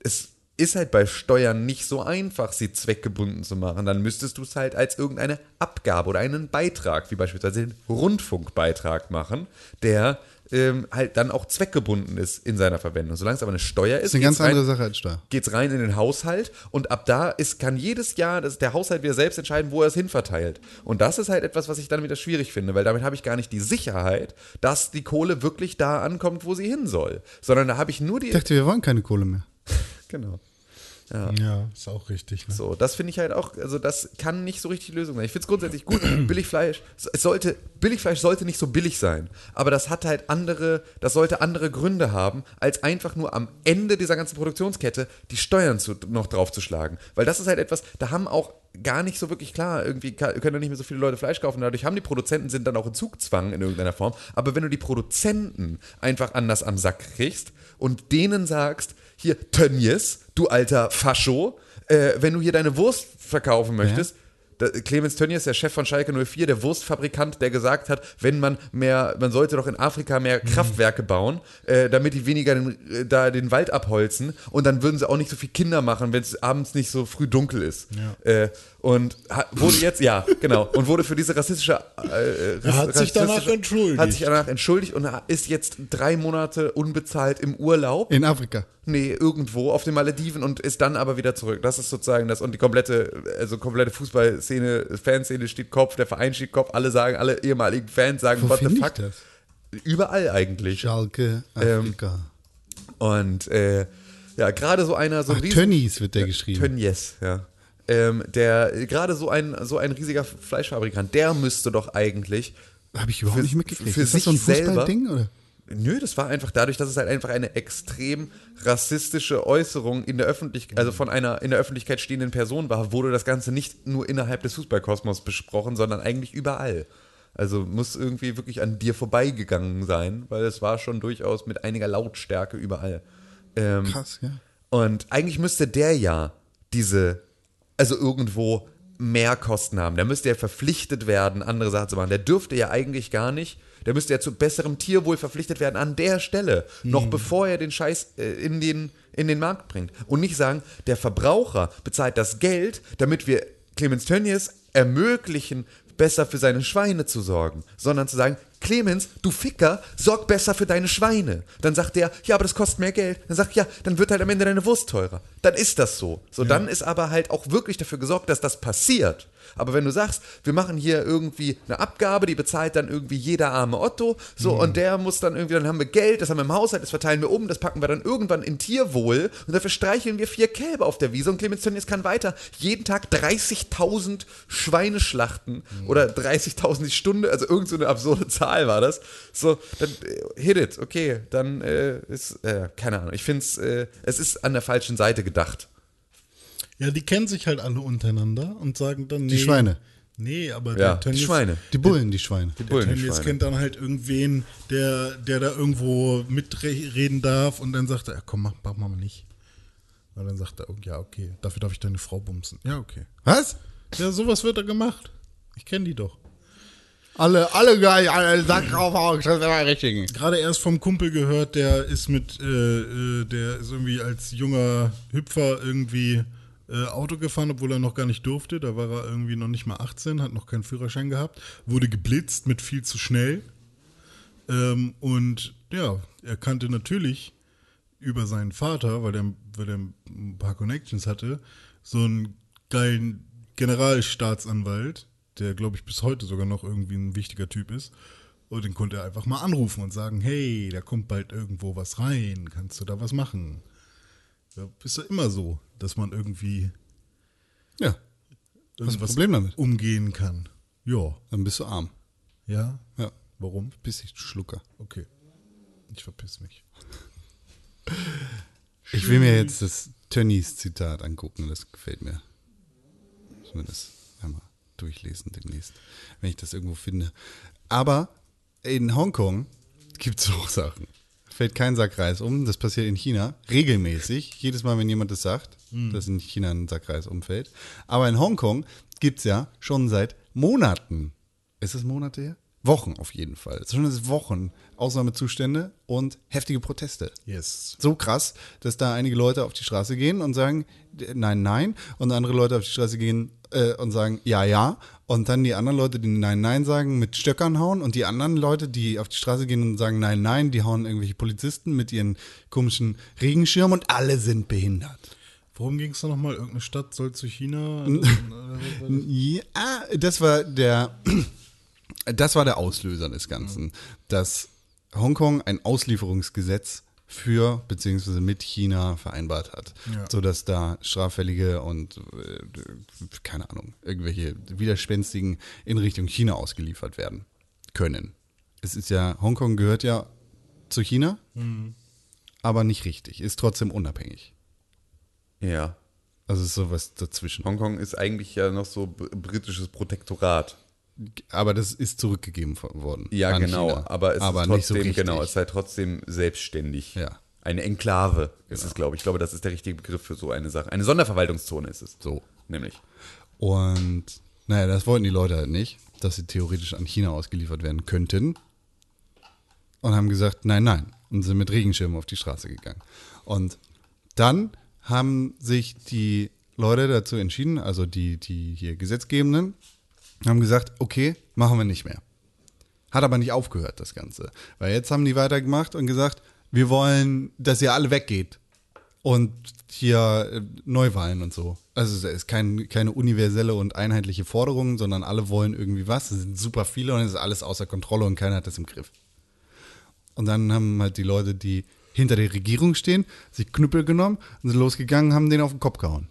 C: Es ist halt bei Steuern nicht so einfach, sie zweckgebunden zu machen. Dann müsstest du es halt als irgendeine Abgabe oder einen Beitrag, wie beispielsweise den Rundfunkbeitrag machen, der ähm, halt dann auch zweckgebunden ist in seiner Verwendung. Solange es aber eine Steuer
A: Das ist
C: ist,
A: eine ganz
C: geht's rein-
A: andere Sache als Steuer.
C: geht's rein in den Haushalt und ab da ist, kann jedes Jahr das, der Haushalt wieder selbst entscheiden, wo er es hinverteilt. Und das ist halt etwas, was ich dann wieder schwierig finde, weil damit habe ich gar nicht die Sicherheit, dass die Kohle wirklich da ankommt, wo sie hin soll. Sondern da habe ich nur die.
A: Ich dachte, wir wollen keine Kohle mehr.
C: genau.
B: Ja, ist auch richtig. Ne?
C: So, das finde ich halt auch, also das kann nicht so richtig die Lösung sein. Ich finde es grundsätzlich gut, Billigfleisch, es sollte, Billigfleisch sollte nicht so billig sein, aber das hat halt andere, das sollte andere Gründe haben, als einfach nur am Ende dieser ganzen Produktionskette die Steuern zu, noch draufzuschlagen. Weil das ist halt etwas, da haben auch gar nicht so wirklich klar, irgendwie ka- können da nicht mehr so viele Leute Fleisch kaufen, dadurch haben die Produzenten, sind dann auch in Zugzwang in irgendeiner Form, aber wenn du die Produzenten einfach anders am Sack kriegst und denen sagst, hier, Tönnies, du alter Fascho, äh, wenn du hier deine Wurst verkaufen möchtest, da, Clemens Tönnies, der Chef von Schalke 04, der Wurstfabrikant, der gesagt hat, wenn man mehr, man sollte doch in Afrika mehr
B: Mhm.
C: Kraftwerke bauen, äh, damit die weniger den, äh, da den Wald abholzen und dann würden sie auch nicht so viel Kinder machen, wenn es abends nicht so früh dunkel ist. Äh, und ha- wurde jetzt, ja, genau, und wurde für diese rassistische. Äh,
B: Er hat sich danach
C: rassistische-
B: entschuldigt.
C: Hat sich danach entschuldigt und ist jetzt drei Monate unbezahlt im Urlaub.
A: In Afrika.
C: Nee, irgendwo auf den Malediven und ist dann aber wieder zurück. Das ist sozusagen das. Und die komplette, also komplette Fußballszene, Fanszene steht Kopf, der Verein steht Kopf, alle sagen, alle ehemaligen Fans sagen,
A: Wo
C: what the
A: finde ich
C: fuck? Ähm,
A: das?
C: Überall eigentlich.
A: Schalke, Afrika.
C: Und äh, ja, gerade so einer, so ein
A: Ach, Tönnies wird der geschrieben.
C: Tönnies, ja. Ähm, der äh, gerade so ein so ein riesiger Fleischfabrikant, der müsste doch eigentlich.
A: Habe ich überhaupt
C: für-
A: nicht mitgekriegt.
C: Für
A: ist
C: sich
A: das so ein
C: selber.
A: Fußballding? Oder?
C: Nö, das war einfach dadurch, dass es halt einfach eine extrem rassistische Äußerung in der Öffentlichkeit, also von einer in der Öffentlichkeit stehenden Person war, wurde das Ganze nicht nur innerhalb des Fußballkosmos besprochen, sondern eigentlich überall. Also muss irgendwie wirklich an dir vorbeigegangen sein, weil es war schon durchaus mit einiger Lautstärke überall. Ähm,
A: Krass, ja.
C: und eigentlich müsste der ja diese, also irgendwo mehr Kosten haben. Der müsste ja verpflichtet werden, andere Sachen zu machen. Der dürfte ja eigentlich gar nicht. Der müsste ja zu besserem Tierwohl verpflichtet werden an der Stelle, noch bevor er den Scheiß äh, in den, in den Markt bringt. Und nicht sagen, der Verbraucher bezahlt das Geld, damit wir Clemens Tönnies ermöglichen, besser für seine Schweine zu sorgen, sondern zu sagen, Clemens, du Ficker, sorg besser für deine Schweine. Dann sagt der, ja, aber das kostet mehr Geld. Dann sagt, ja, dann wird halt am Ende deine Wurst teurer. Dann ist das so. So, dann ist aber halt auch wirklich dafür gesorgt, dass das passiert. Aber wenn du sagst, wir machen hier irgendwie eine Abgabe, die bezahlt dann irgendwie jeder arme Otto, so und der muss dann irgendwie, dann haben wir Geld, das haben wir im Haushalt, das verteilen wir um, das packen wir dann irgendwann in Tierwohl und dafür streicheln wir vier Kälber auf der Wiese und Clemens Tönnies kann weiter jeden Tag 30.000 Schweine schlachten oder 30.000 die Stunde, also irgend so eine absurde Zahl war das. So, dann äh, hit it, okay, dann äh, ist, äh, keine Ahnung, ich finde es, äh, es ist an der falschen Seite gedacht.
B: Ja, die kennen sich halt alle untereinander und sagen dann, nee.
A: Die Schweine.
B: Nee, aber
C: Ja,
B: der Tönnies,
C: die Schweine.
A: Die Bullen, die Schweine.
C: Die
B: Der Tönnies
C: Bullenschweine.
B: kennt dann halt irgendwen, der, der da irgendwo mitreden darf und dann sagt er, "Ja, komm, mach, mach mal nicht. Und dann sagt er, oh, ja, okay, dafür darf ich deine Frau bumsen. Ja, okay.
A: Was?
B: Ja, sowas wird da gemacht. Ich kenne die doch.
A: Alle, alle gleich, alle Sack draufhauen, das ist immer richtigen.
B: Gerade erst vom Kumpel gehört, der ist mit, äh, äh, der ist irgendwie als junger Hüpfer irgendwie äh, Auto gefahren, obwohl er noch gar nicht durfte. Da war er irgendwie noch nicht mal 18, hat noch keinen Führerschein gehabt, wurde geblitzt mit viel zu schnell. Ähm, und ja, er kannte natürlich über seinen Vater, weil der, weil der ein paar Connections hatte, so einen geilen Generalstaatsanwalt, der, glaube ich, bis heute sogar noch irgendwie ein wichtiger Typ ist. Und den konnte er einfach mal anrufen und sagen, hey, da kommt bald irgendwo was rein, kannst du da was machen? Ja, ist ja immer so, dass man irgendwie
A: Ja, ein
B: irgendwas
A: Problem damit?
B: umgehen kann. Ja,
A: dann bist du arm.
B: ja,
A: Ja,
B: warum?
A: bist ich Schlucker.
B: Okay, ich verpiss mich.
A: Ich will mir jetzt das Tönnies Zitat angucken, das gefällt mir. Müssen wir das einmal durchlesen demnächst, wenn ich das irgendwo finde. Aber in Hongkong gibt es auch Sachen. Fällt kein Sack Reis um, das passiert in China regelmäßig. Jedes Mal, wenn jemand das sagt, dass in China ein Sack Reis umfällt. Aber in Hongkong gibt es ja schon seit Monaten, ist es Monate her? Wochen auf jeden Fall. Schon seit Wochen Ausnahmezustände und heftige Proteste
B: Yes.
A: so krass, dass da einige Leute auf die Straße gehen und sagen, d- nein, nein, und andere Leute auf die Straße gehen äh, und sagen, ja, ja, und dann die anderen Leute, die nein, nein sagen, mit Stöckern hauen und die anderen Leute, die auf die Straße gehen und sagen, nein, nein, die hauen irgendwelche Polizisten mit ihren komischen Regenschirmen und alle sind behindert.
B: Worum ging es da nochmal? Irgendeine Stadt soll zu China?
A: Ja, das war der, das war der Auslöser des Ganzen, dass Hongkong ein Auslieferungsgesetz für beziehungsweise mit China vereinbart hat, sodass da straffällige und äh, keine Ahnung irgendwelche widerspenstigen in Richtung China ausgeliefert werden können. Es ist ja Hongkong gehört ja zu China, aber nicht richtig, ist trotzdem unabhängig.
C: Ja.
A: Also es ist sowas dazwischen.
C: Hongkong ist eigentlich ja noch so b- britisches Protektorat.
A: Aber das ist zurückgegeben von- worden.
C: Ja,
A: an
C: genau.
A: China.
C: Aber es ist
A: nicht so
C: trotzdem,
A: richtig.
C: genau, es ist halt trotzdem selbstständig.
A: Ja. Genau.
C: Eine Enklave ist es, glaube ich. Ich glaube, das ist der richtige Begriff für so eine Sache. Eine Sonderverwaltungszone ist es.
A: So.
C: Nämlich.
A: Und naja, das wollten die Leute halt nicht, dass sie theoretisch an China ausgeliefert werden könnten. Und haben gesagt, nein, nein. Und sind mit Regenschirmen auf die Straße gegangen. Und dann haben sich die Leute dazu entschieden, also die, die hier Gesetzgebenden, haben gesagt, okay, machen wir nicht mehr. Hat aber nicht aufgehört, das Ganze. Weil jetzt haben die weitergemacht und gesagt, wir wollen, dass ihr alle weggeht. Und hier äh, Neuwahlen und so. Also es ist kein, keine universelle und einheitliche Forderung, sondern alle wollen irgendwie was. Es sind super viele und es ist alles außer Kontrolle und keiner hat das im Griff. Und dann haben halt die Leute, die hinter der Regierung stehen, sich Knüppel genommen und sind losgegangen, haben den auf den Kopf gehauen.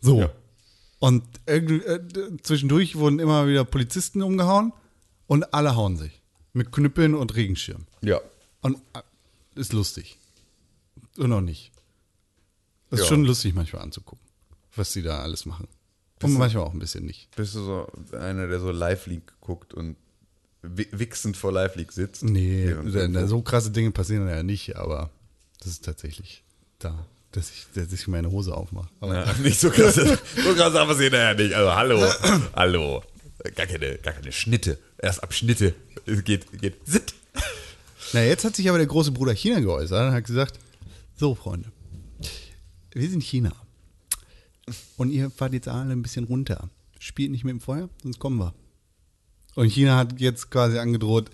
A: So. Und irgendwie, äh, d- zwischendurch wurden immer wieder Polizisten umgehauen und alle hauen sich. Mit Knüppeln und Regenschirm.
C: Ja.
A: Und äh, ist lustig. Und auch nicht. Ist
C: Ja.
A: schon lustig manchmal anzugucken, was die da alles machen. Und manchmal auch ein bisschen nicht.
C: Bist du so einer, der so Live League guckt und wi- wichsend vor Live League sitzt?
A: Nee,
C: Während
A: da- da-
C: irgendwo-
A: so krasse Dinge passieren ja nicht, aber das ist tatsächlich da, dass ich, dass ich meine Hose aufmache. Aber
C: Ja, nicht so krass. so krass haben wir sie hinterher nicht. Also hallo, hallo. Gar keine, gar keine Schnitte. Erst ab Schnitte. Es geht, geht. Sitt.
A: Na, jetzt hat sich aber der große Bruder China geäußert und hat gesagt: So, Freunde, wir sind China. Und ihr fahrt jetzt alle ein bisschen runter. Spielt nicht mit dem Feuer, sonst kommen wir. Und China hat jetzt quasi angedroht,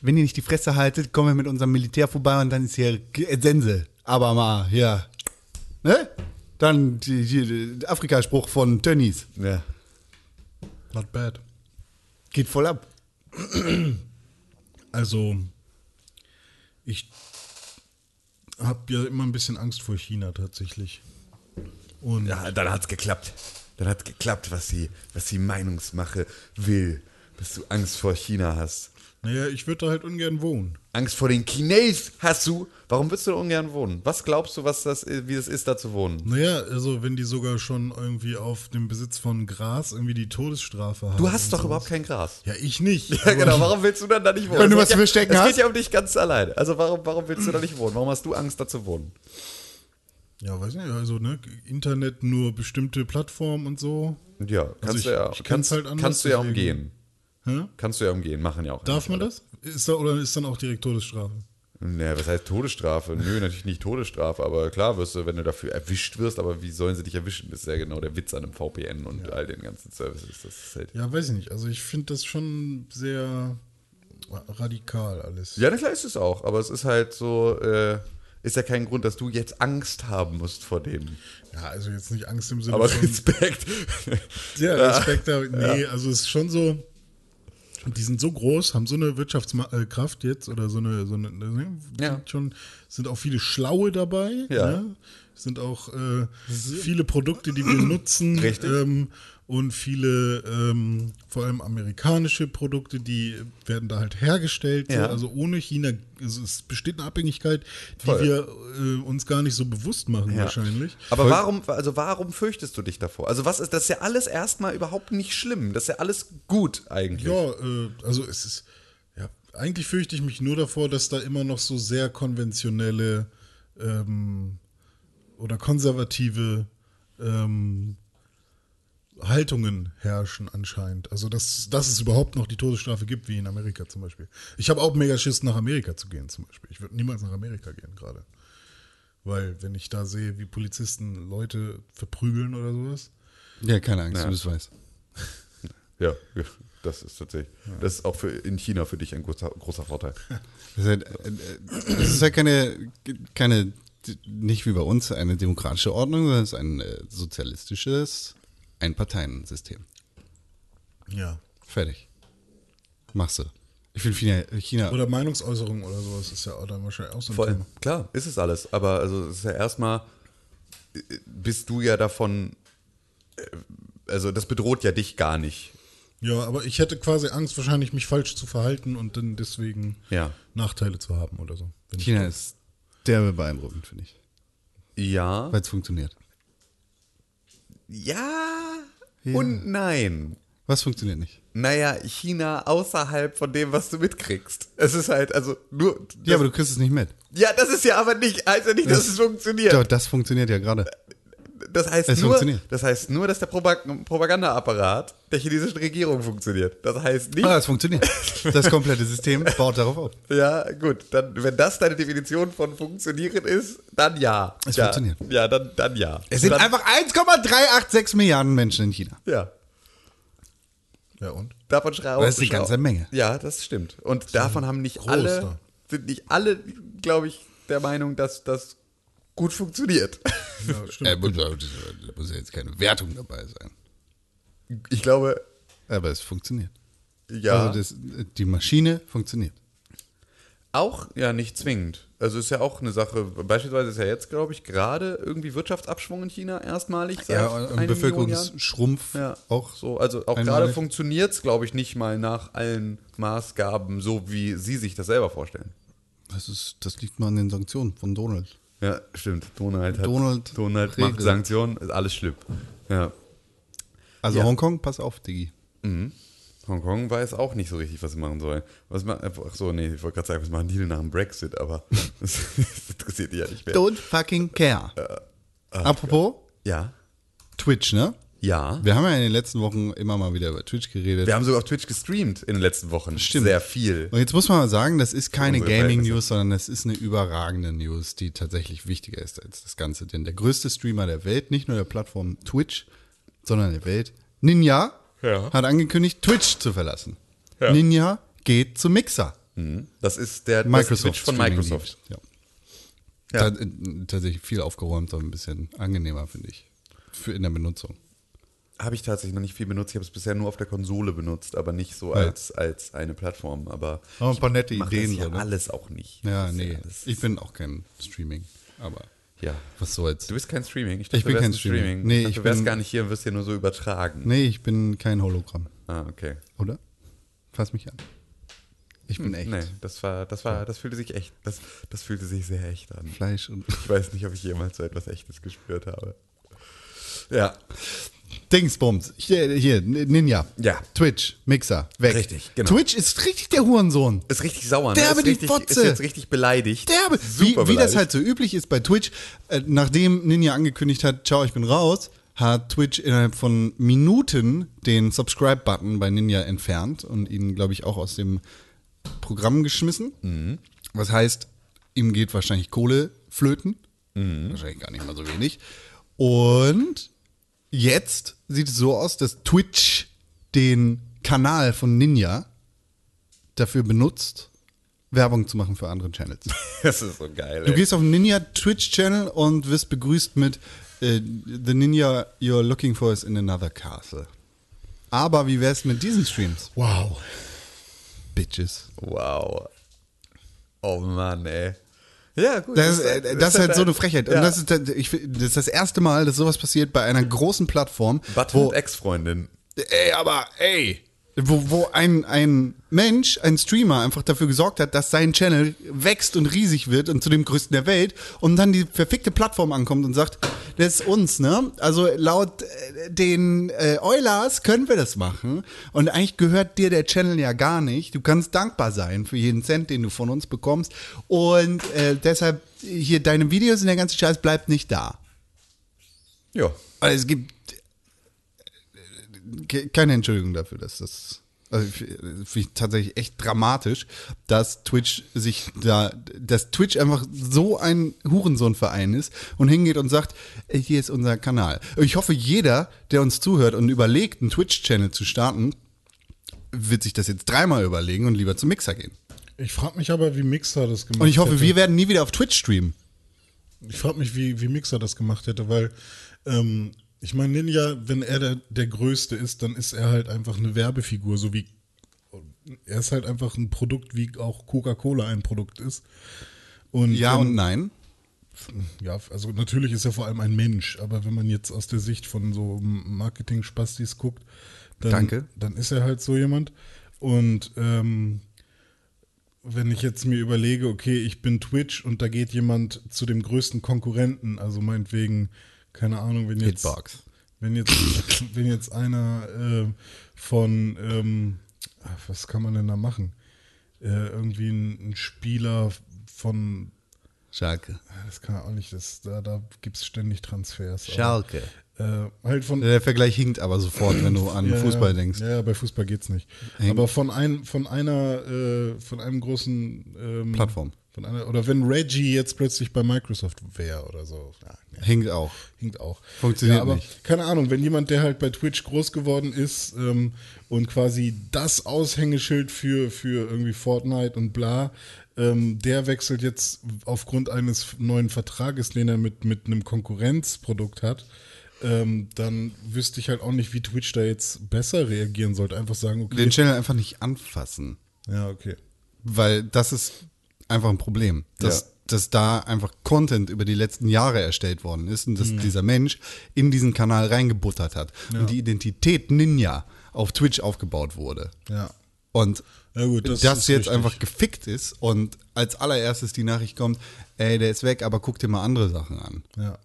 A: wenn ihr nicht die Fresse haltet, kommen wir mit unserem Militär vorbei und dann ist hier G- äh, Sense. Aber mal, ja. Ne? Dann die, die, der Afrikaspruch von Tönnies.
C: Ja.
B: Not bad.
A: Geht voll ab.
B: Also, ich habe ja immer ein bisschen Angst vor China tatsächlich. Und
C: ja, dann hat's geklappt. Dann hat geklappt, was sie, was sie Meinungsmache will. Dass du Angst vor China hast.
B: naja, ich würde da halt ungern wohnen.
C: Angst vor den Chines hast du. Warum willst du da ungern wohnen? Was glaubst du, was das, wie das ist, da zu wohnen?
B: Naja, also wenn die sogar schon irgendwie auf dem Besitz von Gras irgendwie die Todesstrafe haben.
C: Du hast
B: und
C: doch
B: so.
C: überhaupt kein Gras.
B: Ja, ich nicht.
C: Ja, genau. Warum willst du dann da nicht wohnen?
A: Wenn du was
C: Das
A: zu
C: geht ja-
A: verstecken
C: das
A: hast.
C: geht ja um dich ganz alleine. Also warum, warum willst du da nicht wohnen? Warum hast du Angst, da zu wohnen?
B: Ja, weiß nicht, also ne, Internet nur bestimmte Plattformen und so.
C: Ja, kannst
B: ich-
C: du ja,
B: ich kann's
C: kannst,
B: halt anders,
C: kannst du ja
B: deswegen.
C: umgehen.
B: Hä?
C: Kannst du ja umgehen, machen ja auch.
B: Darf man
C: andere.
B: das? Ist da, oder ist dann auch direkt Todesstrafe?
C: Naja, was heißt Todesstrafe? Nö, natürlich nicht Todesstrafe, aber klar wirst du, wenn du dafür erwischt wirst, aber wie sollen sie dich erwischen? Das ist ja genau der Witz an einem VPN und all den ganzen Services. Das ist halt
B: Ja, weiß ich nicht. Also ich finde das schon sehr radikal alles.
C: ja, na klar ist es auch, aber es ist halt so, äh, ist ja kein Grund, dass du jetzt Angst haben musst vor dem.
B: Ja, also jetzt nicht Angst im Sinne
C: Aber
B: von...
C: Respekt.
B: Ja, Respekt. da- Nee, also es ist schon so, die sind so groß, haben so eine Wirtschaftskraft jetzt oder so eine, so eine ne,
C: Ja.
B: sind schon, sind auch viele Schlaue dabei.
C: Ja.
B: Ne? Sind auch äh, viele Produkte, die wir nutzen.
C: Richtig.
B: Ähm, und viele, ähm, vor allem amerikanische Produkte, die werden da halt hergestellt.
C: Ja.
B: So, also ohne China, also es besteht eine Abhängigkeit, die
C: Voll.
B: wir äh, uns gar nicht so bewusst machen
C: Ja.
B: wahrscheinlich.
C: Aber warum, also warum fürchtest du dich davor? Also was ist, das ist ja alles erstmal überhaupt nicht schlimm. Das ist ja alles gut eigentlich.
B: Ja, äh, also es ist, ja, eigentlich fürchte ich mich nur davor, dass da immer noch so sehr konventionelle ähm, oder konservative ähm, Haltungen herrschen anscheinend. Also dass, dass es überhaupt noch die Todesstrafe gibt, wie in Amerika zum Beispiel. Ich habe auch mega Schiss, nach Amerika zu gehen zum Beispiel. Ich würde niemals nach Amerika gehen gerade. Weil wenn ich da sehe, wie Polizisten Leute verprügeln oder sowas.
A: Ja, keine Angst,
C: Ja.
A: du das weißt.
C: Ja, ja, das ist tatsächlich. Das ist auch für, in China für dich ein großer, großer Vorteil.
A: Das ist halt, äh, äh, das ist halt keine, keine, nicht wie bei uns eine demokratische Ordnung, sondern es ist ein äh, sozialistisches Einparteiensystem.
B: Ja.
A: Fertig. Machst du. Ich finde China, China
B: Oder Meinungsäußerung oder sowas ist ja auch dann wahrscheinlich auch so ein
C: Voll.
B: Thema.
C: Klar, ist es alles. Aber also es ist ja erstmal, äh, bist du ja davon, äh, also das bedroht ja dich gar nicht.
B: Ja, aber ich hätte quasi Angst, wahrscheinlich mich falsch zu verhalten und dann deswegen
C: Ja.
B: Nachteile zu haben oder so. Wenn ich-
A: China ist derbe beeindruckend, finde ich.
C: Ja.
A: Weil es funktioniert.
C: Ja und nein.
A: Was funktioniert nicht?
C: Naja, China außerhalb von dem, was du mitkriegst. Es ist halt, also nur.
A: Ja, aber du kriegst es nicht mit.
C: ja das ist ja aber nicht, also nicht, dass es funktioniert.
A: Ja, das funktioniert ja gerade.
C: Das heißt,
A: Es
C: nur,
A: funktioniert.
C: das heißt nur, dass der Propag- Propagandaapparat der chinesischen Regierung funktioniert. Das heißt nicht,
A: Ah, es funktioniert. Das komplette System baut darauf auf.
C: ja, gut, dann, wenn das deine Definition von funktionieren ist, dann ja.
A: Es
C: ja.
A: funktioniert.
C: Ja, dann, dann ja.
A: Es sind
C: dann,
A: einfach 1,386 Milliarden Menschen in China.
C: Ja,
B: Ja, und?
C: davon schrauben.
A: Das ist eine ganze Menge.
C: Ja, das stimmt. Und davon haben nicht
B: groß,
C: alle,
B: ne?
C: sind nicht alle, glaube ich, der Meinung, dass das gut funktioniert.
B: Ja, stimmt.
A: Äh, muss- Da muss ja jetzt keine Wertung dabei sein.
C: Ich glaube,
A: Aber es funktioniert.
C: ja.
A: Also das, die Maschine funktioniert.
C: Auch ja nicht zwingend. Also ist ja auch eine Sache, beispielsweise ist ja jetzt, glaube ich, gerade irgendwie Wirtschaftsabschwung in China erstmalig. Seit
A: Ja,
C: einigen
A: und
C: Millionen
A: Bevölkerungsschrumpf
C: Jahren. ja.
A: auch so.
C: so. Also auch
A: einmalig.
C: gerade funktioniert es, glaube ich, nicht mal nach allen Maßgaben, so wie sie sich das selber vorstellen.
A: Das, ist, das liegt nur an den Sanktionen von Donald.
C: Ja, stimmt. Donald hat
A: Donald
C: Donald macht
A: regelt.
C: Sanktionen, ist alles schlimm. Ja.
A: Also
C: Ja.
A: Hongkong, pass auf, Diggi.
C: Hongkong weiß auch nicht so richtig, was sie machen sollen. Was ma äh, Ach so, nee, ich wollte gerade sagen, was machen die denn nach dem Brexit, aber das, interessiert die ja nicht mehr.
A: Don't fucking care. Apropos
C: ja.
A: Twitch, ne?
C: Ja.
A: Wir haben ja in den letzten Wochen immer mal wieder über Twitch geredet.
C: Wir haben sogar auf Twitch gestreamt in den letzten Wochen.
A: Stimmt.
C: Sehr viel.
A: Und jetzt muss man mal sagen, das ist keine
C: Unsere Verhältnisse.
A: Gaming-News, sondern das ist eine überragende News, die tatsächlich wichtiger ist als das Ganze. Denn der größte Streamer der Welt, nicht nur der Plattform Twitch, sondern der Welt, Ninja,
C: Ja.
A: hat angekündigt, Twitch zu verlassen. Ninja geht zu Mixer.
C: Das ist der das
A: Microsoft.
C: Switch von
A: Streaming
C: Microsoft.
A: Dienst, Ja. Ja. Da, äh, tatsächlich viel aufgeräumter und ein bisschen angenehmer, finde ich. Für in der Benutzung.
C: Habe ich tatsächlich noch nicht viel benutzt. Ich habe es bisher nur auf der Konsole benutzt, aber nicht so
A: Ja.
C: als, als eine Plattform. Aber
A: Aber ein paar nette
C: mach
A: Ideen.
C: das ja
A: so, ne?
C: alles auch nicht.
A: ja,
C: Das ist
A: nee.
C: alles-
A: Ich bin auch kein Streaming. Aber
C: ja.
A: was soll's.
C: Du bist kein Streaming. dachte,
A: Ich bin
C: du wärst
A: kein
C: ein
A: Streaming. Nee,
C: Ich dachte,
A: ich
C: du wärst
A: bin-
C: gar nicht hier und wirst hier nur so übertragen.
A: nee, ich bin kein Hologramm.
C: Ah, okay.
A: Oder? Fass mich an. Ich bin echt.
C: Hm, Nee, das war, das war, das fühlte sich echt, das, das fühlte sich sehr echt an.
A: Fleisch und
C: Ich weiß nicht, ob ich jemals so etwas Echtes gespürt habe. Ja,
A: Dingsbums. Hier, hier, Ninja.
C: Ja.
A: Twitch, Mixer, weg.
C: Richtig, genau.
A: Twitch ist richtig der Hurensohn.
C: ist richtig sauer. Ne?
A: Derbe
C: ist
A: die
C: richtig,
A: Fotze.
C: Ist jetzt richtig beleidigt.
A: Derbe.
C: Super
A: wie, wie das
C: beleidigt.
A: halt so üblich ist bei Twitch, äh, nachdem Ninja angekündigt hat, ciao, ich bin raus, hat Twitch innerhalb von Minuten den Subscribe-Button bei Ninja entfernt und ihn, glaube ich, auch aus dem Programm geschmissen. Was heißt, ihm geht wahrscheinlich Kohle flöten. Wahrscheinlich gar nicht mal so wenig. Und jetzt sieht es so aus, dass Twitch den Kanal von Ninja dafür benutzt, Werbung zu machen für andere Channels.
C: Das ist so geil.
A: Du
C: ey.
A: gehst auf den Ninja Twitch Channel und wirst begrüßt mit äh, The Ninja you're looking for is in another castle. Aber wie wär's mit diesen Streams?
C: Oh,
B: Wow.
A: Bitches.
C: Wow. Oh Mann, ey. Ja, gut.
A: Das, ist, äh, das ist halt so eine Frechheit. Und
C: Ja.
A: das, ist, halt- ich, find, das ist das erste Mal, dass sowas passiert bei einer großen Plattform,
C: Button
A: wo
C: und Ex-Freundin.
A: Ey, aber ey. Wo, wo ein, ein Mensch, ein Streamer einfach dafür gesorgt hat, dass sein Channel wächst und riesig wird und zu dem größten der Welt und dann die verfickte Plattform ankommt und sagt, das ist uns, ne? Also laut äh, den äh, Eulers können wir das machen und eigentlich gehört dir der Channel ja gar nicht. Du kannst dankbar sein für jeden Cent, den du von uns bekommst und äh, deshalb hier deine Videos und der ganze Scheiß bleibt nicht da.
C: Ja.
A: Also es gibt äh, ke- keine Entschuldigung dafür, dass das. Also ich- finde ich tatsächlich echt dramatisch, dass Twitch sich da, dass Twitch einfach so ein Hurensohnverein ist und hingeht und sagt, äh, hier ist unser Kanal. Ich hoffe, jeder, der uns zuhört und überlegt, einen Twitch-Channel zu starten, wird sich das jetzt dreimal überlegen und lieber zum Mixer gehen.
B: Ich frage mich aber, wie Mixer das gemacht
A: Und ich hoffe,
B: hätte.
A: wir werden nie wieder auf Twitch streamen.
B: Ich frage mich, wie, wie Mixer das gemacht hätte, weil ähm, ich meine, Ninja, wenn er der, der Größte ist, dann ist er halt einfach eine Werbefigur, so wie er ist halt einfach ein Produkt, wie auch Coca-Cola ein Produkt ist. Und ähm,
A: Ja
B: wenn-
A: und nein.
B: ja, also natürlich ist er vor allem ein Mensch, aber wenn man jetzt aus der Sicht von so Marketing-Spastis guckt, dann,
A: Danke.
B: dann ist er halt so jemand. Und ähm, wenn ich jetzt mir überlege, okay, ich bin Twitch und da geht jemand zu dem größten Konkurrenten, also meinetwegen, keine Ahnung, wenn jetzt,
A: Hitbox.
B: wenn jetzt, wenn jetzt einer äh, von, ähm, ah, was kann man denn da machen? Äh, irgendwie ein, ein Spieler von
A: Schalke.
B: das kann er auch nicht, das, da, da gibt es ständig Transfers. aber,
A: Schalke.
B: Äh, halt von.
A: Der Vergleich hinkt aber sofort, wenn du an
B: ja,
A: Fußball denkst.
B: Ja, ja, bei Fußball geht's nicht. Aber von, ein, von einer, äh, von einem großen ähm,
A: Plattform.
B: Von einer, oder wenn Reggie jetzt plötzlich bei Microsoft wäre oder so. Ja, ja,
A: Hinkt auch.
B: hinkt auch.
A: Funktioniert
B: ja, aber
A: nicht.
B: Keine Ahnung, wenn jemand, der halt bei Twitch groß geworden ist ähm, und quasi das Aushängeschild für, für irgendwie Fortnite und bla, ähm, der wechselt jetzt aufgrund eines neuen Vertrages, den er mit, mit einem Konkurrenzprodukt hat, ähm, dann wüsste ich halt auch nicht, wie Twitch da jetzt besser reagieren sollte. Einfach sagen, okay.
A: Den Channel einfach nicht anfassen,
B: ja, okay.
A: weil das ist einfach ein Problem, dass,
C: Ja.
A: dass da einfach Content über die letzten Jahre erstellt worden ist und
B: Mhm.
A: dass dieser Mensch in diesen Kanal reingebuttert hat und die Identität Ninja auf Twitch aufgebaut wurde.
B: Ja.
A: Und
B: Na gut,
A: das,
B: das ist
A: jetzt
B: richtig.
A: einfach gefickt ist und als allererstes die Nachricht kommt, ey, der ist weg, aber guck dir mal andere Sachen an.
B: Ja.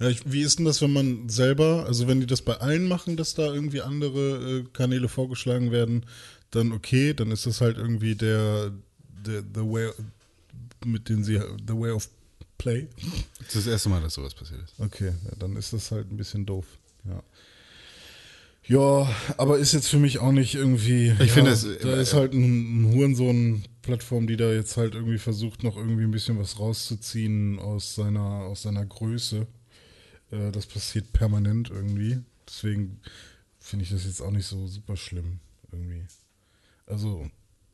B: ja ich, wie ist denn das, wenn man selber, also wenn die das bei allen machen, dass da irgendwie andere äh, Kanäle vorgeschlagen werden, dann okay, dann ist das halt irgendwie der, der the way, mit den sie, the way of play.
A: Das ist das erste Mal, dass sowas passiert ist.
B: Okay, ja, dann ist das halt ein bisschen doof. Ja. Ja, aber ist jetzt für mich auch nicht irgendwie. Ich ja,
A: finde es- äh,
B: Da ist halt ein, ein Hurensohn-Plattform, die da jetzt halt irgendwie versucht, noch irgendwie ein bisschen was rauszuziehen aus seiner, aus seiner Größe. Äh, das passiert permanent irgendwie. Deswegen finde ich das jetzt auch nicht so super schlimm irgendwie. also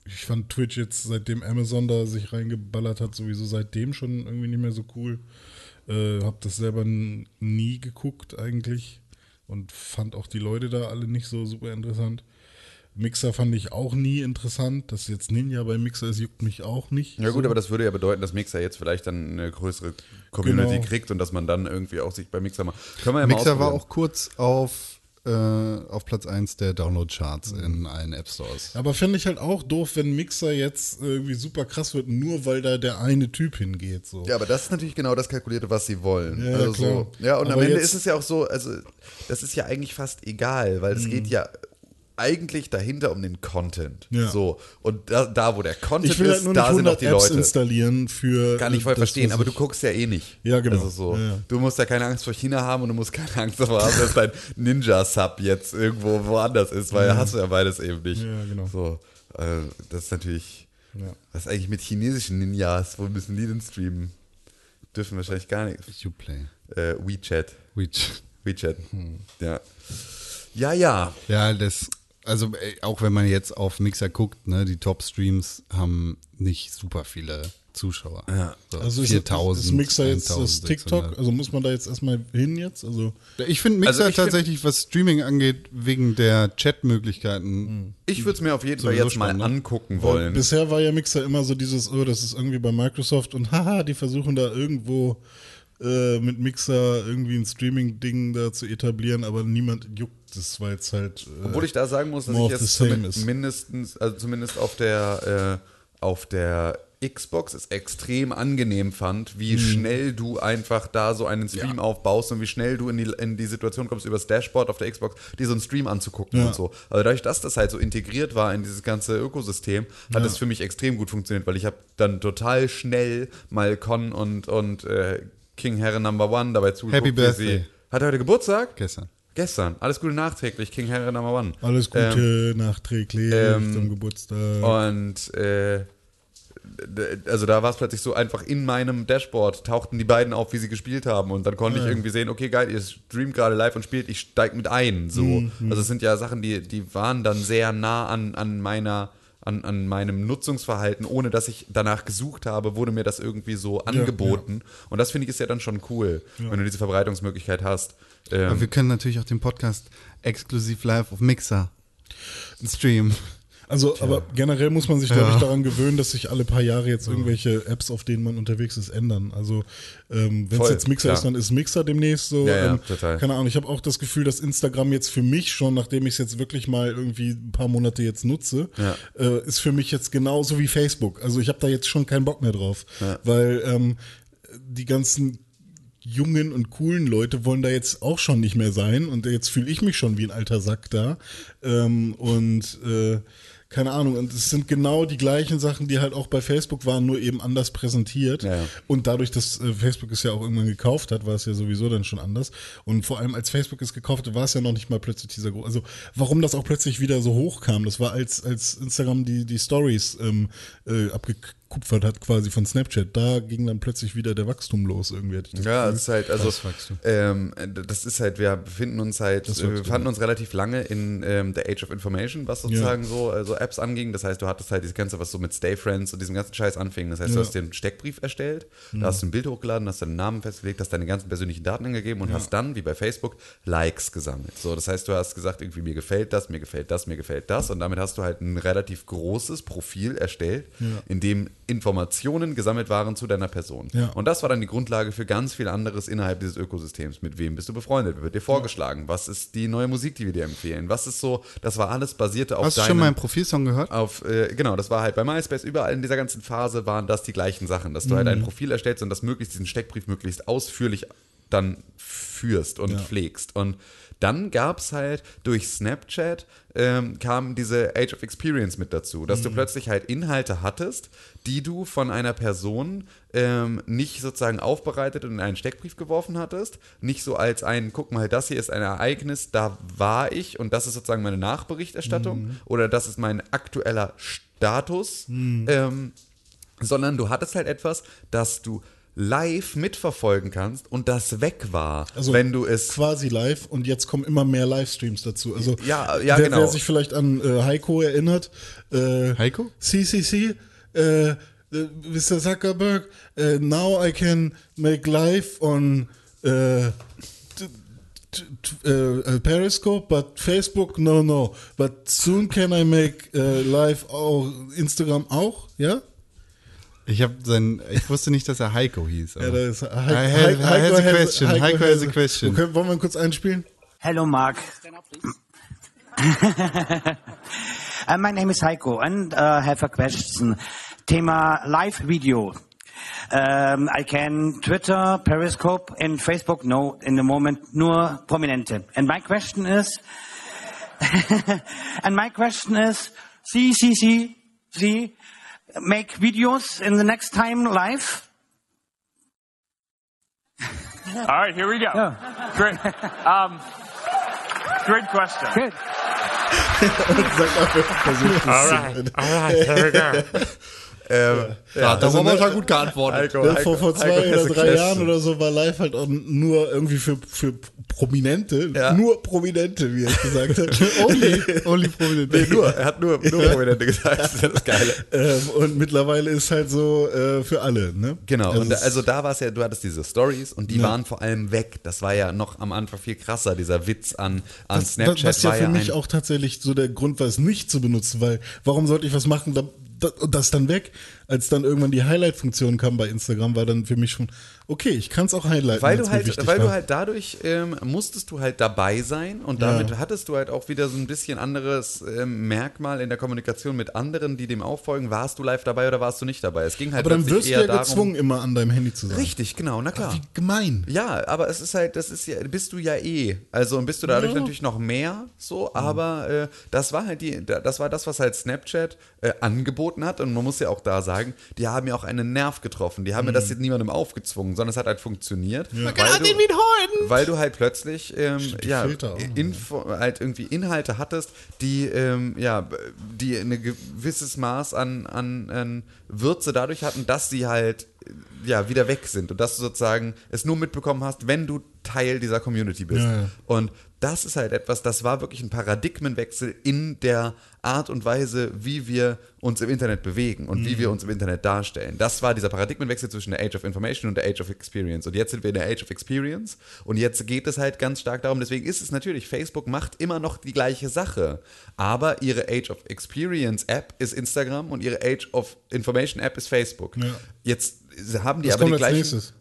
B: ich fand Twitch jetzt, seitdem Amazon da sich reingeballert hat, sowieso seitdem schon irgendwie nicht mehr so cool. Äh, hab das selber n- nie geguckt eigentlich und fand auch die Leute da alle nicht so super interessant. Mixer fand ich auch nie interessant. Dass jetzt Ninja bei Mixer ist, juckt mich auch nicht.
C: Ja gut, aber das würde ja bedeuten, dass Mixer jetzt vielleicht dann eine größere Community
B: Genau.
C: kriegt und dass man dann irgendwie auch sich bei Mixer mal... Können wir ja mal
A: Mixer war
C: ausprobieren.
A: auch kurz auf, äh, auf Platz 1 der Download-Charts
B: Mhm.
A: in allen App-Stores.
B: Aber fände ich halt auch doof, wenn Mixer jetzt irgendwie super krass wird, nur weil da der eine Typ hingeht. So.
C: Ja, aber das ist natürlich genau das Kalkulierte, was sie wollen.
B: Ja,
C: also
B: klar.
C: so. ja und
B: Aber
C: am Ende
B: jetzt-
C: ist es ja auch so, also das ist ja eigentlich fast egal, weil es
A: Mhm.
C: geht ja eigentlich dahinter um den Content.
B: Ja.
C: So. Und da, da wo der Content
B: Ich will halt
C: ist,
B: nur nicht
C: da sind auch
B: 100
C: die
B: Apps
C: Leute.
B: installieren für. äh,
C: Kann ich voll
B: das,
C: verstehen,
B: was
C: aber du
B: ich-
C: guckst ja eh nicht.
B: Ja, genau.
C: Also so.
B: Ja, ja.
C: Du musst ja keine Angst vor China haben und du musst keine Angst davor haben, dass dein Ninja-Sub jetzt irgendwo woanders ist, weil hast du ja beides eben nicht.
B: Ja, genau.
C: So, äh, das ist natürlich.
B: Ja.
C: Was ist eigentlich mit chinesischen Ninjas? Wo müssen die denn streamen? Dürfen wahrscheinlich gar nichts.
A: Uplay.
C: Äh, WeChat.
A: Reach.
C: WeChat.
B: Hm.
C: Ja. Ja, ja.
A: Ja, das, also ey, auch wenn man jetzt auf Mixer guckt, ne, die Top-Streams haben nicht super viele Zuschauer. Ja. So
B: Also ist,
A: 4000,
B: ist Mixer jetzt das
A: 1600.
B: TikTok? Also muss man da jetzt erstmal hin jetzt? Also
A: Ich finde Mixer
C: Also ich find-
A: tatsächlich, was Streaming angeht, wegen der
B: Mhm.
A: Chat-Möglichkeiten.
C: Ich würde es mir auf jeden Fall
A: Sowieso
C: jetzt mal
A: spannend, ne?
C: angucken wollen.
B: bisher war ja Mixer immer so dieses, oh, das ist irgendwie bei Microsoft und haha, die versuchen da irgendwo äh, mit Mixer irgendwie ein Streaming-Ding da zu etablieren, aber niemand juckt das, weil es halt. Äh,
C: Obwohl ich da sagen muss, dass
B: more
C: ich
B: of the
C: jetzt
B: same
C: zumindest-
B: ist.
C: mindestens, also zumindest auf der, äh, auf der Xbox es extrem angenehm fand,
B: Mhm.
C: wie schnell du einfach da so einen Stream aufbaust und wie schnell du in die, in die Situation kommst, über das Dashboard auf der Xbox dir so einen Stream anzugucken
B: Ja.
C: und so. Also dadurch, dass das halt so integriert war in dieses ganze Ökosystem, hat es für mich extrem gut funktioniert, weil ich habe dann total schnell mal Con und, und äh, King Herren Number One dabei zugeguckt.
A: Happy
C: wie sie-
A: Birthday.
C: Hat er heute Geburtstag?
A: Gestern.
C: Gestern. Alles Gute nachträglich, King Harry Number One.
B: alles Gute nachträglich
C: ähm,
B: zum Geburtstag.
C: Ähm, und äh, d- also da war es plötzlich so einfach in meinem Dashboard, tauchten die beiden auf, wie sie gespielt haben. Und dann konnte ich irgendwie sehen, okay, geil, ihr streamt gerade live und spielt, ich steig mit ein. So.
B: Mhm.
C: Also es sind ja Sachen, die, die waren dann sehr nah an, an meiner. An, an meinem Nutzungsverhalten, ohne dass ich danach gesucht habe, wurde mir das irgendwie so angeboten. Und das finde ich ist ja dann schon cool, wenn du diese Verbreitungsmöglichkeit hast. Ähm,
A: Aber wir können natürlich auch den Podcast exklusiv live auf Mixer streamen.
B: Also, aber generell muss man sich, glaube ich,
A: Ja.
B: daran gewöhnen, dass sich alle paar Jahre jetzt irgendwelche Apps, auf denen man unterwegs ist, ändern. Also, ähm, wenn es
C: Voll,
B: jetzt Mixer
C: klar.
B: ist, dann ist Mixer demnächst so.
C: Ja, ja,
B: ähm,
C: total.
B: Keine Ahnung, ich habe auch das Gefühl, dass Instagram jetzt für mich schon, nachdem ich es jetzt wirklich mal irgendwie ein paar Monate jetzt nutze,
C: Ja.
B: äh, ist für mich jetzt genauso wie Facebook. Also, ich habe da jetzt schon keinen Bock mehr drauf, weil ähm, die ganzen jungen und coolen Leute wollen da jetzt auch schon nicht mehr sein und jetzt fühle ich mich schon wie ein alter Sack da ähm, und äh, keine Ahnung und es sind genau die gleichen Sachen, die halt auch bei Facebook waren, nur eben anders präsentiert
C: Ja.
B: und dadurch, dass äh, Facebook es ja auch irgendwann gekauft hat, war es ja sowieso dann schon anders und vor allem als Facebook es gekauft hat, war es ja noch nicht mal plötzlich dieser Gro also warum das auch plötzlich wieder so hoch kam, das war als als Instagram die die Stories ähm, äh, abgekupfert hat quasi von Snapchat, da ging dann plötzlich wieder der Wachstum los irgendwie. hatte ich das
A: Mhm.
C: Ja, es ist halt, also, das,
A: Wachstum.
C: ähm, das ist halt, wir befinden uns halt, wir befanden uns relativ lange in ähm, der Age of Information, was sozusagen so also Apps anging. Das heißt, du hattest halt dieses Ganze, was so mit Stay Friends und diesem ganzen Scheiß anfing. Das heißt, du
B: Ja.
C: hast den Steckbrief erstellt, da hast du ein Bild hochgeladen, hast deinen Namen festgelegt, hast deine ganzen persönlichen Daten angegeben und hast dann, wie bei Facebook, Likes gesammelt. So, das heißt, du hast gesagt, irgendwie mir gefällt das, mir gefällt das, mir gefällt das und damit hast du halt ein relativ großes Profil erstellt, in dem Informationen gesammelt waren zu deiner Person.
B: Ja.
C: Und das war dann die Grundlage für ganz viel anderes innerhalb dieses Ökosystems. Mit wem bist du befreundet? Wer wird dir vorgeschlagen? Was ist die neue Musik, die wir dir empfehlen? Was ist so, das war alles basierte auf
A: Hast du
C: deinem,
A: schon meinen Profilsong gehört?
C: auf, äh, genau, das war halt bei MySpace, überall in dieser ganzen Phase waren das die gleichen Sachen, dass du halt ein Profil erstellst und das möglichst diesen Steckbrief möglichst ausführlich dann führst und pflegst. Und dann gab es halt durch Snapchat ähm, kam diese Age of Experience mit dazu, dass du plötzlich halt Inhalte hattest, die du von einer Person ähm, nicht sozusagen aufbereitet und in einen Steckbrief geworfen hattest, nicht so als ein, guck mal, das hier ist ein Ereignis, da war ich und das ist sozusagen meine Nachberichterstattung oder das ist mein aktueller Status, ähm, sondern du hattest halt etwas, das du live mitverfolgen kannst und das weg war,
B: Also
C: wenn du es
B: quasi live und jetzt kommen immer mehr Livestreams dazu. Also
C: Ja, ja,
B: wer,
C: genau.
B: wer sich vielleicht an äh, Heiko erinnert, äh,
A: Heiko?
B: CCC, äh, äh, Mr. Zuckerberg, äh, now I can make live on äh, t- t- t- äh, äh, Periscope, but Facebook, no, no. But soon can I make äh, live auch Instagram auch, ja?
A: Ich habe sein, ich wusste nicht, dass er Heiko hieß. aber-
B: Ja, da ist Heiko.
A: I had, I had a question. Heiko, has a question.
B: Okay, wollen wir ihn kurz einspielen?
E: Hello, Mark. Uh, my name is Heiko, and uh, have a question. Thema live video. Um, I can Twitter, Periscope, and Facebook. No, in the moment, nur prominente. And my question is, and my question is, see, see, see, see, make videos in the next time live.
F: All right, here we go. Great. Um, great question.
E: Good.
F: All right. All right, here we go.
C: Ähm, ja,
A: hat der Roboter gut
C: geantwortet.
B: Ja, Ne, vor, vor zwei
C: also
B: oder drei Jahren oder so war live halt auch nur irgendwie für, für Prominente,
C: Ja.
B: nur Prominente, wie er es gesagt hat.
A: only, only prominent.
C: Nee, nur, er hat nur, nur Prominente gesagt. Das ist das Geile.
B: ähm, und mittlerweile ist halt so äh, für alle, ne?
C: Genau,
B: Also
C: und da,
B: es-
C: also da war es ja, du hattest diese Stories und die waren vor allem weg. Das war ja noch am Anfang viel krasser, dieser Witz an, an
B: was,
C: Snapchat
B: was ja
C: war
B: für
C: ja
B: mich
C: ein,
B: auch tatsächlich so der Grund war, es nicht zu benutzen, weil warum sollte ich was machen, da, da, und das dann weg? Als dann irgendwann die Highlight-Funktion kam bei Instagram, war dann für mich schon, okay, ich kann es auch highlighten.
C: weil
B: wenn's
C: du
B: mir
C: halt,
B: wichtig
C: weil du
B: war.
C: halt dadurch ähm, musstest du halt dabei sein und damit hattest du halt auch wieder so ein bisschen anderes ähm, Merkmal in der Kommunikation mit anderen, die dem auffolgen. Warst du live dabei oder warst du nicht dabei? Es ging halt
B: Aber dann
C: plötzlich
B: wirst du
C: eher
B: ja
C: darum,
B: gezwungen, immer an deinem Handy zu sein.
C: Richtig, genau, na klar.
B: Wie gemein.
C: Ja, aber es ist halt, das ist ja, bist du ja eh. Also und bist du dadurch natürlich noch mehr so, aber äh, das war halt die, da- das war das, was halt Snapchat äh, angeboten hat. Und man muss ja auch da sagen, die haben ja auch einen Nerv getroffen. Die haben ja das jetzt niemandem aufgezwungen, sondern es hat halt funktioniert. Man kann halt den Weil du halt plötzlich ähm,
B: die
C: ja,
B: Filter auch ne? noch,
C: Info, halt irgendwie Inhalte hattest, die ähm, ja, die ein gewisses Maß an, an, an Würze dadurch hatten, dass sie halt äh, ja wieder weg sind und dass du sozusagen es nur mitbekommen hast, wenn du Teil dieser Community bist.
B: Ja, ja.
C: Und das ist halt etwas, das war wirklich ein Paradigmenwechsel in der Art und Weise, wie wir uns im Internet bewegen und
B: Mhm.
C: wie wir uns im Internet darstellen. Das war dieser Paradigmenwechsel zwischen der Age of Information und der Age of Experience. Und jetzt sind wir in der Age of Experience und jetzt geht es halt ganz stark darum, deswegen ist es natürlich, Facebook macht immer noch die gleiche Sache, aber ihre Age of Experience App ist Instagram und ihre Age of Information App ist Facebook.
B: Ja.
C: Jetzt haben die
B: Was
C: aber
B: kommt
C: die
B: als
C: gleichen...
B: nächstes?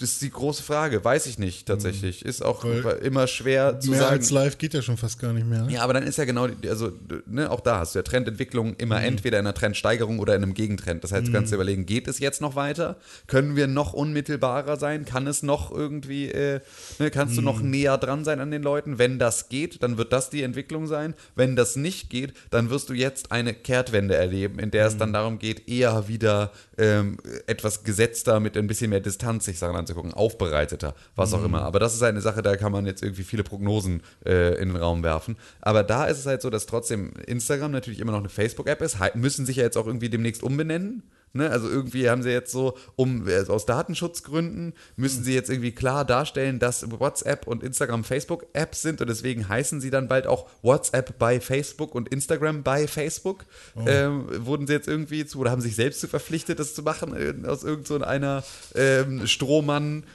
C: Das ist die große Frage, weiß ich nicht tatsächlich. Ist auch
B: Mhm. Weil
C: immer schwer zu
B: Mehr
C: sagen.
B: als live geht ja schon fast gar nicht mehr. Ne?
C: ja, aber dann ist ja genau, die- also ne, auch da hast du ja Trendentwicklung immer entweder in einer Trendsteigerung oder in einem Gegentrend. Das heißt, du kannst dir überlegen, geht es jetzt noch weiter? Können wir noch unmittelbarer sein? Kann es noch irgendwie, äh, ne, kannst du noch näher dran sein an den Leuten? Wenn das geht, dann wird das die Entwicklung sein. Wenn das nicht geht, dann wirst du jetzt eine Kehrtwende erleben, in der es dann darum geht, eher wieder ähm, etwas gesetzter, mit ein bisschen mehr Distanz sich Sachen anzugucken, aufbereiteter, was auch immer. Aber das ist halt eine Sache, da kann man jetzt irgendwie viele Prognosen äh, in den Raum werfen. Aber da ist es halt so, dass trotzdem Instagram natürlich immer noch eine Facebook-App ist, hei- müssen sich ja jetzt auch irgendwie demnächst umbenennen. Ne, also irgendwie haben sie jetzt so, um also aus Datenschutzgründen müssen sie jetzt irgendwie klar darstellen, dass WhatsApp und Instagram Facebook-Apps sind und deswegen heißen sie dann bald auch WhatsApp bei Facebook und Instagram bei Facebook.
B: Oh.
C: Ähm, wurden sie jetzt irgendwie zu oder haben sich selbst zu verpflichtet, das zu machen äh, aus irgendeiner ähm,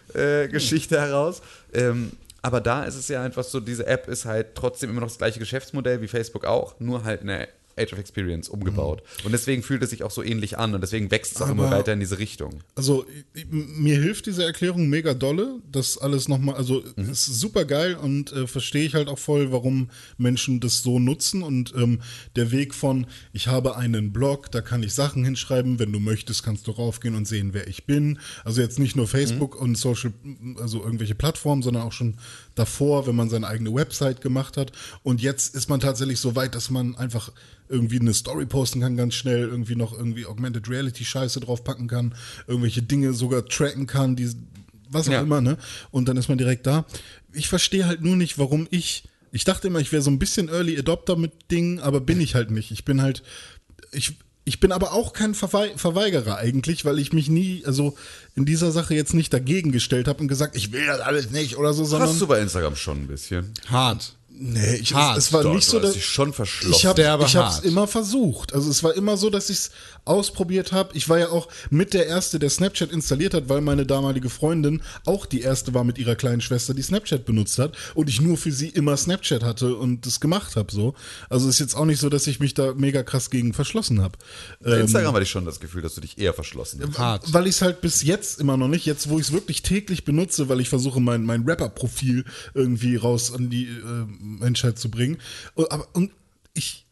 C: Strohmann-Geschichte heraus. Ähm, aber da ist es ja einfach so, diese App ist halt trotzdem immer noch das gleiche Geschäftsmodell wie Facebook auch, nur halt eine Age of Experience umgebaut. Und deswegen fühlt es sich auch so ähnlich an und deswegen wächst es auch immer
B: Mhm. Aber-
C: weiter in diese Richtung.
B: Also i- i- mir hilft diese Erklärung mega dolle, das alles nochmal, also
C: Mhm.
B: ist super geil und äh, verstehe ich halt auch voll, warum Menschen das so nutzen und ähm, der Weg von, ich habe einen Blog, da kann ich Sachen hinschreiben, wenn du möchtest, kannst du raufgehen und sehen, wer ich bin. Also jetzt nicht nur Facebook und Social, also irgendwelche Plattformen, sondern auch schon davor, wenn man seine eigene Website gemacht hat. Und jetzt ist man tatsächlich so weit, dass man einfach irgendwie eine Story posten kann ganz schnell, irgendwie noch irgendwie Augmented Reality Scheiße draufpacken kann, irgendwelche Dinge sogar tracken kann, die was auch
C: Ja.
B: immer, ne? Und dann ist man direkt da. Ich verstehe halt nur nicht, warum ich ich dachte immer, ich wäre so ein bisschen Early Adopter mit Dingen, aber bin ich halt nicht. Ich bin halt ich Ich bin aber auch kein Verwei Verweigerer eigentlich, weil ich mich nie, also in dieser Sache jetzt nicht dagegen gestellt habe und gesagt, ich will das alles nicht oder so, sondern
C: Hast du bei Instagram schon ein bisschen?
A: Hart.
B: nee, ich,
A: Hart.
B: es war
C: Doch,
B: nicht so,
C: du hast
B: dass
C: dich schon verschlossen.
B: ich habe
A: Der aber
B: ich hab's
A: hart.
B: immer versucht. Also es war immer so, dass ich es ausprobiert habe. Ich war ja auch mit der erste, der Snapchat installiert hat, weil meine damalige Freundin auch die erste war mit ihrer kleinen Schwester, die Snapchat benutzt hat und ich nur für sie immer Snapchat hatte und das gemacht habe so. Also ist jetzt auch nicht so, dass ich mich da mega krass gegen verschlossen habe.
C: bei Instagram hatte ich schon das Gefühl, dass du dich eher verschlossen hast.
A: Hart.
B: Weil ich es halt bis jetzt immer noch nicht, jetzt wo ich es wirklich täglich benutze, weil ich versuche, mein, mein Rapper-Profil irgendwie raus an die äh, Menschheit zu bringen. Und, aber und ich,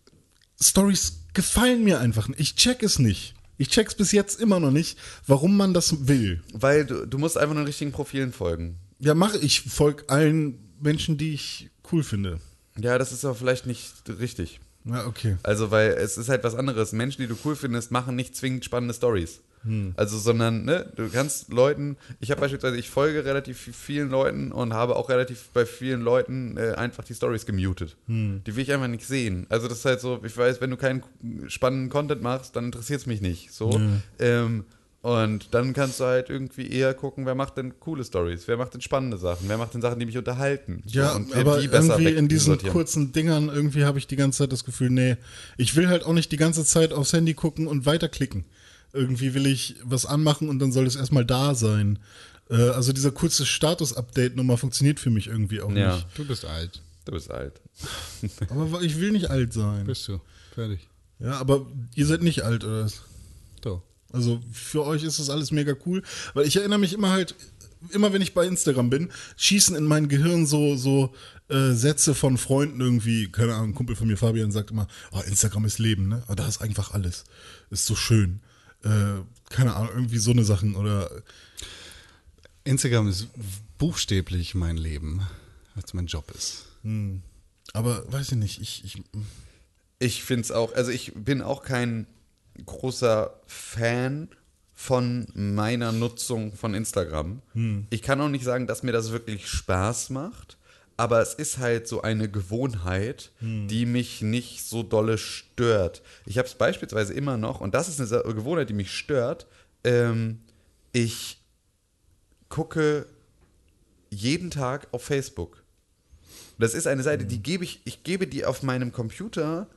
B: Stories gefallen mir einfach nicht. Ich check es nicht. Ich check's bis jetzt immer noch nicht, warum man das will.
C: Weil du, du musst einfach nur den richtigen Profilen folgen.
B: Ja, mache ich. Folg allen Menschen, die ich cool finde.
C: Ja, das ist aber vielleicht nicht richtig.
B: Ja, okay.
C: Also, weil es ist halt was anderes. Menschen, die du cool findest, machen nicht zwingend spannende Stories.
B: Hm.
C: Also, sondern, ne, du kannst Leuten, ich habe beispielsweise, ich folge relativ vielen Leuten und habe auch relativ bei vielen Leuten äh, einfach die Stories gemutet.
B: Hm.
C: Die will ich einfach nicht sehen. Also, das ist halt so, ich weiß, wenn du keinen spannenden Content machst, dann interessiert es mich nicht. So. Ähm, und dann kannst du halt irgendwie eher gucken, wer macht denn coole Stories, wer macht denn spannende Sachen, wer macht denn Sachen, die mich unterhalten. So,
B: Ja,
C: und wer
B: aber
C: die besser
B: irgendwie in diesen
C: wegsortieren.
B: kurzen Dingern, irgendwie habe ich die ganze Zeit das Gefühl, nee, ich will halt auch nicht die ganze Zeit aufs Handy gucken und weiterklicken. Irgendwie will ich was anmachen und dann soll es erstmal da sein. Äh, also dieser kurze Status-Update-Nummer funktioniert für mich irgendwie auch
C: Ja,
B: nicht.
A: Du bist alt.
C: du bist alt.
B: Aber ich will nicht alt sein.
A: Bist du. Fertig.
B: Ja, aber ihr seid nicht alt, oder? was?
A: So.
B: Also für euch ist das alles mega cool, weil ich erinnere mich immer halt, immer wenn ich bei Instagram bin, schießen in mein Gehirn so, so äh, Sätze von Freunden irgendwie, keine Ahnung, ein Kumpel von mir, Fabian, sagt immer, oh, Instagram ist Leben, ne? Oh, da ist einfach alles. Ist so schön. Äh, keine Ahnung, irgendwie so eine Sachen oder
A: Instagram ist buchstäblich mein Leben, weil es mein Job ist.
B: aber weiß ich nicht, ich, ich
C: ich finde es auch, also ich bin auch kein großer Fan von meiner Nutzung von Instagram. Ich kann auch nicht sagen, dass mir das wirklich Spaß macht, aber es ist halt so eine Gewohnheit, die mich nicht so dolle stört. Ich habe es beispielsweise immer noch, und das ist eine Sa- Gewohnheit, die mich stört, ähm, ich gucke jeden Tag auf Facebook. Das ist eine Seite, die gebe ich, ich gebe die auf meinem Computer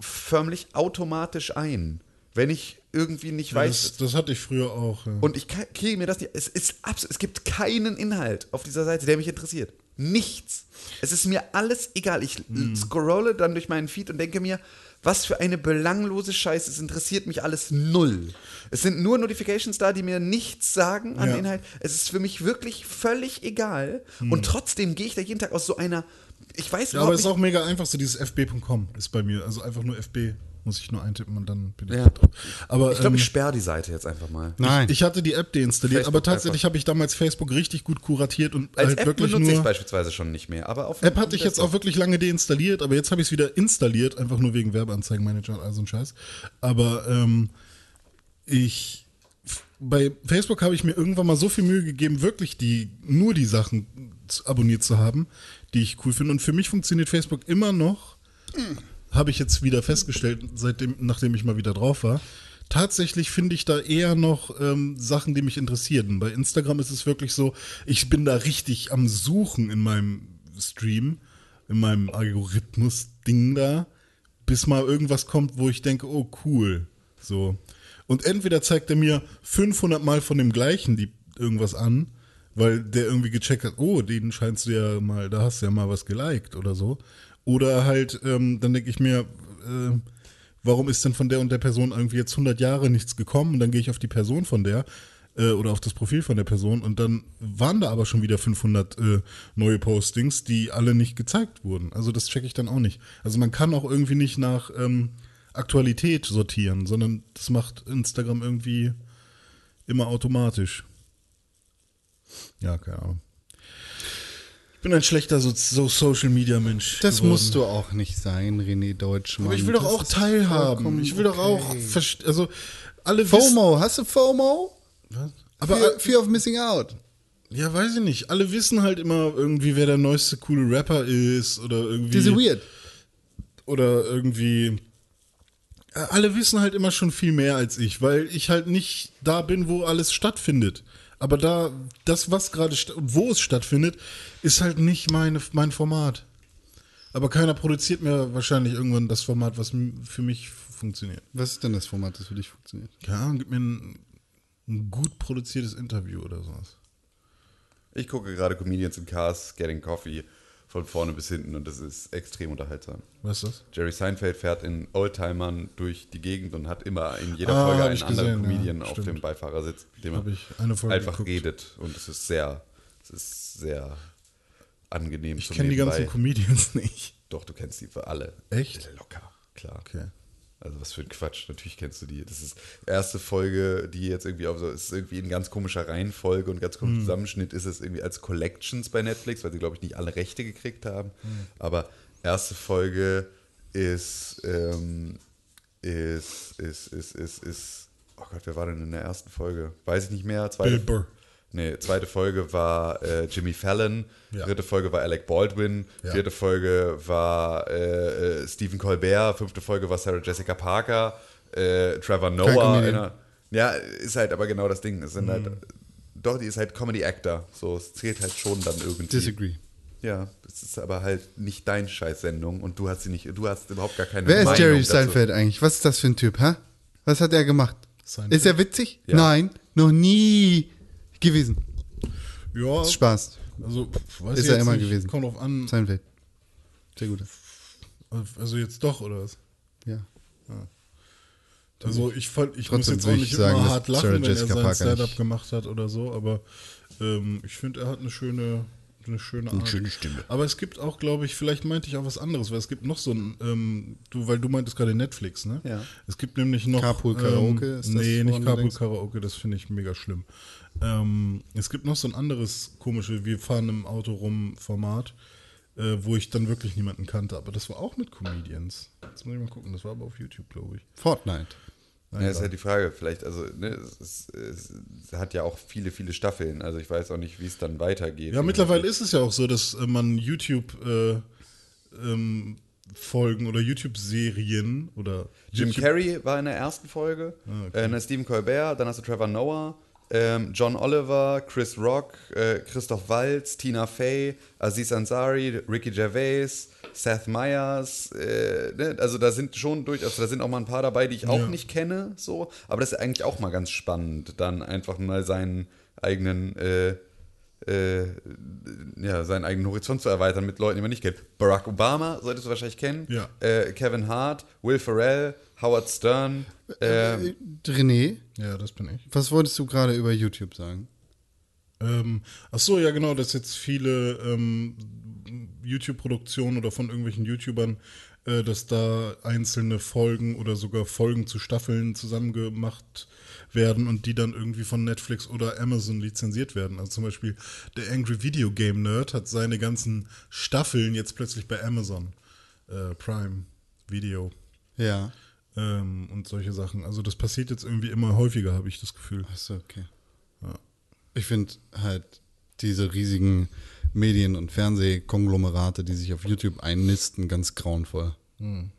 C: förmlich automatisch ein, wenn ich irgendwie nicht weiß.
B: das, das hatte ich früher auch. Ja.
C: Und ich ka- kriege mir das nicht. Es ist absolut, es gibt keinen Inhalt auf dieser Seite, der mich interessiert. Nichts. Es ist mir alles egal. Ich
B: Hm.
C: scrolle dann durch meinen Feed und denke mir, was für eine belanglose Scheiße. Es interessiert mich alles null. Es sind nur Notifications da, die mir nichts sagen an
B: Ja. Hm.
C: Inhalt. Es ist für mich wirklich völlig egal. Und trotzdem gehe ich da jeden Tag aus so einer. Ich weiß
B: ja,
C: überhaupt
B: aber es ist
C: nicht-
B: auch mega einfach, so dieses fb.com ist bei mir, also einfach nur fb, muss ich nur eintippen und dann bin ich
C: Ja.
B: drauf. Aber,
C: Ich glaube,
B: ähm,
C: ich sperre die Seite jetzt einfach mal.
A: Nein.
B: Ich hatte die App deinstalliert,
C: Facebook
B: aber tatsächlich
C: einfach.
B: habe ich damals Facebook richtig gut kuratiert und
C: Als
B: halt
C: App
B: wirklich
C: benutze ich
B: nur.
C: beispielsweise schon nicht mehr. Aber auf
B: App hatte ich jetzt auch wirklich lange deinstalliert, aber jetzt habe ich es wieder installiert, einfach nur wegen Werbeanzeigenmanager und all so ein Scheiß. Aber ähm, ich f- bei Facebook habe ich mir irgendwann mal so viel Mühe gegeben, wirklich die nur die Sachen z- abonniert zu haben, die ich cool finde. Und für mich funktioniert Facebook immer noch. Habe ich jetzt wieder festgestellt, seitdem, nachdem ich mal wieder drauf war. Tatsächlich finde ich da eher noch ähm, Sachen, die mich interessieren. Bei Instagram ist es wirklich so, ich bin da richtig am Suchen in meinem Stream, in meinem Algorithmus-Ding da, bis mal irgendwas kommt, wo ich denke, oh cool. So. Und entweder zeigt er mir 500 Mal von dem gleichen die, irgendwas an, weil der irgendwie gecheckt hat, oh, den scheinst du ja mal, da hast du ja mal was geliked oder so. Oder halt, ähm, dann denke ich mir, äh, warum ist denn von der und der Person irgendwie jetzt 100 Jahre nichts gekommen? Und dann gehe ich auf die Person von der äh, oder auf das Profil von der Person und dann waren da aber schon wieder 500 äh, neue Postings, die alle nicht gezeigt wurden. Also das checke ich dann auch nicht. Also man kann auch irgendwie nicht nach ähm, Aktualität sortieren, sondern das macht Instagram irgendwie immer automatisch. Ja, keine Ahnung. Ich bin ein schlechter so, so Social Media Mensch.
A: Das
B: geworden.
A: musst du auch nicht sein, René Deutschmann.
B: Aber ich will
A: Das
B: doch auch
A: ist
B: teilhaben.
A: vollkommen
B: Ich will doch auch,
A: okay.
B: verst- also alle wissen,
A: FOMO, hast du FOMO?
B: aber
A: Fear, Fear of Missing Out.
B: ja, weiß ich nicht. Alle wissen halt immer irgendwie, wer der neueste coole Rapper ist oder irgendwie
A: Diese weird.
B: oder irgendwie. alle wissen halt immer schon viel mehr als ich, weil ich halt nicht da bin, wo alles stattfindet. Aber da, das, was gerade, sta- und wo es stattfindet, ist halt nicht meine, mein Format. Aber keiner produziert mir wahrscheinlich irgendwann das Format, was m- für mich funktioniert.
A: Was ist denn das Format, das für dich funktioniert?
B: Keine Ahnung, gib mir ein, ein gut produziertes Interview oder sowas.
C: Ich gucke gerade Comedians in Cars Getting Coffee von vorne bis hinten und das ist extrem unterhaltsam.
B: Was ist das?
C: Jerry Seinfeld fährt in Oldtimern durch die Gegend und hat immer in jeder
B: Ah,
C: Folge
B: hab
C: einen
B: ich
C: anderen
B: gesehen,
C: Comedian
B: ja,
C: auf
B: stimmt.
C: dem Beifahrersitz, mit dem
B: Hab ich eine Folge
C: einfach
B: geguckt.
C: redet und es ist sehr, es ist sehr angenehm
B: Ich kenne die ganzen Comedians nicht.
C: Doch, du kennst die für alle.
B: Echt?
C: Locker, klar.
B: Okay.
C: Also was für ein Quatsch, natürlich kennst du die. Das ist erste Folge, die jetzt irgendwie auf so ist irgendwie in ganz komischer Reihenfolge und ganz
B: Hm.
C: komischer Zusammenschnitt ist es irgendwie als Collections bei Netflix, weil sie glaube ich nicht alle Rechte gekriegt haben.
B: Hm.
C: Aber erste Folge ist ähm, ist ist ist ist ist Oh Gott, wer war denn in der ersten Folge? Weiß ich nicht mehr. Zweite,
B: Bill Burr.
C: Nee, zweite Folge war äh, Jimmy Fallon,
B: Ja.
C: dritte Folge war Alec Baldwin,
B: Ja.
C: vierte Folge war äh, äh, Stephen Colbert, fünfte Folge war Sarah Jessica Parker, äh, Trevor Noah.
A: Comedian. Mhm.
C: in einer- Ja, ist halt aber genau das Ding. Es sind halt, doch, die ist halt Comedy Actor. So, es zählt halt schon dann irgendwie.
A: Disagree.
C: Ja, es ist aber halt nicht dein Scheiß-Sendung und du hast sie nicht, du hast überhaupt gar keine
A: Wer ist
C: Meinung
A: Jerry
C: dazu.
A: Seinfeld eigentlich? Was ist das für ein Typ, hä? Was hat er gemacht?
B: Seinfeld?
A: Ist er witzig?
C: Ja.
A: Nein, noch nie gewesen.
B: Ja,
A: Ist Spaß.
B: also pf, weiß
A: Ist
B: ich
A: er
B: jetzt
A: immer
B: nicht.
A: gewesen.
B: Kommt drauf an.
A: Seinfeld. Sehr gut.
B: Also jetzt doch, oder was?
A: Ja.
B: Also ich, fand, ich
A: Trotzdem
B: muss jetzt
A: würde
B: auch
A: ich
B: nicht
A: sagen,
B: immer
A: dass
B: hart
A: Sarah
B: lachen, wenn
A: Jessica
B: er sein
A: Parker
B: Stand-up
A: nicht-
B: gemacht hat oder so, aber ähm, ich finde, er hat eine schöne, eine schöne Art.
A: schöne Stimme.
B: Aber es gibt auch, glaube ich, vielleicht meinte ich auch was anderes, weil es gibt noch so ein, ähm, du, weil du meintest gerade Netflix, ne?
A: Ja.
B: Es gibt nämlich noch...
A: Carpool Karaoke,
B: ähm,
A: ist das,
B: Nee,
A: woran
B: nicht
A: du
B: Carpool
A: denkst?
B: Karaoke, das finde ich mega schlimm. Ähm, es gibt noch so ein anderes komische, wir fahren im Auto rum Format, äh, wo ich dann wirklich niemanden kannte, aber das war auch mit Comedians. Jetzt muss ich mal gucken, das war aber auf YouTube, glaube ich.
A: Fortnite.
C: Ja, ist halt die Frage. Vielleicht, also, ne, es, ist- es hat ja auch viele, viele Staffeln. Also, ich weiß auch nicht, wie es dann weitergeht.
B: Ja, mittlerweile ist es ja auch so, dass äh, man YouTube-Folgen oder YouTube-Serien oder
C: Jim
B: YouTube
C: Carrey war in der ersten Folge, äh, dann Stephen Colbert, dann hast du Trevor Noah, ähm, John Oliver, Chris Rock, äh, Christoph Waltz, Tina Fey, Aziz Ansari, Ricky Gervais, Seth Meyers. Äh, ne? Also da sind schon durch, also da sind auch mal ein paar dabei, die ich auch nicht kenne, so. Aber das ist eigentlich auch mal ganz spannend, dann einfach mal seinen eigenen äh, äh, ja, seinen eigenen Horizont zu erweitern mit Leuten, die man nicht kennt. Barack Obama solltest du wahrscheinlich kennen.
B: Ja.
C: Äh, Kevin Hart, Will Ferrell, Howard Stern.
B: Ähm.
C: Äh,
A: Äh, René,
B: Ja, das bin ich.
A: was wolltest du gerade über YouTube sagen?
B: Ähm, ach so, ja genau, dass jetzt viele ähm, YouTube-Produktionen oder von irgendwelchen YouTubern, äh, dass da einzelne Folgen oder sogar Folgen zu Staffeln zusammengemacht werden und die dann irgendwie von Netflix oder Amazon lizenziert werden. Also zum Beispiel der Angry Video Game Nerd hat seine ganzen Staffeln jetzt plötzlich bei Amazon äh, Prime Video
A: Ja.
B: ähm, und solche Sachen. Also das passiert jetzt irgendwie immer häufiger, habe ich das Gefühl.
A: Achso, okay. Ich finde halt diese riesigen Medien- und Fernsehkonglomerate, die sich auf YouTube einnisten, ganz grauenvoll.
B: Hm.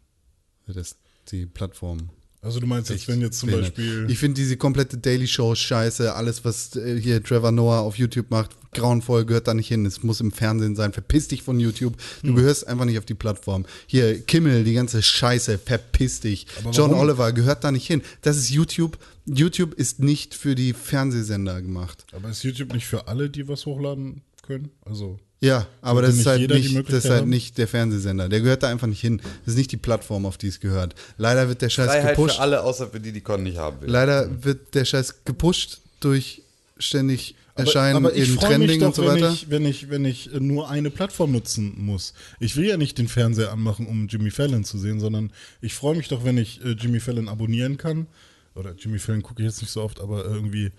A: Das die Plattform.
B: Also du meinst jetzt, wenn jetzt zum
A: behindert.
B: Beispiel...
A: Ich finde diese komplette Daily Show scheiße, alles, was äh, hier Trevor Noah auf YouTube macht, grauenvoll, gehört da nicht hin. Es muss im Fernsehen sein. Verpiss dich von YouTube.
B: Hm.
A: Du gehörst einfach nicht auf die Plattform. Hier, Kimmel, die ganze Scheiße, verpiss dich. John
B: warum?
A: Oliver gehört da nicht hin. Das ist YouTube. YouTube ist nicht für die Fernsehsender gemacht.
B: Aber ist YouTube nicht für alle, die was hochladen können? Also,
A: Ja, aber
B: Sollte
A: das ist,
B: nicht
A: halt
B: jeder die
A: nicht, das ist
B: Möglichkeit
A: halt
B: haben?
A: nicht der Fernsehsender. Der gehört da einfach nicht hin. Das ist nicht die Plattform, auf die es gehört. Leider wird der Scheiß
C: Freiheit
A: gepusht.
C: für alle, außer für die, die Con nicht haben will.
A: Leider wird der Scheiß gepusht durch ständig Erscheinen
B: aber ich
A: im
B: freue mich
A: Trending
B: doch,
A: und so weiter.
B: Wenn ich, wenn, ich, wenn ich äh, nur eine Plattform nutzen muss. Ich will ja nicht den Fernseher anmachen, um Jimmy Fallon zu sehen, sondern ich freue mich doch, wenn ich äh, Jimmy Fallon abonnieren kann. Oder Jimmy Fallon gucke ich jetzt nicht so oft, aber äh, irgendwie,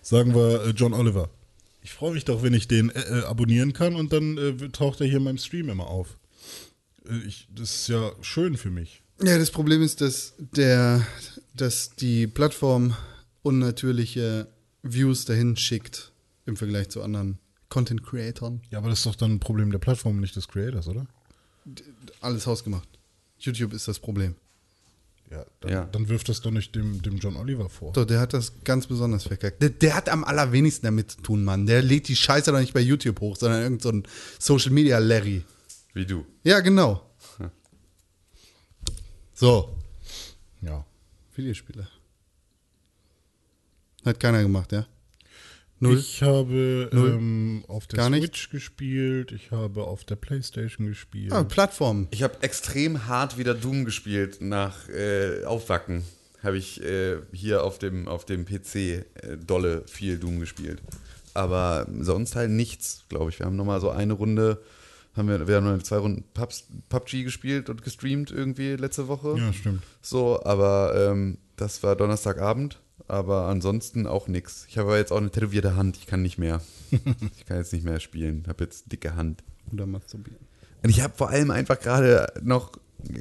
B: sagen wir, äh, John Oliver. Ich freue mich doch, wenn ich den äh, äh, abonnieren kann und dann äh, taucht er hier in meinem Stream immer auf. Äh, ich, das ist ja schön für mich.
A: ja, das Problem ist, dass, der, dass die Plattform unnatürliche Views dahin schickt im Vergleich zu anderen Content-Creatoren.
B: Ja, aber das ist doch dann ein Problem der Plattform, nicht des Creators, oder?
A: Alles hausgemacht. YouTube ist das Problem.
B: Ja, Dann,
C: Ja.
B: dann wirft das doch nicht dem, dem John Oliver vor.
A: So, der hat das ganz besonders verkackt. Der, der hat am allerwenigsten damit zu tun, Mann. Der lädt die Scheiße doch nicht bei YouTube hoch, sondern irgend so ein Social Media Larry.
C: Wie du.
A: Ja, genau. So,
B: Ja.
A: Videospiele. Hat keiner gemacht, ja? Null.
B: Ich habe ähm, auf der
A: Gar nicht?
B: Switch gespielt, ich habe auf der Playstation gespielt.
A: Ah, Plattformen.
C: Ich habe extrem hart wieder Doom gespielt nach äh, Aufwacken. Habe ich äh, hier auf dem, auf dem PC äh, dolle viel Doom gespielt. Aber sonst halt nichts, glaube ich. Wir haben nochmal so eine Runde, haben wir, wir haben noch zwei Runden Pubs, PUBG gespielt und gestreamt irgendwie letzte Woche.
B: Ja, stimmt.
C: So, aber ähm, das war Donnerstagabend. Aber ansonsten auch nichts. Ich habe aber jetzt auch eine tätowierte Hand. Ich kann nicht mehr. ich kann jetzt nicht mehr spielen. Habe jetzt dicke Hand.
A: Oder masturbieren.
C: Und ich habe vor allem einfach gerade noch,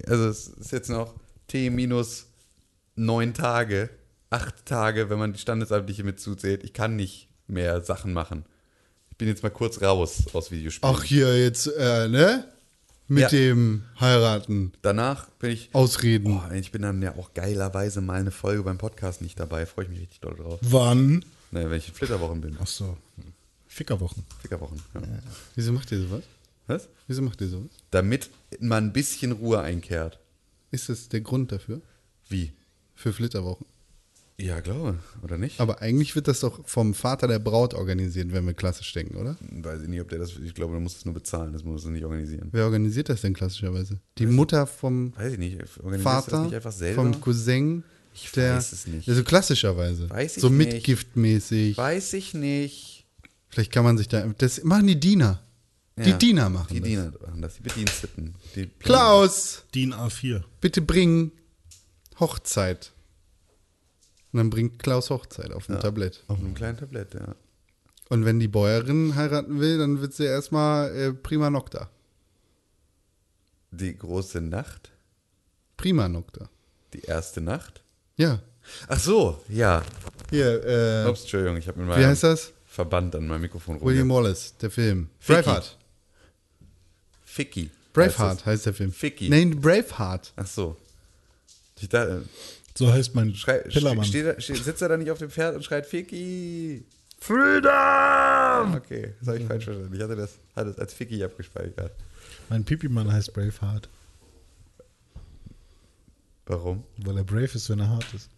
C: also es ist jetzt noch T minus neun Tage, acht Tage, wenn man die Standesamtliche mit zuzählt. Ich kann nicht mehr Sachen machen. Ich bin jetzt mal kurz raus aus Videospielen.
A: Auch hier jetzt, äh, ne? Mit
C: Ja.
A: dem Heiraten,
C: Danach bin ich.
A: Ausreden.
C: Boah, ich bin dann ja auch geilerweise mal eine Folge beim Podcast nicht dabei. Freue ich mich richtig doll drauf.
B: Wann?
C: Naja, wenn ich in Flitterwochen bin.
B: Achso. Fickerwochen.
C: Flitterwochen. Ja.
A: Wieso macht ihr sowas?
C: Was?
A: Wieso macht ihr sowas?
C: Damit man ein bisschen Ruhe einkehrt.
A: Ist das der Grund dafür?
C: Wie?
A: Für Flitterwochen?
C: Ja, glaube. Oder nicht?
A: Aber eigentlich wird das doch vom Vater der Braut organisiert, wenn wir klassisch denken, oder?
C: Weiß ich nicht, ob der das. Ich glaube, du musst es nur bezahlen. Das musst du nicht organisieren.
A: Wer organisiert das denn klassischerweise? Die Mutter vom
C: Weiß ich nicht. Organisierst du das
A: Vater,
C: nicht einfach selber?
A: vom Cousin,
C: Ich
A: der.
C: weiß es nicht.
A: Also klassischerweise.
C: Weiß ich
A: so
C: nicht.
A: mitgiftmäßig.
C: Weiß ich nicht.
A: Vielleicht kann man sich da. Das machen die Diener. Die
C: Ja,
A: Diener machen
C: Die
A: das.
C: Diener machen das. Die Bediensteten. Die
A: Klaus,
B: DIN A4.
A: bitte bring Hochzeit. Und dann bringt Klaus Hochzeit auf dem Tablett.
C: Auf einem kleinen Tablett, ja.
A: Und wenn die Bäuerin heiraten will, dann wird sie erstmal äh, Prima Nocta.
C: Die große Nacht.
A: Prima Nocta.
C: Die erste Nacht.
A: Ja.
C: Ach so, ja.
A: Hier, äh,
C: Ups, Entschuldigung, ich habe mit
A: wie
C: meinem
A: heißt das?
C: Verband an meinem Mikrofon rum.
A: William Wallace, der Film.
C: Ficky.
A: Braveheart.
C: Ficky.
A: Braveheart
C: Heißt
A: heißt der Film.
C: Ficky.
A: Nein, Braveheart.
C: das. Ach so. Ich dachte,
B: So heißt mein
C: schrei, ste-
B: Pillermann.
C: steht, er- steht, sitzt er da nicht auf dem Pferd und schreit Ficky? Freedom! Okay, das habe ich falsch verstanden. Ich hatte das, hatte das als Ficky abgespeichert.
B: Mein Pipi-Mann heißt Braveheart,
C: Warum?
B: weil er brave ist, wenn er hart ist.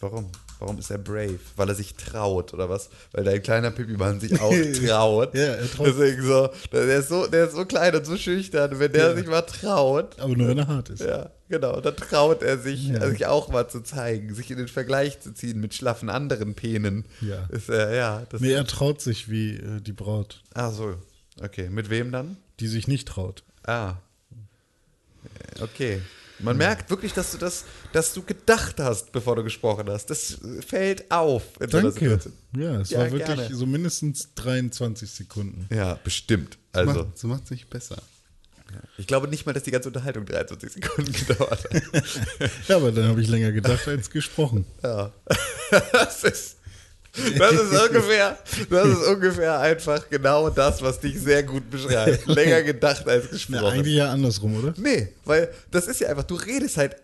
C: Warum? Warum ist er brave? Weil er sich traut, oder was? Weil dein kleiner Pipi-Mann sich auch traut.
B: Ja, er traut.
C: Deswegen so, der ist so, der ist so klein und so schüchtern. Wenn der
B: Ja.
C: sich mal traut,
B: Aber nur, wenn er hart ist.
C: ja, genau, dann traut er sich, also sich auch mal zu zeigen, sich in den Vergleich zu ziehen mit schlaffen anderen Penen.
B: Ja.
C: Ist er, ja. Das,
B: Nee, er traut sich wie äh, die Braut,
C: Ah, so. Okay, mit wem dann?
B: die sich nicht traut.
C: Ah. Äh, Okay. Man merkt wirklich, dass du das, dass du gedacht hast, bevor du gesprochen hast. Das äh, fällt auf. in so einer
B: Danke.
C: Situation.
B: Ja, es
C: Ja,
B: war wirklich
C: gerne.
B: so mindestens 23 Sekunden.
C: Ja, bestimmt.
A: Also.
C: Also,
A: Macht, so macht sich besser.
C: ich glaube nicht mal, dass die ganze Unterhaltung 23 Sekunden gedauert hat.
B: Ja, aber dann habe ich länger gedacht als gesprochen.
C: ja. Das ist, das ist ungefähr, das ist ungefähr einfach genau das, was dich sehr gut beschreibt. Länger gedacht als
B: Na,
C: gesprochen.
B: eigentlich ja andersrum, oder?
C: nee, weil das ist ja einfach, du redest halt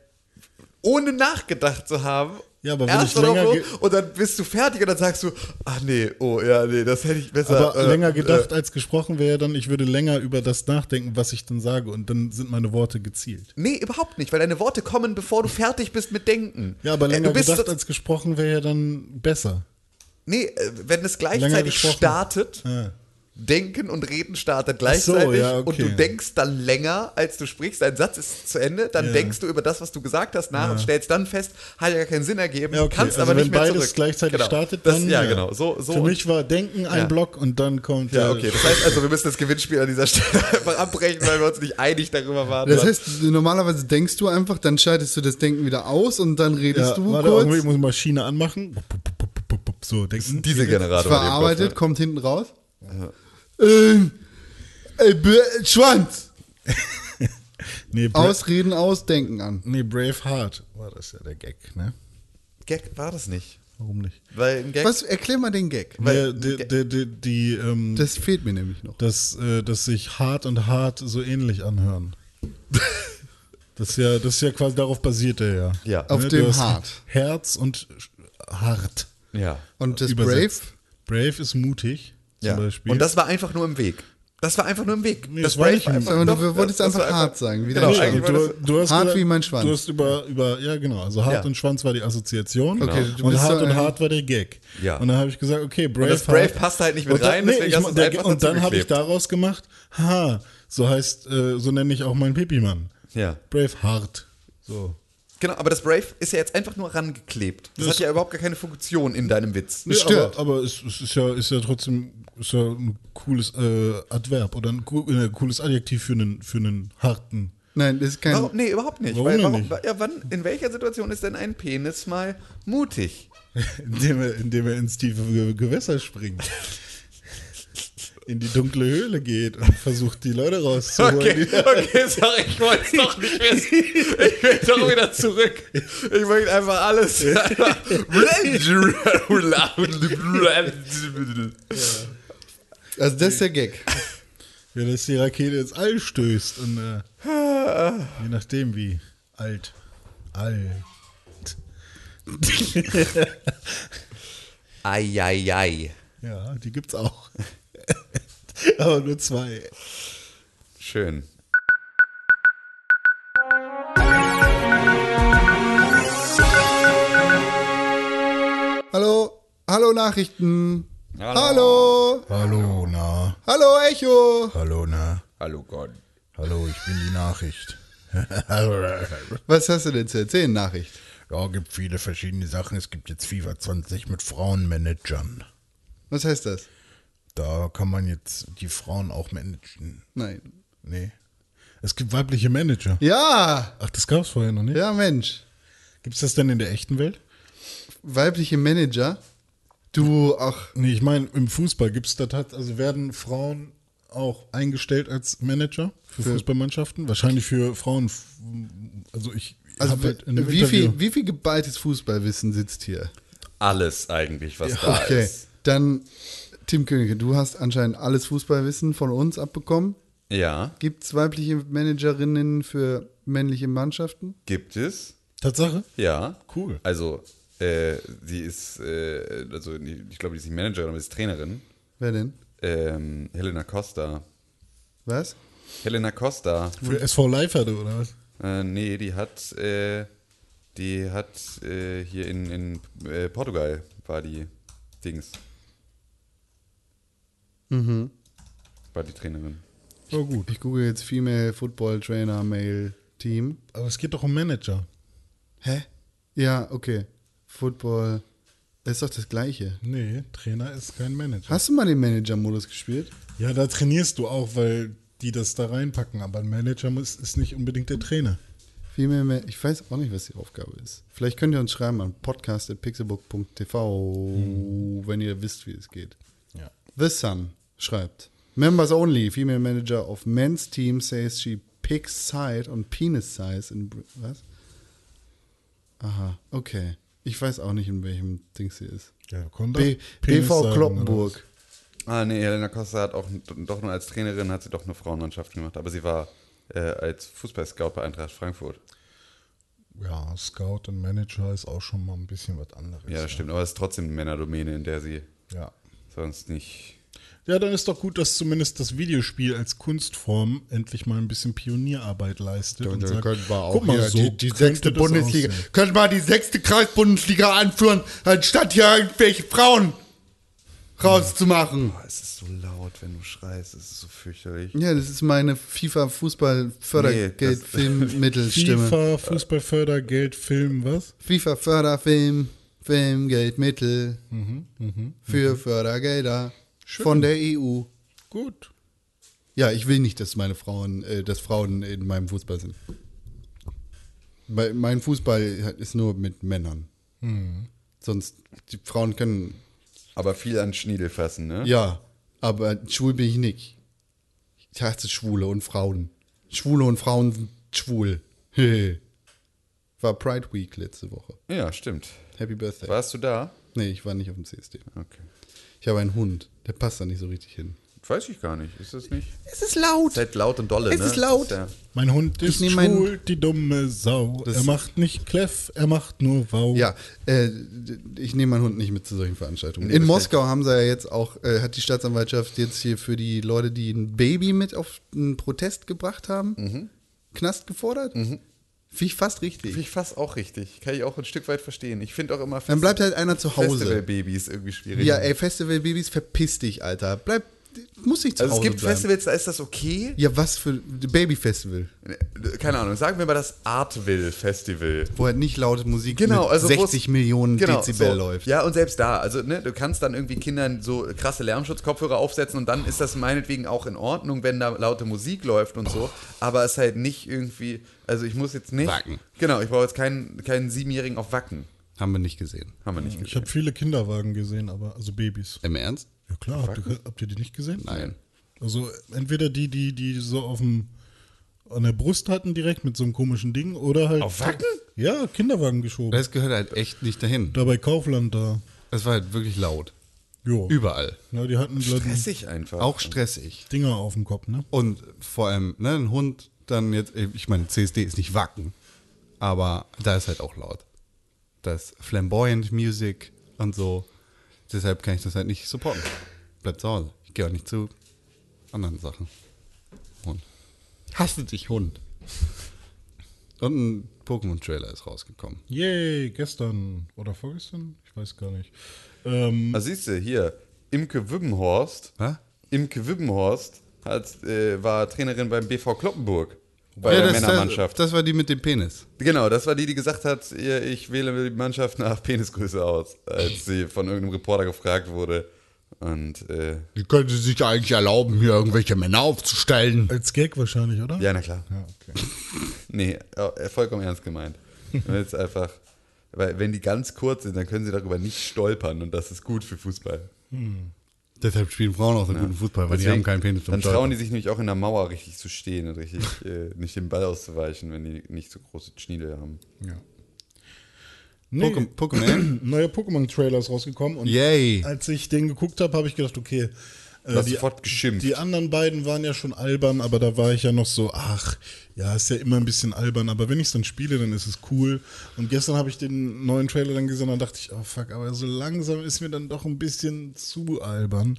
C: ohne nachgedacht zu haben.
B: Ja, aber wenn
C: erst
B: ich
C: oder
B: länger
C: so,
B: ge-
C: und dann bist du fertig und dann sagst du, ach nee, oh ja, nee, das hätte ich besser. äh,
B: Aber länger gedacht als gesprochen wäre dann, ich würde länger über das nachdenken, was ich dann sage. Und dann sind meine Worte gezielt.
C: Nee, überhaupt nicht, weil deine Worte kommen, bevor du fertig bist mit Denken.
B: Ja, aber
C: Äh,
B: länger
C: du bist
B: gedacht
C: so-
B: als gesprochen wäre ja dann besser.
C: Nee, äh, wenn es
B: Länger
C: gleichzeitig
B: gesprochen.
C: startet,
B: Ja.
C: Denken und Reden startet
B: Ach so,
C: gleichzeitig
B: ja, okay.
C: und du denkst dann länger, als du sprichst, dein Satz ist zu Ende, dann
B: Ja.
C: denkst du über das, was du gesagt hast, nach und stellst dann fest, hat ja keinen Sinn ergeben,
B: Ja, okay.
C: kannst
B: also
C: aber
B: wenn
C: nicht mehr
B: beides
C: zurück.
B: gleichzeitig
C: genau.
B: startet,
C: Das-
B: dann
C: ja, genau. So, so
B: Für
C: und-
B: mich war Denken ein
C: Ja.
B: Block und dann kommt
C: ja,
B: äh,
C: okay. Das heißt also, wir müssen das Gewinnspiel an dieser Stelle einfach abbrechen, weil wir uns nicht einig darüber waren.
A: Das heißt, normalerweise denkst du einfach, dann schaltest du das Denken wieder aus und dann redest
B: ja,
A: du
B: warte, Augenblick, ich
A: kurz.
B: muss Maschine anmachen. So, denken.
C: diese Generator.
A: Verarbeitet, kommt hinten raus. Ähm, äh, B- Schwanz!
B: Nee, Bra
A: Ausreden, ausdenken an.
B: nee, Braveheart war das ja der Gag, ne?
C: Gag war das nicht.
B: Warum nicht?
C: Weil ein Gag.
A: Was? Erklär mal den Gag.
B: Weil die, die, die, die, ähm,
A: Das fehlt mir nämlich noch.
B: dass, äh, dass sich hart und hart so ähnlich anhören. Das ist ja, das ist ja quasi darauf basiert er ja.
C: Ja.
A: Auf
B: Ne,
A: dem
B: du hast
A: Hart.
B: Herz und Sch- Hart.
C: Ja.
A: Und das
B: übersetzt. Brave ist mutig, zum
C: ja.
B: Beispiel.
C: Und das war einfach nur im Weg. Das war einfach nur im Weg.
B: Nee,
C: das
B: das war
C: Brave
B: nicht
C: war
B: im
A: Brave. Aber
C: einfach, doch,
A: du wolltest
C: das- das
A: einfach
C: war
A: hart sagen. Wie
C: Genau,
A: dein
C: eigentlich
A: Schwanz.
B: du,
C: war das-
B: du hast
A: Hart
B: gesagt,
A: wie mein Schwanz.
B: Du hast über, über, ja genau, also hart
C: Ja.
B: und Schwanz war die Assoziation Genau.
A: Okay, du
B: und
A: bist
B: hart
A: so
B: und
A: ein-
B: hart war der Gag.
C: Ja.
B: Und dann habe ich gesagt, okay, Brave,
C: das Brave
B: Heart-
C: passt halt nicht mit
B: und dann-
C: rein, deswegen
B: ich
C: hast
B: mo-
C: du es
B: der,
C: einfach
B: Und dann habe ich
C: dazugeklebt.
B: daraus gemacht, ha, so heißt, äh, so nenne ich auch meinen Pipi-Mann.
C: Ja.
B: Brave Hart. So.
C: Genau, aber das Brave ist ja jetzt einfach nur rangeklebt. Das,
B: Das-
C: hat ja überhaupt gar keine Funktion in deinem Witz.
B: Nee,
A: stört.
B: Aber, aber es, es ist ja, ist ja trotzdem ist ja ein cooles äh, Adverb oder ein, co- äh, cooles Adjektiv für einen, für einen harten.
A: Nein, das ist kein.
C: Warum, nee, überhaupt nicht.
B: Warum
C: Weil,
B: denn
C: warum,
B: nicht?
C: Ja, wann, in welcher Situation ist denn ein Penis mal mutig?
B: Indem er, indem er ins tiefe Ge- Gewässer springt. In die dunkle Höhle geht und versucht, die Leute rauszuholen.
C: Okay,
B: Die-
C: okay, sorry, ich wollte es doch nicht wissen. Ich will doch wieder zurück. Ich möchte einfach alles.
A: Also, das ist der Gag.
B: Ja, dass die Rakete ins All stößt. Und, äh, je nachdem, wie alt. All.
C: Eieiei.
B: Ja, die gibt's auch. Aber nur zwei.
C: Schön.
A: Hallo, hallo Nachrichten.
C: Hallo.
A: Hallo,
B: Hallo, na.
A: hallo Echo.
B: Hallo, na.
C: Hallo Gott.
B: Hallo, ich bin die Nachricht.
A: Was hast du denn zu erzählen, Nachricht?
B: Ja, gibt viele verschiedene Sachen. Es gibt jetzt FIFA 20 mit Frauenmanagern.
A: Was heißt das?
B: Da kann man jetzt die Frauen auch managen.
A: Nein.
B: Nee. Es gibt weibliche Manager.
A: Ja,
B: Ach, das gab's vorher noch nicht.
A: ja Mensch.
B: Gibt's das denn in der echten Welt?
A: Weibliche Manager. Du, ach,
B: Nee, ich meine, im Fußball gibt's das halt, also werden Frauen auch eingestellt als Manager für, Fußballmannschaften? Wahrscheinlich für Frauen. Also ich
A: also
B: hab halt in einem
A: wie
B: Interview-
A: viel, wie viel geballtes Fußballwissen sitzt hier?
C: Alles eigentlich, was da
A: Okay,
C: ist.
A: dann Tim Königke, du hast anscheinend alles Fußballwissen von uns abbekommen.
C: Ja,
A: Gibt es weibliche Managerinnen für männliche Mannschaften?
C: gibt es.
B: Tatsache?
C: Ja.
B: Cool.
C: Also, äh, sie ist, äh, also ich glaube, die ist nicht Managerin, aber sie ist Trainerin.
A: Wer denn?
C: Ähm, Helena Costa.
A: Was?
C: Helena Costa.
B: Für SV Leiferde oder was?
C: Äh, nee, die hat, äh, die hat äh, hier in, in äh, Portugal war die Dings. War die Trainerin.
B: Ja, gut.
A: Ich google jetzt Female Football Trainer Male Team.
B: Aber es geht doch um Manager.
A: Hä? Ja, okay. Football ist doch das gleiche.
B: Nee, Trainer ist kein Manager.
A: Hast du mal den Manager-Modus gespielt?
B: Ja, da trainierst du auch, weil die das da reinpacken. Aber ein Manager muss, ist nicht unbedingt der Trainer.
A: Female Ma ich weiß auch nicht, was die Aufgabe ist. Vielleicht könnt ihr uns schreiben an podcast.pixelbook.tv,
C: Hm.
A: wenn ihr wisst, wie es geht.
B: Ja.
A: The Sun schreibt: Members only, female manager of men's team says she picks side on penis size in. Br- Was? Aha, okay. Ich weiß auch nicht, in welchem Ding sie ist.
B: ja komm doch.
A: B
B: Penis
A: BV
B: sagen, oder
A: Kloppenburg.
C: Ah, nee, Helena Costa hat auch doch nur als Trainerin hat sie doch eine Frauenmannschaft gemacht, aber sie war äh, als Fußballscout bei Eintracht Frankfurt.
B: was? Ja, Scout und Manager ist auch schon mal ein bisschen was anderes.
C: Ja, das stimmt, aber es ist trotzdem eine Männerdomäne, in der sie
B: Ja.
C: sonst nicht.
B: Ja, dann ist doch gut, dass zumindest das Videospiel als Kunstform endlich mal ein bisschen Pionierarbeit leistet. Und sagt, guck mal,
A: hier
B: so
A: die, die
B: könnte
A: sechste
B: das
A: Bundesliga.
B: aussehen.
A: Könnte mal die sechste Kreisbundesliga anführen, anstatt hier irgendwelche Frauen rauszumachen.
C: Boah, es ist so laut, wenn du schreist, es ist so fürchterlich.
A: Ja, das ist meine
C: Nee, das-
A: FIFA-Fußball-Fördergeld-Filmmittelstimme.
B: FIFA, Fußballfördergeld, Film, was?
A: FIFA-Förderfilm, Filmgeldmittel für Fördergelder von der EU.
B: Gut.
A: Ja, ich will nicht, dass meine Frauen, äh, dass Frauen in meinem Fußball sind. Weil mein Fußball ist nur mit Männern. Sonst, die Frauen können,
C: Aber viel an Schniedel fassen, ne?
A: ja, aber schwul bin ich nicht. Ich hasse Schwule und Frauen. Schwule und Frauen sind schwul. war Pride Week letzte Woche.
C: Ja, stimmt.
A: Happy Birthday.
C: Warst du da?
A: Nee, ich war nicht auf dem CSD.
C: Okay.
A: Ich habe einen Hund, der passt da nicht so richtig hin.
C: Weiß ich gar nicht. Ist das nicht?
A: Es ist laut.
C: Seid laut und dolle,
A: Es
C: ne?
A: ist laut.
C: Das
B: Mein Hund ist
A: nehm
B: schwul,
A: meinen-
B: die dumme Sau. Er macht nicht Kleff, er macht nur Wau.
A: Ja, äh, ich nehme meinen Hund nicht mit zu solchen Veranstaltungen.
C: Nee,
A: In
C: das
A: Moskau haben sie ja jetzt auch, äh, hat die Staatsanwaltschaft jetzt hier für die Leute, die ein Baby mit auf einen Protest gebracht haben, Knast gefordert. Mhm. Finde ich fast richtig.
C: Mhm. Finde ich fast auch richtig. Kann ich auch ein Stück weit verstehen. Ich finde auch immer
A: Dann bleibt halt einer zu Hause.
C: Festivalbabys irgendwie schwierig.
A: Ja, ey, Festivalbabys, verpiss dich, Alter. Bleib, muss ich zu
C: also es
A: Hause
C: gibt
A: bleiben.
C: Festivals, da ist das okay.
A: Ja, was für Babyfestival,
C: Keine Ahnung. Sagen wir mal das Artville Festival.
A: wo halt nicht laute Musik
C: Genau,
A: mit
C: also wo es-
A: 60 Millionen
C: genau,
A: Dezibel
C: so.
A: läuft.
C: Ja, und selbst da, also ne, du kannst dann irgendwie Kindern so krasse Lärmschutzkopfhörer aufsetzen und dann ist das meinetwegen auch in Ordnung, wenn da laute Musik läuft und so, aber es halt nicht irgendwie, also ich muss jetzt nicht
A: Wacken.
C: Genau, ich brauche jetzt keinen keinen siebenjährigen auf Wacken,
A: Haben wir nicht gesehen.
C: haben wir nicht
B: Ich
C: gesehen.
B: habe viele Kinderwagen gesehen, aber also Babys.
A: Im Ernst?
B: Ja klar, habt ihr, habt ihr die nicht gesehen?
A: Nein.
B: Also entweder die, die, die so auf dem an der Brust hatten direkt mit so einem komischen Ding oder halt.
C: Auf Wacken?
B: Ja, Kinderwagen geschoben.
A: Das gehört halt echt nicht dahin.
B: Da bei Kaufland da.
A: Es war halt wirklich laut.
B: Jo.
A: Überall.
B: Ja, die hatten glatt
C: Stressig einfach.
A: Auch stressig.
B: Dinger auf dem Kopf, ne?
A: Und vor allem, ne, ein Hund dann jetzt, äh, ich meine, CSD ist nicht wacken, aber da ist halt auch laut. Das Flamboyant Music und so. Deshalb kann ich das halt nicht supporten. Bleib zu Hause. Ich gehe auch nicht zu anderen Sachen. Hund. Hasse dich, Hund. Und ein Pokémon-Trailer ist rausgekommen.
B: Yay, gestern oder vorgestern? Ich weiß gar nicht. Ähm,
C: Also siehst du, hier, Imke Wibbenhorst,
A: Hä?
C: Imke Wibbenhorst hat, äh, war Trainerin beim BV Kloppenburg. Bei der
A: das,
C: Männermannschaft.
A: Das, das war die mit dem Penis.
C: Genau, das war die, die gesagt hat, ihr- ich wähle die Mannschaft nach Penisgröße aus, als sie von irgendeinem Reporter gefragt wurde. Und äh,
A: Die können sie sich eigentlich erlauben, hier irgendwelche Männer aufzustellen.
B: als Gag wahrscheinlich, oder?
C: ja, na klar.
B: Ja, okay.
C: Nee, äh, vollkommen ernst gemeint. Wenn Jetzt einfach, weil wenn die ganz kurz sind, dann können sie darüber nicht stolpern und das ist gut für Fußball.
A: Deshalb spielen Frauen auch so guten Fußball, weil die haben keinen Penis
C: Dann trauen die sich nämlich auch in der Mauer richtig zu stehen und richtig äh, nicht den Ball auszuweichen, wenn die nicht so große Schniedel haben.
B: Ja. Nee,
A: Pokémon- Pokémon?
B: neuer Pokémon-Trailer ist rausgekommen und
A: Yay.
B: als ich den geguckt habe, habe ich gedacht, okay, äh,
C: hast sofort geschimpft.
B: die anderen beiden waren ja schon albern, aber da war ich ja noch so, ach, ja, ist ja immer ein bisschen albern, aber wenn ich es dann spiele, dann ist es cool. Und gestern habe ich den neuen Trailer dann gesehen und dachte ich, oh fuck, aber so langsam ist mir dann doch ein bisschen zu albern.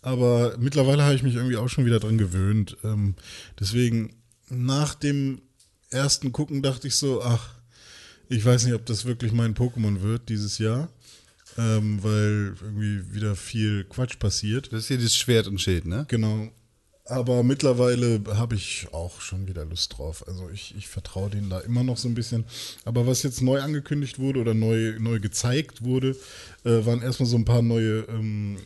B: Aber mittlerweile habe ich mich irgendwie auch schon wieder dran gewöhnt. Ähm, deswegen, nach dem ersten Gucken dachte ich so, ach, ich weiß nicht, ob das wirklich mein Pokémon wird dieses Jahr, ähm, weil irgendwie wieder viel Quatsch passiert.
A: Das ist hier das Schwert und Schild, ne?
B: Genau. Aber mittlerweile habe ich auch schon wieder Lust drauf. Also ich, ich vertraue denen da immer noch so ein bisschen. Aber was jetzt neu angekündigt wurde oder neu, neu gezeigt wurde, äh, waren erstmal so ein paar neue ähm,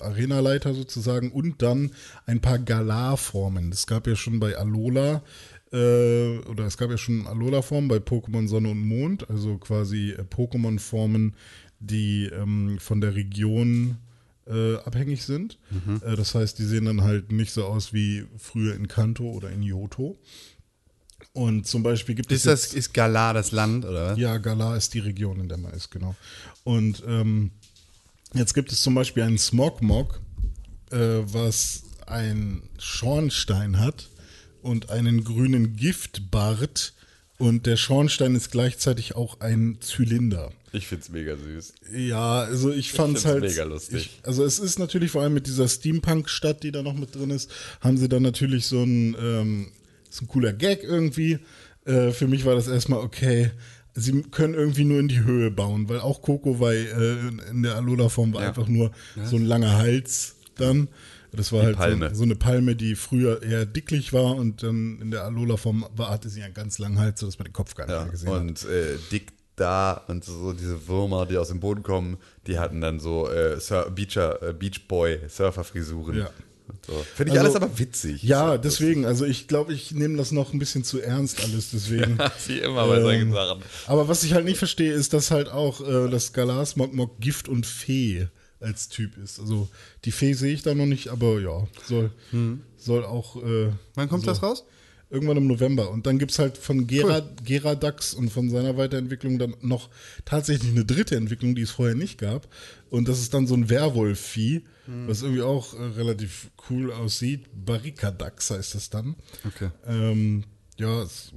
B: Arenaleiter sozusagen und dann ein paar Galar-Formen. Es gab ja schon bei Alola äh, oder es gab ja schon Alola-Formen bei Pokémon Sonne und Mond, also quasi äh, Pokémon-Formen, die ähm, von der Region äh, abhängig sind.
A: Mhm.
B: Äh, das heißt, die sehen dann halt nicht so aus wie früher in Kanto oder in Johto. Und zum Beispiel gibt es
A: Ist, das, ist Galar das Land, oder was?
B: ja, Galar ist die Region, in der man ist, genau. Und ähm, jetzt gibt es zum Beispiel einen Smogmog, äh, was einen Schornstein hat und einen grünen Giftbart. Und der Schornstein ist gleichzeitig auch ein Zylinder.
C: Ich find's mega süß.
B: Ja, also ich fand's
C: find's
B: halt.
C: mega lustig.
B: Ich, also es ist natürlich vor allem mit dieser Steampunk-Stadt, die da noch mit drin ist, haben sie dann natürlich so ein, ähm, ist ein cooler Gag irgendwie. Äh, für mich war das erstmal okay. Sie können irgendwie nur in die Höhe bauen, weil auch Coco war äh, in- in der Alola-Form war
C: Ja.
B: einfach nur so ein langer Hals dann. Das war halt
C: Palme.
B: So, so eine Palme, die früher eher dicklich war und dann in der Alola-Form war, hatte sie einen ganz langen Hals, sodass man den Kopf gar nicht
C: Ja,
B: mehr gesehen hat.
C: und äh, dick da und so diese Würmer, die aus dem Boden kommen, die hatten dann so äh, Sur Beacher, äh, Beach Boy Surferfrisuren.
B: Ja.
C: So. Finde ich
B: Also-
C: alles aber witzig.
B: Ja, deswegen, also ich glaube, ich nehme das noch ein bisschen zu ernst alles, deswegen. Ähm,
C: Wie immer bei solchen Sachen.
B: Aber was ich halt nicht verstehe, ist, dass halt auch äh, das Galas Mokmok Gift und Fee als Typ ist. Also
C: Hm.
B: die Fee sehe ich da noch nicht, aber ja, soll, soll auch. Äh,
A: Wann kommt
B: so.
A: das raus?
B: Irgendwann im November. Und dann gibt es halt von Gera, Gera Dax und von seiner Weiterentwicklung dann noch tatsächlich eine dritte Entwicklung, die es vorher nicht gab. Und das ist dann so ein Werwolf-Vieh,
A: Hm.
B: was irgendwie auch äh, relativ cool aussieht. Barrica Dax heißt das dann.
A: Okay.
B: Ähm, ja, es,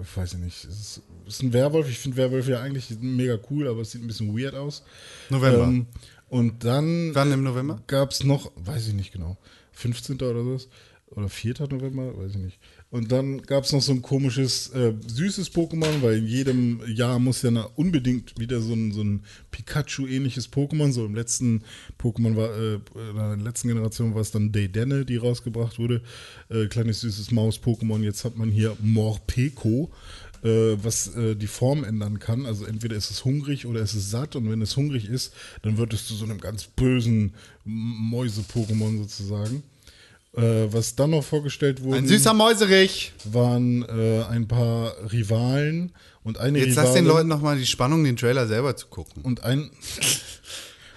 B: pf, weiß ich nicht. Es ist, ist ein Werwolf. Ich finde Werwölfe ja eigentlich mega cool, aber es sieht ein bisschen weird aus.
A: November.
B: Ähm, und dann
A: Wann im November?
B: gab es äh, noch, weiß ich nicht genau, 15. oder sowas. Oder 4. November, weiß ich nicht. Und dann gab es noch so ein komisches, äh, süßes Pokémon, weil in jedem Jahr muss ja na, unbedingt wieder so ein, so ein Pikachu-ähnliches Pokémon. So im letzten Pokémon war, äh, in der letzten Generation war es dann Daydenne, die rausgebracht wurde. Äh, kleines süßes Maus-Pokémon. Jetzt hat man hier Morpeko äh, was äh, die Form ändern kann. Also entweder ist es hungrig oder ist es ist satt und wenn es hungrig ist, dann wird es zu so einem ganz bösen M- Mäuse-Pokémon sozusagen. Äh, was dann noch vorgestellt wurde,
A: Ein süßer Mäuserich.
B: waren äh, ein paar Rivalen und eine
A: Jetzt
B: Rivalin
A: lass den Leuten nochmal die Spannung, den Trailer selber zu gucken.
B: und ein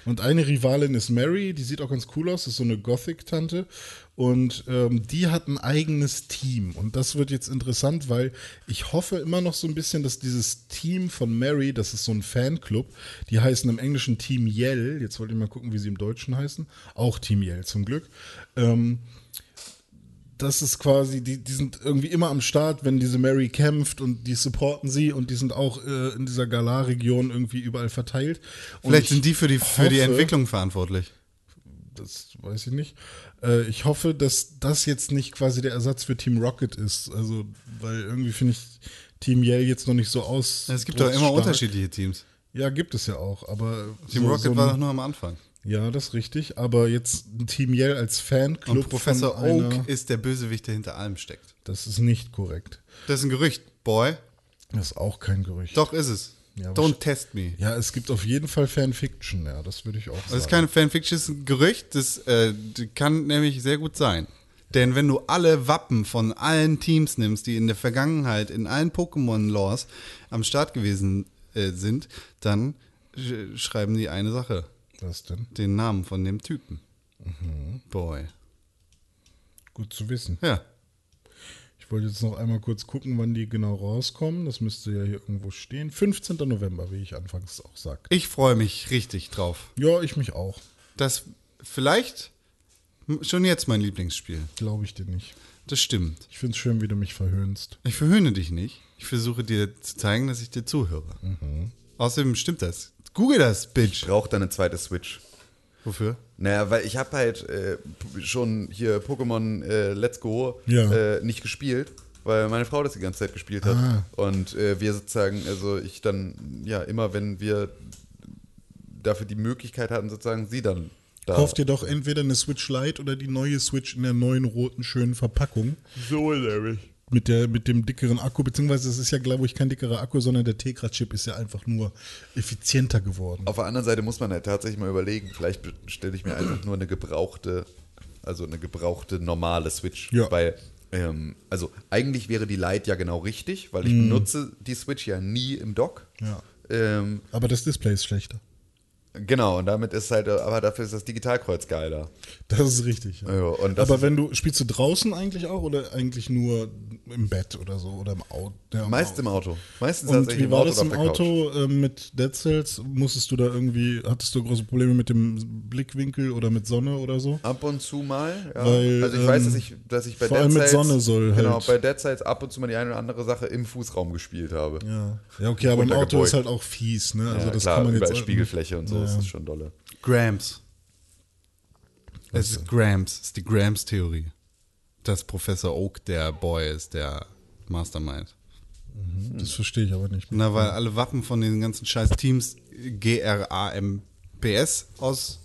B: und eine Rivalin ist Mary, die sieht auch ganz cool aus, ist so eine Gothic-Tante. Und ähm, die hat ein eigenes Team. Und das wird jetzt interessant, weil ich hoffe immer noch so ein bisschen, dass dieses Team von Mary, das ist so ein Fanclub, die heißen im englischen Team Yell. Jetzt wollte ich mal gucken, wie sie im Deutschen heißen. Auch Team Yell zum Glück. Ähm, das ist quasi, die, die sind irgendwie immer am Start, wenn diese Mary kämpft und die supporten sie und die sind auch äh, in dieser Galar-Region irgendwie überall verteilt. Und
A: Vielleicht
B: ich
A: sind die für die, für die
B: hoffe-
A: Entwicklung verantwortlich.
B: das weiß ich nicht. Äh, ich hoffe, dass das jetzt nicht quasi der Ersatz für Team Rocket ist. Also, weil irgendwie finde ich Team Yale jetzt noch nicht so aus.
A: Es gibt doch immer
B: stark.
A: unterschiedliche Teams.
B: Ja, gibt es ja auch. Aber
A: Team
B: so-
A: Rocket
B: so ein-
A: war doch nur am Anfang.
B: Ja, das ist richtig. Aber jetzt ein Team Yale als Fanclub.
A: Und Professor
B: von einer-
A: Oak ist der Bösewicht, der hinter allem steckt.
B: Das ist nicht korrekt.
A: Das ist ein Gerücht, Boy.
B: Das ist auch kein Gerücht.
A: Doch ist es.
B: Ja,
A: Don't
B: wahrsch-
A: test me.
B: Ja, es gibt auf jeden Fall Fanfiction. Ja, das würde ich auch sagen.
A: Das ist keine Fanfiction, das ist ein Gerücht. Das äh, kann nämlich sehr gut sein. Denn wenn du alle Wappen von allen Teams nimmst, die in der Vergangenheit in allen Pokémon-Laws am Start gewesen äh, sind, dann sch schreiben die eine Sache.
B: Was denn?
A: Den Namen von dem Typen. Boy.
B: Gut zu wissen.
A: Ja.
B: Ich wollte jetzt noch einmal kurz gucken, wann die genau rauskommen. Das müsste ja hier irgendwo stehen. 15. November, wie ich anfangs auch sagte.
A: Ich freue mich richtig drauf.
B: Ja, ich mich auch.
A: Das vielleicht schon jetzt mein Lieblingsspiel.
B: Glaube ich dir nicht.
A: Das stimmt.
B: Ich finde es schön, wie du mich verhöhnst.
A: Ich verhöhne dich nicht. Ich versuche dir zu zeigen, dass ich dir zuhöre. Außerdem stimmt das. Google das, Bitch.
C: Braucht dann eine zweite Switch.
A: Wofür?
C: Naja, weil ich habe halt äh, p- schon hier Pokémon äh, Let's Go
B: Ja.
C: äh, nicht gespielt, weil meine Frau das die ganze Zeit gespielt hat.
B: Ah.
C: Und äh, wir sozusagen, also ich dann, ja, immer wenn wir dafür die Möglichkeit hatten, sozusagen sie dann da.
B: Kauft dir doch entweder eine Switch Lite oder die neue Switch in der neuen roten schönen Verpackung.
C: so nämlich.
B: Mit, der, mit dem dickeren Akku, beziehungsweise es ist ja, glaube ich, kein dickerer Akku, sondern der Tegra-Chip ist ja einfach nur effizienter geworden.
C: Auf der anderen Seite muss man halt tatsächlich mal überlegen, vielleicht bestelle ich mir einfach nur eine gebrauchte, also eine gebrauchte normale Switch.
B: Ja.
C: Weil, ähm, also eigentlich wäre die Lite ja genau richtig, weil ich benutze die Switch ja nie im Dock.
B: Mhm. Ja.
C: Ähm,
B: Aber das Display ist schlechter.
C: genau, und damit ist halt, aber dafür ist das Digitalkreuz geiler.
B: Das ist richtig. Ja.
C: Ja, und das
B: Aber
C: ist-
B: wenn du, spielst du draußen eigentlich auch oder eigentlich nur im Bett oder so oder im Auto? Ja, im
C: Meist
B: Auto.
C: im Auto. Meistens
B: Genau. Und
C: tatsächlich
B: wie war
C: Auto
B: das
C: oder
B: im
C: auf der Couch.
B: Auto äh, mit Dead Cells? Musstest du da irgendwie, hattest du große Probleme mit dem Blickwinkel oder mit Sonne oder so?
C: Ab und zu mal, ja.
B: Weil,
C: also ich weiß,
B: ähm,
C: dass ich, dass ich bei
B: vor
C: Dead
B: allem mit
C: Cells-
B: Sonne soll
C: genau,
B: halt-
C: bei Dead Cells ab und zu mal die eine oder andere Sache im Fußraum gespielt habe.
B: Ja. Ja, okay, aber im Auto
C: Untergebeugt.
B: ist halt auch fies, ne? Also
C: Ja,
B: das
C: klar,
B: kann man jetzt.
C: überall Spiegelfläche und so, das ist schon dolle.
A: Grams. Es ist Grams. Es ist die Grams-Theorie. Dass Professor Oak der Boy ist, der Mastermind.
B: Das verstehe ich aber nicht.
A: Na, weil alle Wappen von den ganzen scheiß Teams G-R-A-M-P-S aus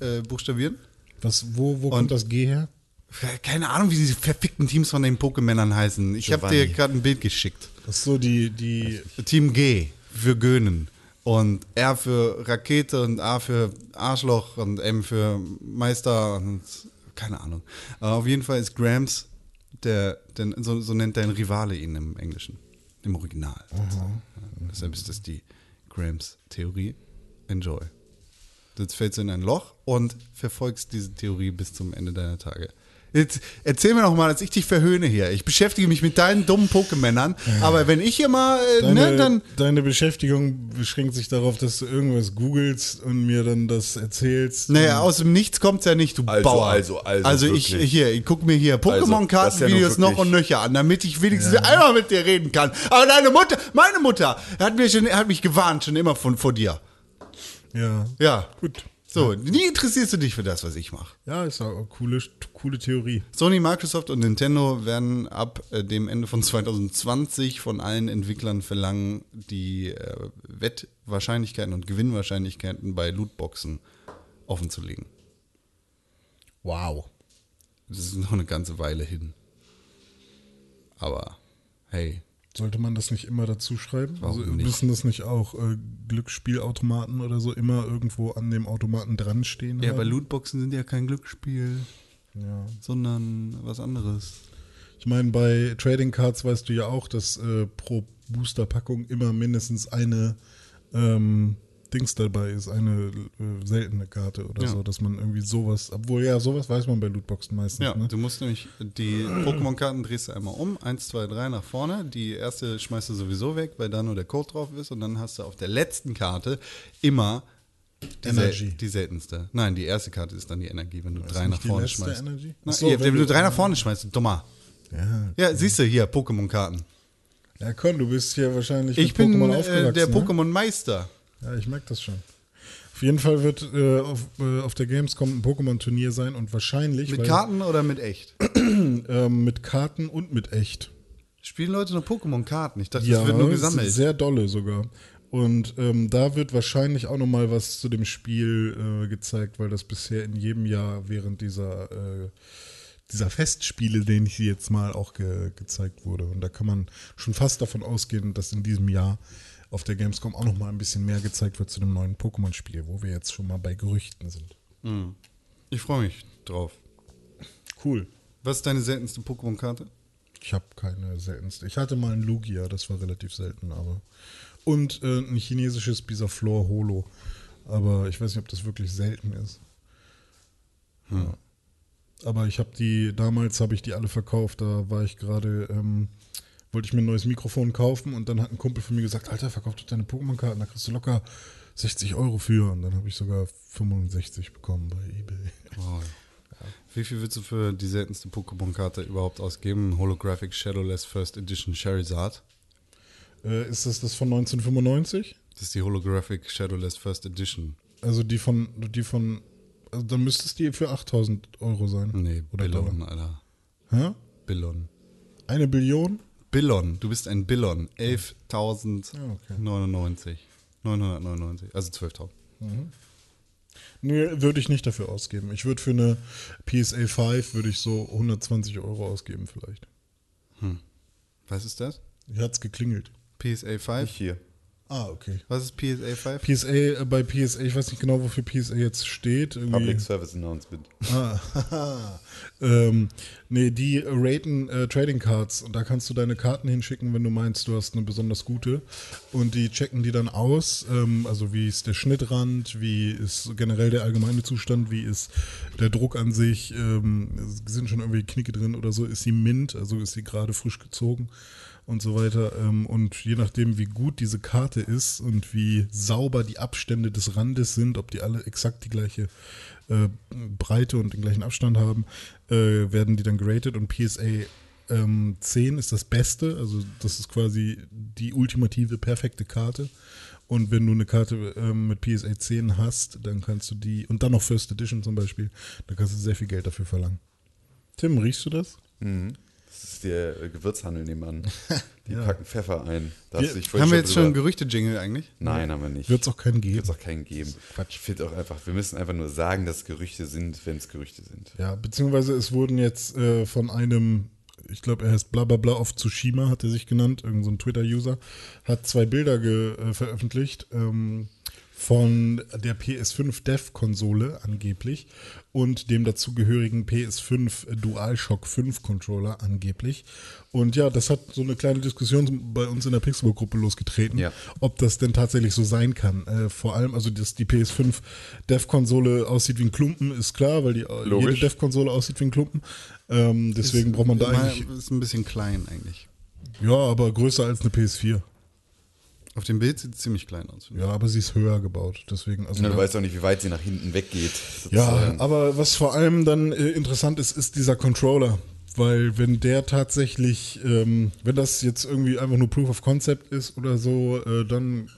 A: äh, buchstabieren.
B: Was, wo wo kommt das G her?
A: Keine Ahnung, wie diese verfickten Teams von den Pokémännern heißen. Ich habe dir
B: Giovanni.
A: gerade ein Bild geschickt.
B: Ach so, die, die.
A: Team G für Gönen und R für Rakete und A für Arschloch und M für Meister und keine Ahnung. Aber auf jeden Fall ist Grams, der, denn so, so nennt dein Rivale ihn im Englischen, im Original. Deshalb ist das die Grams-Theorie. Enjoy. Jetzt fällst du in ein Loch und verfolgst diese Theorie bis zum Ende deiner Tage. Jetzt erzähl mir noch mal, dass ich dich verhöhne hier. Ich beschäftige mich mit deinen dummen Pokémännern, aber wenn ich hier mal, äh,
B: Deine,
A: ne, dann
B: deine Beschäftigung beschränkt sich darauf, dass du irgendwas googelst und mir dann das erzählst.
A: Naja, aus dem Nichts kommt's ja nicht, du
C: Hm. Also,
A: Bauer.
C: also, also
A: Also ich
C: wirklich. Also,
A: hier, ich guck mir hier
C: das ist ja nun
A: Pokémon-Kartenvideos
C: wirklich-
A: noch und nöcher an, damit ich wenigstens einmal mit dir reden kann. Aber deine Mutter, meine Mutter, hat mir schon, hat mich gewarnt schon immer von vor dir.
B: Ja.
A: Ja.
B: Gut.
A: So, nie interessierst du dich für das, was ich mache.
B: Ja, ist auch eine coole, coole Theorie.
A: Sony, Microsoft und Nintendo werden ab äh, dem Ende von 2020 von allen Entwicklern verlangen, die äh, Wettwahrscheinlichkeiten und Gewinnwahrscheinlichkeiten bei Lootboxen offenzulegen.
B: Wow.
A: Das ist noch eine ganze Weile hin. Aber hey,
B: Sollte man das nicht immer dazu schreiben?
A: Warum
B: also
A: nicht?
B: müssen das nicht auch äh, Glücksspielautomaten oder so immer irgendwo an dem Automaten dran stehen?
A: ja, aber
B: haben?
A: Lootboxen sind ja kein Glücksspiel,
B: ja.
A: sondern was anderes.
B: Ich meine, bei Trading Cards weißt du ja auch, dass äh, pro Boosterpackung immer mindestens eine ähm, Dings dabei ist, eine äh, seltene Karte oder
A: Ja.
B: so, dass man irgendwie sowas, obwohl ja, sowas weiß man bei Lootboxen meistens.
A: Ja,
B: ne?
A: du musst nämlich die Pokémon-Karten drehst du einmal um, eins, zwei, drei nach vorne. Die erste schmeißt du sowieso weg, weil da nur der Code drauf ist und dann hast du auf der letzten Karte immer die,
B: Energy.
A: sel die seltenste. Nein, die erste Karte ist dann die Energie, wenn du drei
B: nicht
A: nach
B: die
A: vorne
B: letzte
A: schmeißt.
B: Energy?
A: Na,
B: Ach so,
A: ja, wenn,
B: wenn
A: du
B: du-
A: drei nach vorne schmeißt, du dummer.
B: Ja.
A: Ja, siehst du hier Pokémon-Karten.
B: ja, komm, du bist hier wahrscheinlich
A: Ich bin
B: Pokémon
A: äh,
B: aufgewachsen.
A: der
B: ne?
A: Pokémon-Meister.
B: Ja, ich merke das schon. Auf jeden Fall wird äh, auf, äh, auf der Gamescom ein Pokémon-Turnier sein und wahrscheinlich
A: Mit
B: weil,
A: Karten oder mit echt?
B: ähm, mit Karten und mit echt.
A: Spielen Leute noch Pokémon-Karten? Ich dachte, das wird nur
B: es ist
A: gesammelt.
B: Sehr dolle sogar. Und ähm, da wird wahrscheinlich auch nochmal was zu dem Spiel äh, gezeigt, weil das bisher in jedem Jahr während dieser, äh, dieser Festspiele, denen ich jetzt mal auch ge gezeigt wurde. Und da kann man schon fast davon ausgehen, dass in diesem Jahr auf der Gamescom auch nochmal ein bisschen mehr gezeigt wird zu dem neuen Pokémon-Spiel, wo wir jetzt schon mal bei Gerüchten sind.
A: Ich freue mich drauf.
B: Cool.
A: Was ist deine seltenste Pokémon-Karte?
B: Ich habe keine seltenste. Ich hatte mal einen Lugia, das war relativ selten, aber. Und äh, ein chinesisches Bisaflor Holo. Aber ich weiß nicht, ob das wirklich selten ist. Ja. Aber ich habe die, damals habe ich die alle verkauft. Da war ich gerade, ähm, wollte ich mir ein neues Mikrofon kaufen und dann hat ein Kumpel von mir gesagt: Alter, verkauf doch deine Pokémon-Karten, da kriegst du locker 60 Euro für. Und dann habe ich sogar 65 bekommen bei eBay.
A: Wie viel würdest du für die seltenste Pokémon-Karte überhaupt ausgeben? Holographic Shadowless First Edition Charizard.
B: Äh, ist das das von 1995?
A: Das ist die Holographic Shadowless First Edition.
B: Also die von, die von, also dann müsste es die für 8000 Euro sein.
A: Nee,
B: oder
A: Billon,
B: Dollar.
A: Alter.
B: Hä?
A: Billon.
B: Eine Billion?
A: Billon, du bist ein Billon. 11.099.
B: Ah, okay.
A: 999. Also 12.000.
B: Nee, würde ich nicht dafür ausgeben. Ich würde für eine PSA 5 würde ich so 120 Euro ausgeben vielleicht.
A: Was ist das?
B: Hier hat's geklingelt.
A: PSA 5?
C: Hier.
B: Ah, okay.
A: Was ist PSA 5?
B: PSA, äh, bei PSA, ich weiß nicht genau, wofür PSA jetzt steht. irgendwie-
C: Public Service Announcement.
B: Ah, haha. ähm, nee, die raten äh, Trading Cards und da kannst du deine Karten hinschicken, wenn du meinst, du hast eine besonders gute. Und die checken die dann aus. Ähm, also wie ist der Schnittrand, wie ist generell der allgemeine Zustand, wie ist der Druck an sich, ähm, es sind schon irgendwie Knicke drin oder so, ist sie mint, also ist sie gerade frisch gezogen und so weiter. Ähm, und je nachdem, wie gut diese Karte ist und wie sauber die Abstände des Randes sind, ob die alle exakt die gleiche äh, Breite und den gleichen Abstand haben, äh, werden die dann geratet und PSA ähm, 10 ist das Beste, also das ist quasi die ultimative perfekte Karte. Und wenn du eine Karte ähm, mit PSA 10 hast, dann kannst du die, und dann noch First Edition zum Beispiel, dann kannst du sehr viel Geld dafür verlangen. Tim, riechst du das?
C: Das ist der äh, Gewürzhandel nebenan. Die
B: Ja.
C: packen Pfeffer ein. Da hast du dich vorhin
A: Haben wir jetzt schon
C: drüber-
A: Gerüchte-Jingle eigentlich?
C: Nein, haben wir nicht.
B: Wird es auch keinen geben.
C: Wird's auch keinen geben. Quatsch. Ich finde auch einfach, wir müssen einfach nur sagen, dass Gerüchte sind, wenn es Gerüchte sind.
B: Ja, beziehungsweise es wurden jetzt äh, von einem, ich glaube, er heißt blablabla auf Tsushima, hat er sich genannt, irgend so ein Twitter-User, hat zwei Bilder ge, äh, veröffentlicht ähm, von der PS5 Dev-Konsole angeblich und dem dazugehörigen PS5 DualShock 5 Controller angeblich. Und ja, das hat so eine kleine Diskussion bei uns in der Pixelbook-Gruppe losgetreten,
C: Ja.
B: ob das denn tatsächlich so sein kann. Äh, vor allem, also dass die PS5 Dev-Konsole aussieht wie ein Klumpen, ist klar, weil die äh, jede
C: Logisch.
B: Dev-Konsole aussieht wie ein Klumpen. Ähm, deswegen braucht man da
A: Mal-
B: eigentlich,
A: Ist ein bisschen klein eigentlich.
B: ja, aber größer als eine PS4.
A: Auf dem Bild sieht es ziemlich klein aus. finde
B: Ja, aber sie ist höher gebaut, deswegen. Also
C: Du
B: da-
C: weißt auch nicht, wie weit sie nach hinten weggeht.
B: Ja,
C: sozusagen.
B: aber was vor allem dann äh, interessant ist, ist dieser Controller. Weil wenn der tatsächlich, ähm, wenn das jetzt irgendwie einfach nur Proof of Concept ist oder so, äh, dann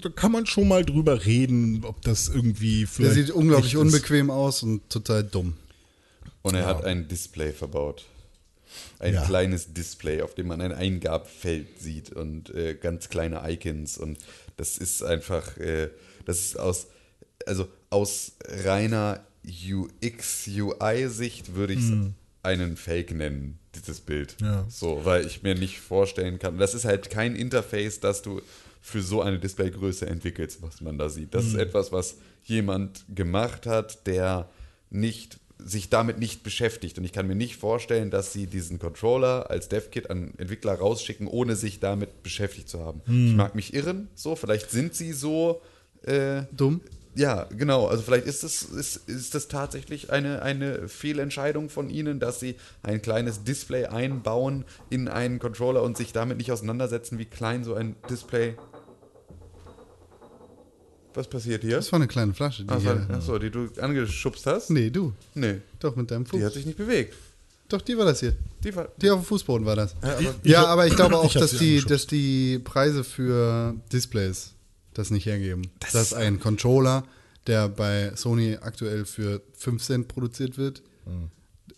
B: da kann man schon mal drüber reden, ob das irgendwie
A: ich. Der
B: vielleicht.
A: sieht unglaublich
B: echt ist.
A: unbequem aus und total dumm.
C: Und er hat ein Display verbaut. Ein
B: Ja.
C: kleines Display, auf dem man ein Eingabfeld sieht und äh, ganz kleine Icons. Und das ist einfach, äh, das ist aus, also aus reiner UX-UI-Sicht würde ich es einen Fake nennen, dieses Bild.
B: Ja.
C: So, weil ich mir nicht vorstellen kann. Das ist halt kein Interface, das du für so eine Displaygröße entwickelst, was man da sieht. Das ist etwas, was jemand gemacht hat, der nicht sich damit nicht beschäftigt. Und ich kann mir nicht vorstellen, dass sie diesen Controller als Dev-Kit an Entwickler rausschicken, ohne sich damit beschäftigt zu haben. Ich mag mich irren, so, vielleicht sind sie so äh,
A: Dumm?
C: ja, genau. Also vielleicht ist das, ist, ist das tatsächlich eine, eine Fehlentscheidung von Ihnen, dass Sie ein kleines Display einbauen in einen Controller und sich damit nicht auseinandersetzen, wie klein so ein Display. Was passiert hier?
A: Das war eine kleine Flasche. Die
C: Ach,
A: hier,
C: war- Achso, die du angeschubst hast?
A: Nee, du.
C: Nee.
A: Doch, mit deinem Fuß.
C: Die hat sich nicht bewegt.
A: Doch, die war das hier.
C: Die war.
A: Die auf dem Fußboden war das.
C: Ja, aber-
A: ja, aber ich glaube auch,
B: Ich hab
A: dass,
B: sie
A: die,
B: angeschubst.
A: dass die Preise für Displays das nicht hergeben. dass ein Controller, der bei Sony aktuell für 5 Cent produziert wird,
C: Mhm.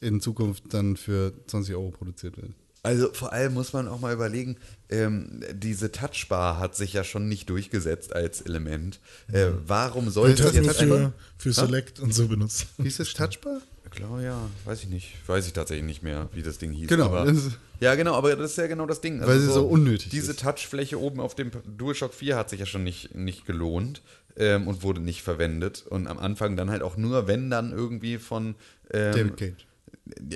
A: in Zukunft dann für 20 Euro produziert wird.
C: Also vor allem muss man auch mal überlegen, ähm, diese Touchbar hat sich ja schon nicht durchgesetzt als Element. Äh, warum
B: Wird
C: sollte
B: das nur
C: jetzt ein-
B: für, für Select und so benutzt.
A: Hieß es Touchbar?
C: Ich glaube Hm, ja, weiß ich nicht. Weiß ich tatsächlich nicht mehr, wie das Ding hieß.
A: Genau,
C: Aber,
A: das ist-
C: ja, genau, aber das ist ja genau das Ding.
A: Weil sie so unnötig
C: Diese
A: ist.
C: Touchfläche oben auf dem DualShock 4 hat sich ja schon nicht, nicht gelohnt ähm, und wurde nicht verwendet. Und am Anfang dann halt auch nur, wenn dann irgendwie von. Ähm,
A: David Cage.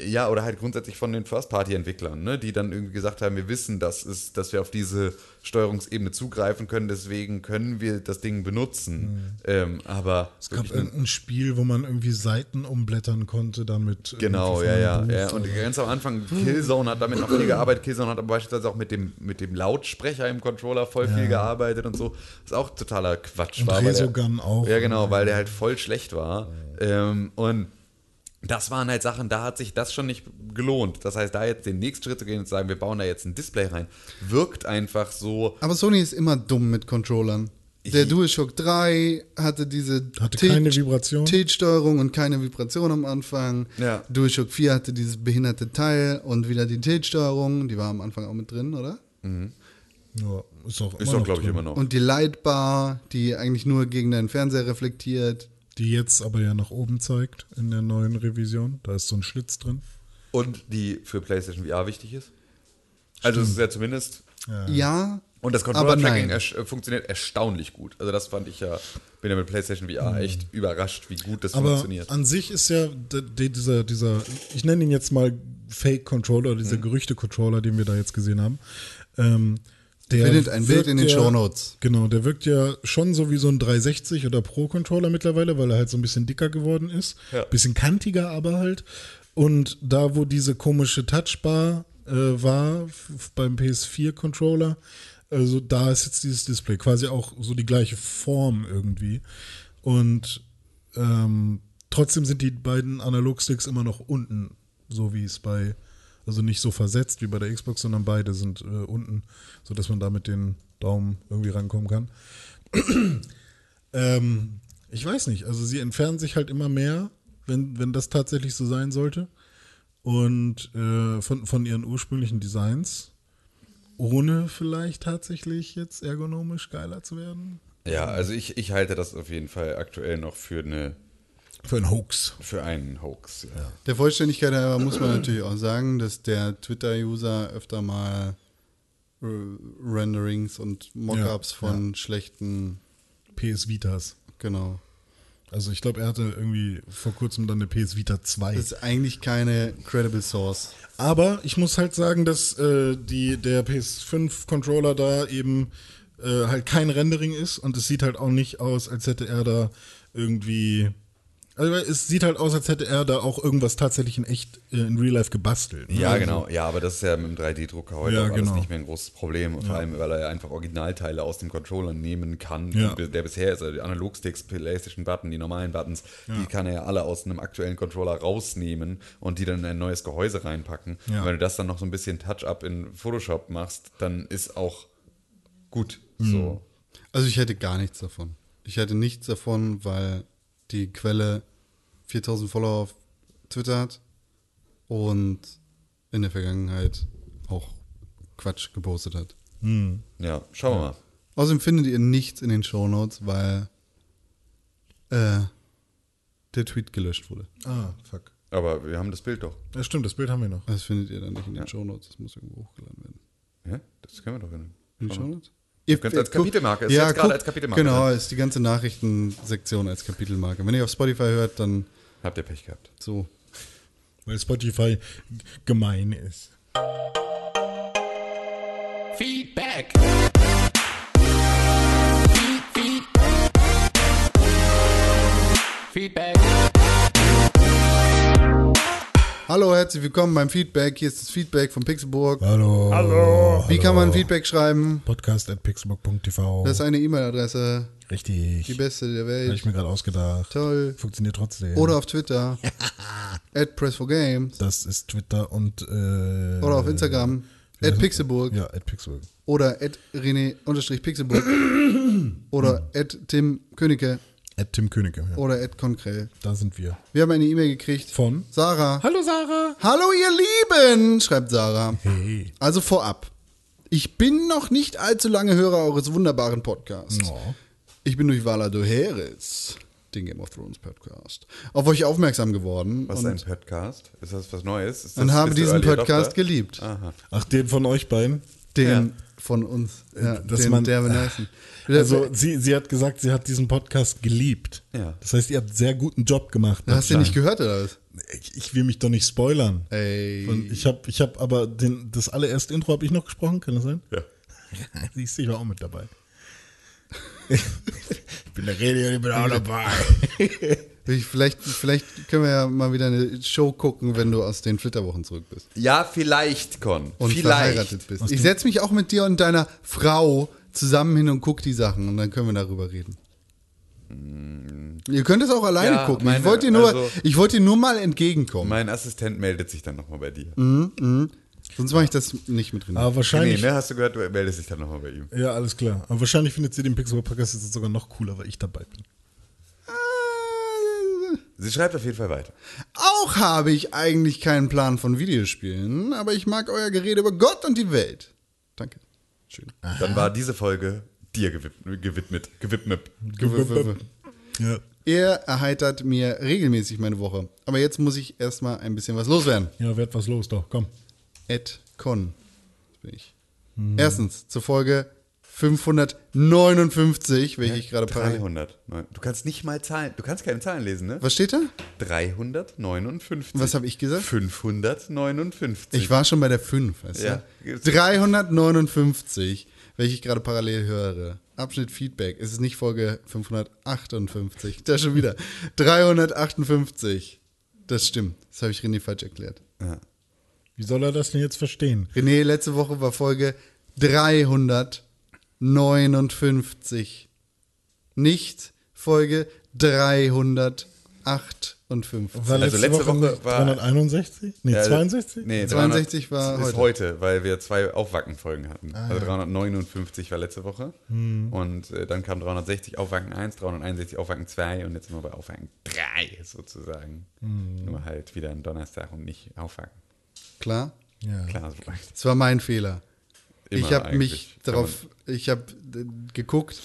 C: ja, oder halt grundsätzlich von den First-Party-Entwicklern, ne? die dann irgendwie gesagt haben, wir wissen, dass, es, dass wir auf diese Steuerungsebene zugreifen können, deswegen können wir das Ding
A: Mhm.
C: benutzen. Ähm, aber
B: Es gab irgendein Spiel, wo man irgendwie Seiten umblättern konnte, damit.
C: Genau,
B: irgendwie von
C: ja, ja,
B: einem
C: ja.
B: Boost
C: Und
B: oder- Hm.
C: ganz am Anfang, Killzone hat damit noch viel gearbeitet. Killzone hat aber beispielsweise auch mit dem, mit dem Lautsprecher im Controller voll viel gearbeitet und so. Was auch totaler Quatsch
B: Und
C: war. weil der-
B: Resogun auch.
C: Ja, genau, weil der halt voll schlecht war. Ähm, und das waren halt Sachen, da hat sich das schon nicht gelohnt. Das heißt, da jetzt den nächsten Schritt zu gehen und zu sagen, wir bauen da jetzt ein Display rein, wirkt einfach so.
A: Aber Sony ist immer dumm mit Controllern. Der DualShock 3 hatte diese
B: Hatte
A: Tilt-
B: keine Vibration.
A: Tiltsteuerung und keine Vibration am Anfang.
C: Ja.
A: DualShock 4 hatte dieses behinderte Teil und wieder die Tiltsteuerung, die war am Anfang auch mit drin, oder?
B: Ja, ist auch,
C: Ist
B: noch
C: doch, glaube ich,
B: drin.
C: immer noch.
A: Und die Lightbar, die eigentlich nur gegen deinen Fernseher reflektiert.
B: Die jetzt aber ja nach oben zeigt in der neuen Revision. Da ist so ein Schlitz drin.
C: Und die für PlayStation VR wichtig ist. Also, es ist ja zumindest
A: Ja.
C: Und das
A: Aber
C: Controller-Tracking
A: nein.
C: ersch- äh, funktioniert erstaunlich gut. Also das fand ich ja, bin ja mit PlayStation VR echt überrascht, wie gut das
B: Aber
C: funktioniert.
B: an sich ist ja d- d- dieser, dieser, ich nenne ihn jetzt mal Fake-Controller, dieser
C: Mhm.
B: Gerüchte-Controller, den wir da jetzt gesehen haben. Ähm, der
A: Findet ein Bild
B: wirkt
A: in den
B: ja,
A: Shownotes.
B: Genau, der wirkt ja schon so wie so ein 360 oder Pro-Controller mittlerweile, weil er halt so ein bisschen dicker geworden ist.
C: Ja.
B: Bisschen kantiger aber halt. Und da, wo diese komische Touchbar äh, war f- beim PS4-Controller, also da ist jetzt dieses Display quasi auch so die gleiche Form irgendwie. Und ähm, trotzdem sind die beiden Analogsticks immer noch unten, so wie es bei, also nicht so versetzt wie bei der Xbox, sondern beide sind äh, unten, sodass man da mit den Daumen irgendwie rankommen kann. ähm, ich weiß nicht, also sie entfernen sich halt immer mehr, wenn, wenn das tatsächlich so sein sollte, und äh, von, von ihren ursprünglichen Designs. Ohne vielleicht tatsächlich jetzt ergonomisch geiler zu werden?
C: ja, also ich, ich halte das auf jeden Fall aktuell noch für eine
B: Für einen Hoax.
C: für einen Hoax. Ja.
A: Der Vollständigkeit halber muss man natürlich auch sagen, dass der Twitter-User öfter mal äh, Renderings und Mockups
B: Ja,
A: von schlechten
B: PS Vitas.
A: Genau.
B: Also ich glaube, er hatte irgendwie vor kurzem dann eine PS Vita 2.
A: Das ist eigentlich keine Credible Source.
B: Aber ich muss halt sagen, dass äh, die, der PS5-Controller da eben äh, halt kein Rendering ist und es sieht halt auch nicht aus, als hätte er da irgendwie. Also es sieht halt aus, als hätte er da auch irgendwas tatsächlich in echt äh, in Real Life gebastelt. ne?
C: Ja,
B: Also,
C: genau. Ja, aber das ist ja mit dem 3D-Drucker heute
B: Ja,
C: auch alles
B: genau.
C: nicht mehr ein großes Problem. Und Vor allem, weil er ja einfach Originalteile aus dem Controller nehmen kann.
B: Ja.
C: Der, der bisher ist, also die Analogsticks, Playstation-Button, die normalen Buttons, die kann er ja alle aus einem aktuellen Controller rausnehmen und die dann in ein neues Gehäuse reinpacken.
B: Ja.
C: Und wenn du das dann noch so ein bisschen Touch-Up in Photoshop machst, dann ist auch gut. So.
A: Also ich hätte gar nichts davon. Ich hätte nichts davon, weil die Quelle 4000 Follower auf Twitter hat und in der Vergangenheit auch Quatsch gepostet hat.
C: Ja, schauen wir mal.
A: Außerdem findet ihr nichts in den Shownotes, weil äh, der Tweet gelöscht wurde.
B: Ah, fuck.
C: Aber wir haben das Bild doch.
B: Ja, stimmt, das Bild haben wir noch.
A: Das findet ihr dann nicht in den Shownotes, das muss irgendwo hochgeladen werden.
C: Ja, das können wir doch. in-
A: In den Shownotes? Ihr
C: Ganz als
A: guckt-
C: Kapitelmarke, ist jetzt gerade
A: guckt-
C: als Kapitelmarke
A: Genau,
C: drin.
A: ist die ganze Nachrichtensektion als Kapitelmarke. Wenn ihr auf Spotify hört, dann
C: Habt ihr Pech gehabt.
A: so.
B: Weil Spotify g- gemein ist.
G: Feedback. Feedback.
A: Hallo, herzlich willkommen beim Feedback. Hier ist das Feedback von Pixelburg.
B: Hallo.
A: Wie kann man Feedback schreiben?
B: Podcast at pixelbook.tv.
A: Das ist eine E-Mail-Adresse,
B: Richtig.
A: die beste der
B: Habe
A: Welt.
B: ich mir gerade ausgedacht.
A: Toll.
B: Funktioniert trotzdem.
A: Oder auf Twitter. at Press4Games.
B: Das ist Twitter und. Äh,
A: Oder auf Instagram.
B: wie heißt-
A: At Pixelburg.
B: Ja, at Pixelburg.
A: Oder at René-Pixelburg. oder at Tim Königke.
B: At Tim Königke. Ja.
A: Oder at Konkrell.
B: Da sind wir.
A: Wir haben eine E-Mail gekriegt.
B: Von?
A: Sarah.
B: Hallo Sarah.
A: Hallo ihr Lieben, schreibt Sarah.
B: Hey.
A: Also vorab. Ich bin noch nicht allzu lange Hörer eures wunderbaren Podcasts.
B: Oh.
A: Ich bin durch Vala Doheris, den Game of Thrones Podcast, auf euch aufmerksam geworden
C: Was ist ein
A: und,
C: Podcast? Ist das was Neues? Ist das,
A: und habe
C: bist du
A: diesen
C: Early
A: Podcast
C: Adopter?
A: geliebt.
C: Ah.
B: Ach, den von euch beiden.
A: Den
C: Ja.
A: von uns, ja,
B: dass
A: den
B: man-
A: der Beneisen.
B: Also sie, sie hat gesagt, sie hat diesen Podcast geliebt.
C: Ja.
B: Das heißt, ihr habt einen sehr guten Job gemacht.
A: hast du den nicht
B: Nathan.
A: gehört oder was?
B: Ich, ich will mich doch nicht spoilern.
A: Ey.
B: Und ich habe ich hab aber den, das allererste Intro habe ich noch gesprochen, kann das sein?
C: Ja.
B: Siehst du, ich war auch mit dabei. ich bin der Rede und ich bin auch dabei.
A: Ich, vielleicht, vielleicht können wir ja mal wieder eine Show gucken, wenn du aus den Flitterwochen zurück bist
C: Ja, vielleicht, Con.
A: und
C: vielleicht.
A: verheiratet bist. Ich setze mich auch mit dir und deiner Frau zusammen hin und guck die Sachen und dann können wir darüber reden. Ihr könnt es auch alleine
C: Ja,
A: gucken. ich
C: meine-
A: wollte dir, nur-
C: also-
A: ich wollte dir nur mal entgegenkommen.
C: Mein Assistent meldet sich dann nochmal bei dir.
A: Sonst mache ich das nicht mit René.
B: Aber
C: Nee,
B: wahrscheinlich.
C: ne, hast du gehört, du meldest dich dann nochmal bei ihm.
B: Ja, alles klar. Aber wahrscheinlich findet sie den Pixel Podcast jetzt sogar noch cooler, weil ich dabei bin.
C: Sie schreibt auf jeden Fall weiter.
A: Äh, Auch habe ich eigentlich keinen Plan von Videospielen, aber ich mag euer Gerede über Gott und die Welt. Danke. Schön.
C: Dann war diese Folge dir gewidmet. gewidmet, gewidmet.
B: Ja.
A: Ihr erheitert mir regelmäßig meine Woche. Aber jetzt muss ich erstmal ein bisschen was loswerden.
B: Ja, wird was los, doch, komm.
A: Ed Con. Das bin ich. Erstens, zur Folge 559, welche ich gerade parallel.
C: 300. Nein, Du kannst nicht mal Zahlen, du kannst keine Zahlen lesen, ne?
A: Was steht da?
C: 359.
A: Was habe ich gesagt?
C: 559.
A: Ich war schon bei der 5, weißt
C: Ja.
A: du? 359, welche ich gerade parallel höre. Abschnitt Feedback. Es ist nicht Folge 558. Da schon wieder. 358. Das stimmt. Das habe ich René falsch erklärt.
B: Wie soll er das denn jetzt verstehen?
A: René, letzte Woche war Folge 359. Nicht Folge 358.
B: War
C: Also letzte Woche
B: nicht
C: war-
B: 361? Nee,
C: Ja,
B: 62?
C: Äh, Nee,
A: 62 war Ah,
C: ist heute. weil wir zwei Aufwacken-Folgen hatten. also 359 war letzte Woche und äh, dann kam 360 Aufwacken 1, 361 Aufwacken 2 und jetzt sind wir bei Aufwacken 3 sozusagen. Nur halt wieder ein Donnerstag und nicht Aufwacken.
A: Klar?
B: Ja.
C: Klar, so
A: Es war mein Fehler.
C: Immer
A: ich habe mich
C: eigentlich. Kann
A: darauf, ich habe geguckt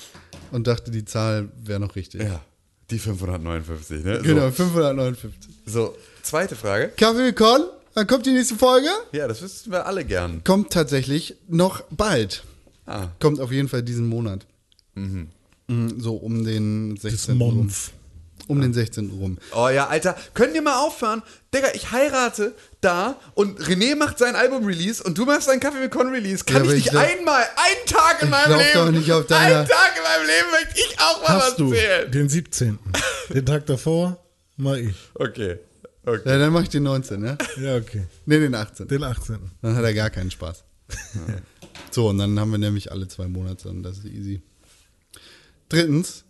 A: und dachte, die Zahl wäre noch richtig.
C: man- Ja, die 559, ne?
A: Genau,
C: So,
A: 559.
C: so, zweite Frage.
A: Kaffee mit Con, dann kommt die nächste Folge.
C: Ja, das wissen wir alle gern.
A: Kommt tatsächlich noch bald.
C: Ah.
A: Kommt auf jeden Fall diesen Monat. Mhm. ähm, so um den 16. rum.
B: Monf.
A: Um den 16. rum.
C: Oh ja, Alter, könnt ihr mal auffahren? Digga, ich heirate da und René macht sein Album-Release und du machst deinen Kaffee mit Con-Release.
A: Ja,
C: Kann
A: aber
C: ich
A: ich
C: nicht
A: glaub-
C: einmal, einen Tag in
A: Ich
C: meinem
A: glaub
C: Leben,
A: doch nicht auf deiner-
C: einen Tag in meinem Leben möchte ich auch mal was
B: Hast du
C: zählen.
B: den 17. den Tag davor mal ich.
C: Okay, okay.
A: Ja, dann mach ich den 19, ne?
B: Ja, okay.
A: Ne, den 18.
B: Den 18.
A: Dann hat er gar keinen Spaß. so, und dann haben wir nämlich alle zwei Monate und das ist easy. Drittens,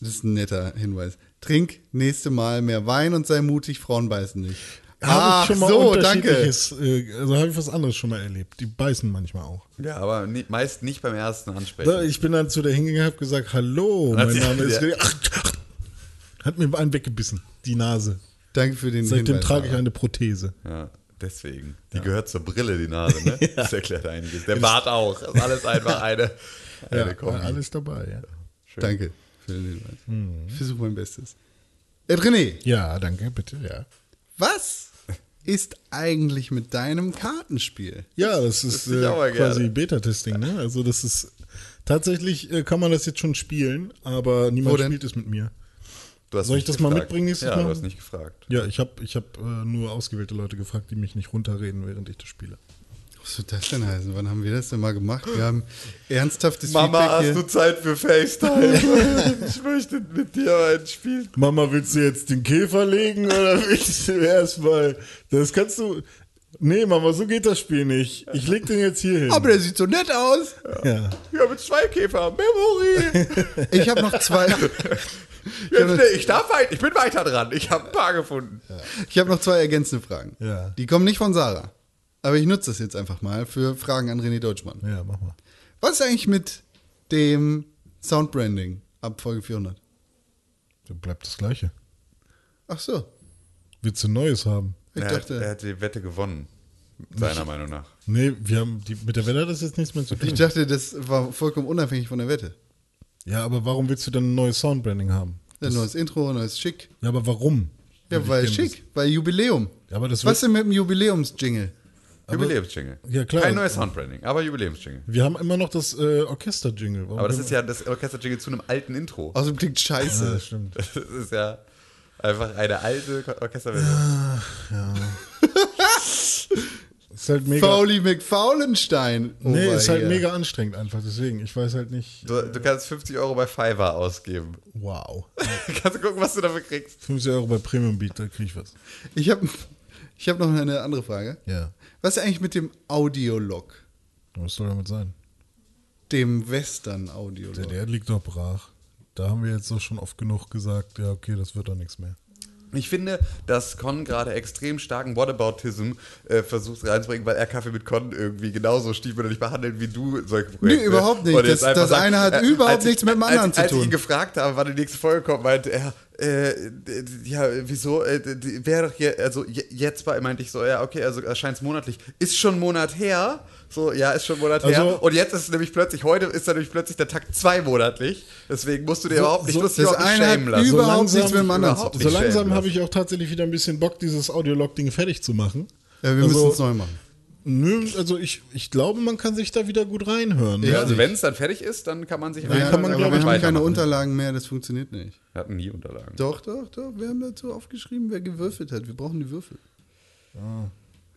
A: das ist ein netter Hinweis, trink nächste Mal mehr Wein und sei mutig, Frauen beißen nicht.
B: Habe ich schon mal
A: so, danke.
B: unterschiedliches, äh, also habe ich was anderes schon mal erlebt. Die beißen manchmal auch.
C: Ja, aber ni- meist nicht beim ersten Ansprechen.
B: So, Ne, ich bin dann zu der hingegangen, habe gesagt, hallo, mein
C: sie-
B: Name ist...
C: ja.
B: René." Ach, ach, hat mir einen weggebissen, die Nase.
A: Danke für den
B: Seitdem
A: Hinweis.
B: trage ich eine Prothese.
C: Ja, deswegen. Die gehört zur Brille, die Nase, ne? Das erklärt einiges. Der Bart auch. Das ist alles einfach eine, eine
B: Ja, also
C: Kombi.
B: alles dabei, ja.
A: Danke für den Hinweis. Ich versuche mein Bestes. Äh, René,
B: Ja, danke, bitte, ja.
A: was ist eigentlich mit deinem Kartenspiel?
B: Ja, das ist
C: ich
B: äh,
C: auch mal gerne.
B: quasi Beta-Testing, ne? Also das ist... Tatsächlich äh, kann man das jetzt schon spielen, aber
A: Wo
B: niemand
A: denn?
B: spielt es mit mir.
C: Du hast
B: Soll
C: nicht
B: ich das mal
C: gefragt.
B: mitbringen nächstes
C: ja,
B: Mal?
C: Ja, du hast nicht gefragt.
B: Ja, ich habe ich hab, äh, nur ausgewählte Leute gefragt, die mich nicht runterreden, während ich das spiele.
A: Was soll das denn heißen? Wann haben wir das denn mal gemacht? Wir haben ernsthaftes
C: Mama, hast
A: Feedback
C: du Zeit für FaceTime? ich möchte mit dir ein Spiel.
B: Mama, willst du jetzt den Käfer legen oder willst du erstmal. Das kannst du. Nee, Mama, so geht das Spiel nicht. Ich leg den jetzt hier hin.
A: hier. Aber der sieht so nett aus.
B: ja.
C: Ja, mit zwei Käfer. Memory.
A: Ich habe noch zwei.
C: Jetzt, nee, ich darf weit, ich bin weiter dran. Ich habe ein paar gefunden.
A: Ich habe noch zwei ergänzende Fragen.
B: Ja.
A: Die kommen nicht von Sarah. Aber ich nutze das jetzt einfach mal für Fragen an René Deutschmann.
B: ja, mach mal.
A: Was ist eigentlich mit dem Soundbranding ab Folge 400?
B: Dann bleibt das Gleiche.
A: Ach so.
B: Willst du Neues haben?
A: Ich
C: er, hat,
A: dachte,
C: er hat die Wette gewonnen. Seiner Meinung nach.
B: Nee, wir haben die, mit der Welle hat das jetzt nichts mehr zu
A: ich
B: tun.
A: dachte, das war vollkommen unabhängig von der Wette.
B: Ja, aber warum willst du dann ein neues Soundbranding haben?
A: Ein neues Intro, neues Schick.
B: Ja, aber warum? Würde
A: Ja,
B: ich
A: weil
B: gerne
A: schick, weil Jubiläum.
B: Ja, aber das
A: Was
B: wird-
A: denn mit dem Jubiläumsjingle?
C: Jubiläumsjingle.
B: Ja, klar.
C: Kein neues Soundbranding, aber Jubiläumsjingle.
B: wissen. Wir haben immer noch das äh, Orchester-Jingle. Warum
C: Aber das
B: können
C: ist ja das Orchester-Jingle zu einem alten Intro.
A: Außerdem klingt
B: wir- Ja,
A: scheiße.
B: das stimmt.
C: Das ist ja einfach eine alte Ko- Orchesterversion.
B: Ist halt mega.
A: Fowley McFaulenstein. Oh
B: Nee,
A: over
B: ist halt
A: here.
B: mega anstrengend einfach, deswegen. Ich weiß halt nicht.
C: Du, du kannst 50 Euro bei Fiverr ausgeben.
B: Wow.
C: kannst du gucken, was du dafür kriegst.
B: 50 Euro bei Premium Beat, da krieg ich was.
A: Ich habe ich hab noch eine andere Frage.
B: Ja.
A: Was ist eigentlich mit dem Audiolog?
B: Was soll damit sein?
A: Dem Western-Audiolog.
B: Der liegt doch brach. Da haben wir jetzt doch schon oft genug gesagt, ja, okay, das wird doch nichts mehr.
C: Ich finde, dass Con gerade extrem starken Whataboutism äh, versucht reinzubringen, weil er Kaffee mit Con irgendwie genauso stiefmütterlich behandelt wie du solche Projekte.
A: Nee, überhaupt nicht.
C: Und jetzt
A: Das-
C: einfach äh,
A: das eine hat
C: als
A: überhaupt
C: ich-
A: nichts mit dem anderen
C: als,
A: zu
C: Als ich
A: tun.
C: ihn gefragt habe, wann die nächste Folge kommt, meinte er, äh, d- d- ja, wieso, äh, d- d- wäre doch hier, also je- jetzt bei, meinte ich so, ja, okay, also erscheint es monatlich. Ist schon ein Monat her. So, ja, ist schon ein Monat
B: Also-
C: her. Und jetzt ist nämlich plötzlich, heute ist dann nämlich plötzlich der Tag zwei monatlich. Deswegen musst du dir überhaupt nicht
B: so-
C: lustig
A: das
C: überhaupt nicht
A: eine hat
C: schämen lassen.
A: Überhaupt
B: langsam-
A: nichts mit dem anderen
C: überhaupt
B: So
C: nicht schämen
B: langsam
C: lassen.
B: habe ich auch tatsächlich wieder ein bisschen Bock, dieses Audiolog-Ding fertig zu machen.
A: Ja, Äh, wir
B: also,
A: müssen es neu machen.
B: Nö, also ich, ich glaube, man kann sich da wieder gut reinhören. ne?
C: Ja,
B: Ja,
C: also wenn es dann fertig ist, dann kann man sich
A: Ja,
B: kann man,
A: aber
B: glaub
A: wir haben
B: ich,
A: keine
C: weitermachen.
A: Unterlagen mehr, das funktioniert nicht.
C: Wir hatten nie Unterlagen.
A: Doch, doch, doch. Wir haben dazu aufgeschrieben, wer gewürfelt hat. Wir brauchen die Würfel.
C: Ja.
A: Äh,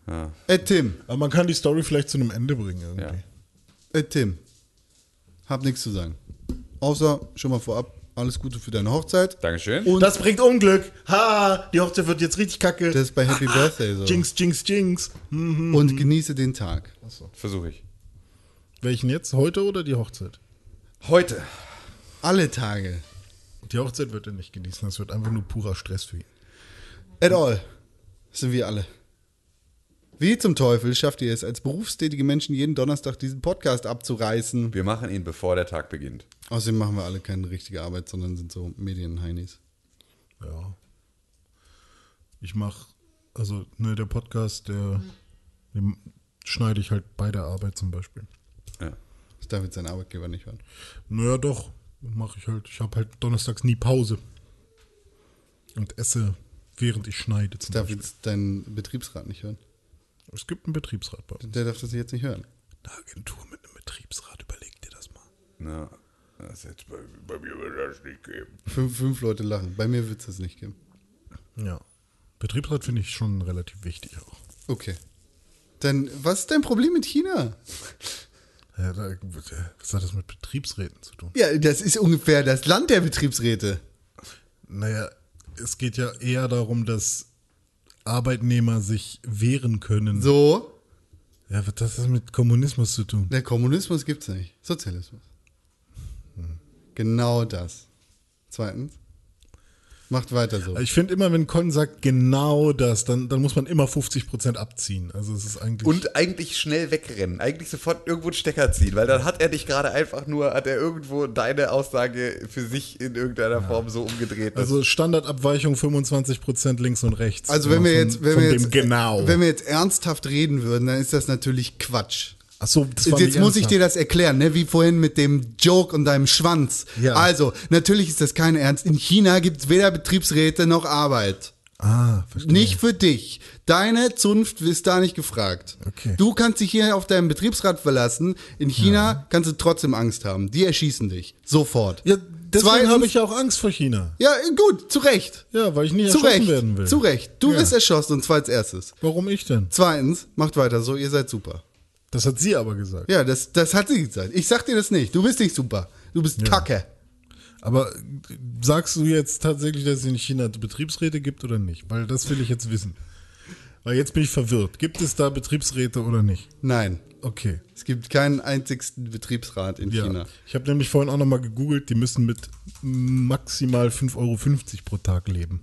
A: Ah. Tim,
B: Aber man kann die Story vielleicht zu einem Ende bringen
C: Ja.
B: irgendwie.
A: äh, Tim. Hab nichts zu sagen. Außer schon mal vorab, alles Gute für deine Hochzeit.
C: Dankeschön.
A: Und
B: Das bringt Unglück. Ha, die Hochzeit wird jetzt richtig kacke.
A: das ist bei Happy Birthday so.
B: Jinx, Jinx, Jinx. Mhm.
A: Und genieße den Tag.
C: Versuche ich.
B: Welchen jetzt? Heute oder die Hochzeit?
C: Heute.
A: Alle Tage.
B: Die Hochzeit wird er nicht genießen. Das wird einfach nur purer Stress für ihn.
A: At all. Das sind wir alle. Wie zum Teufel schafft ihr es, als berufstätige Menschen jeden Donnerstag diesen Podcast abzureißen?
C: Wir machen ihn, bevor der Tag beginnt.
A: Außerdem machen wir alle keine richtige Arbeit, sondern sind so Medien-Heinis.
B: Ja. Ich mach, also, ne, der Podcast, der den schneide ich halt bei der Arbeit zum Beispiel.
C: Ja.
A: Das darf jetzt sein Arbeitgeber nicht hören.
B: Naja, doch, mache ich halt. Ich habe halt donnerstags nie Pause. Und esse, während ich schneide zum
A: Das darf
B: Beispiel.
A: jetzt dein Betriebsrat nicht hören.
B: Es gibt einen Betriebsrat bei uns.
A: Der darf das jetzt nicht hören.
B: Eine Agentur mit einem Betriebsrat, überleg dir das mal.
C: Ja.
B: Das jetzt bei, bei mir wird das nicht geben.
A: Fünf, fünf Leute lachen. Bei mir wird es das nicht geben.
B: Ja. Betriebsrat finde ich schon relativ wichtig auch.
A: Okay. Dann, was ist dein Problem mit China?
B: Ja, da, was hat das mit Betriebsräten zu tun?
A: Ja, das ist ungefähr das Land der Betriebsräte.
B: Naja, es geht ja eher darum, dass Arbeitnehmer sich wehren können.
A: So,
B: Ja, was hat das mit Kommunismus zu tun?
A: der Ne, Kommunismus gibt's nicht. Sozialismus. Genau das. Zweitens, macht weiter so.
B: Ich finde immer, wenn Con sagt genau das, dann, dann muss man immer 50% abziehen. Also es ist eigentlich.
C: Und eigentlich schnell wegrennen, eigentlich sofort irgendwo einen Stecker ziehen, weil dann hat er dich gerade einfach nur, hat er irgendwo deine Aussage für sich in irgendeiner Form so umgedreht. dass-
B: also Standardabweichung 25% links und rechts.
A: Also wenn wir
B: Ja, von-
A: jetzt, wenn
B: von
A: wir
B: dem
A: jetzt,
B: genau.
A: wenn wir jetzt ernsthaft reden würden, dann ist das natürlich Quatsch.
B: Achso, das war
A: Jetzt
B: nicht
A: muss ich dir das
B: ernsthaft.
A: erklären, ne? wie vorhin mit dem Joke und deinem Schwanz.
B: Ja.
A: Also, natürlich ist das kein Ernst. In China gibt's weder Betriebsräte noch Arbeit.
B: Ah, verstehe.
A: Nicht für dich. Deine Zunft ist da nicht gefragt.
B: Okay.
A: Du kannst dich hier auf deinen Betriebsrat verlassen. In China kannst du trotzdem Angst haben. Die erschießen dich. Sofort.
B: Ja, deswegen
A: Zweitens-
B: habe ich ja auch Angst vor China.
A: Ja, gut, zu Recht.
B: Ja, weil ich nicht
A: Zu
B: erschossen
A: Recht.
B: werden will.
A: Zu Recht. Du
B: Ja.
A: wirst erschossen und zwar als erstes.
B: Warum ich denn?
A: Zweitens, macht weiter so, ihr seid super.
B: Das hat sie aber gesagt.
A: Ja, das, das hat sie gesagt. Ich sag dir das nicht. Du bist nicht super. Du bist Kacke.
B: Aber sagst du jetzt tatsächlich, dass es in China Betriebsräte gibt oder nicht? Weil das will ich jetzt wissen. Weil jetzt bin ich verwirrt. Gibt es da Betriebsräte oder nicht?
A: Nein.
B: Okay.
A: Es gibt keinen einzigsten Betriebsrat in
B: Ja.
A: China.
B: Ich habe nämlich vorhin auch nochmal gegoogelt, die müssen mit maximal 5,50 Euro pro Tag leben.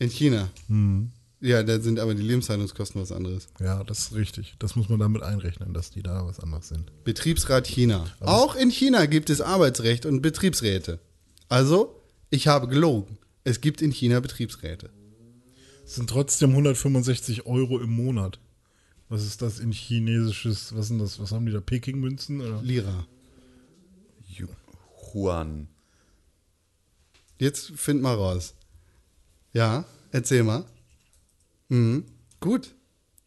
A: In China.
B: Hm.
A: Ja, da sind aber die Lebenshaltungskosten was anderes.
B: Ja, das ist richtig. Das muss man damit einrechnen, dass die da was anderes sind.
A: Betriebsrat China. Auch in China gibt es Arbeitsrecht und Betriebsräte. Also, ich habe gelogen. Es gibt in China Betriebsräte.
B: Es sind trotzdem 165 Euro im Monat. Was ist das in chinesisches, was sind das, was haben die da, Peking-Münzen? oder?
A: Lira.
C: Ju- Juan.
A: Jetzt find mal raus. Ja, erzähl mal. Mhm. Gut.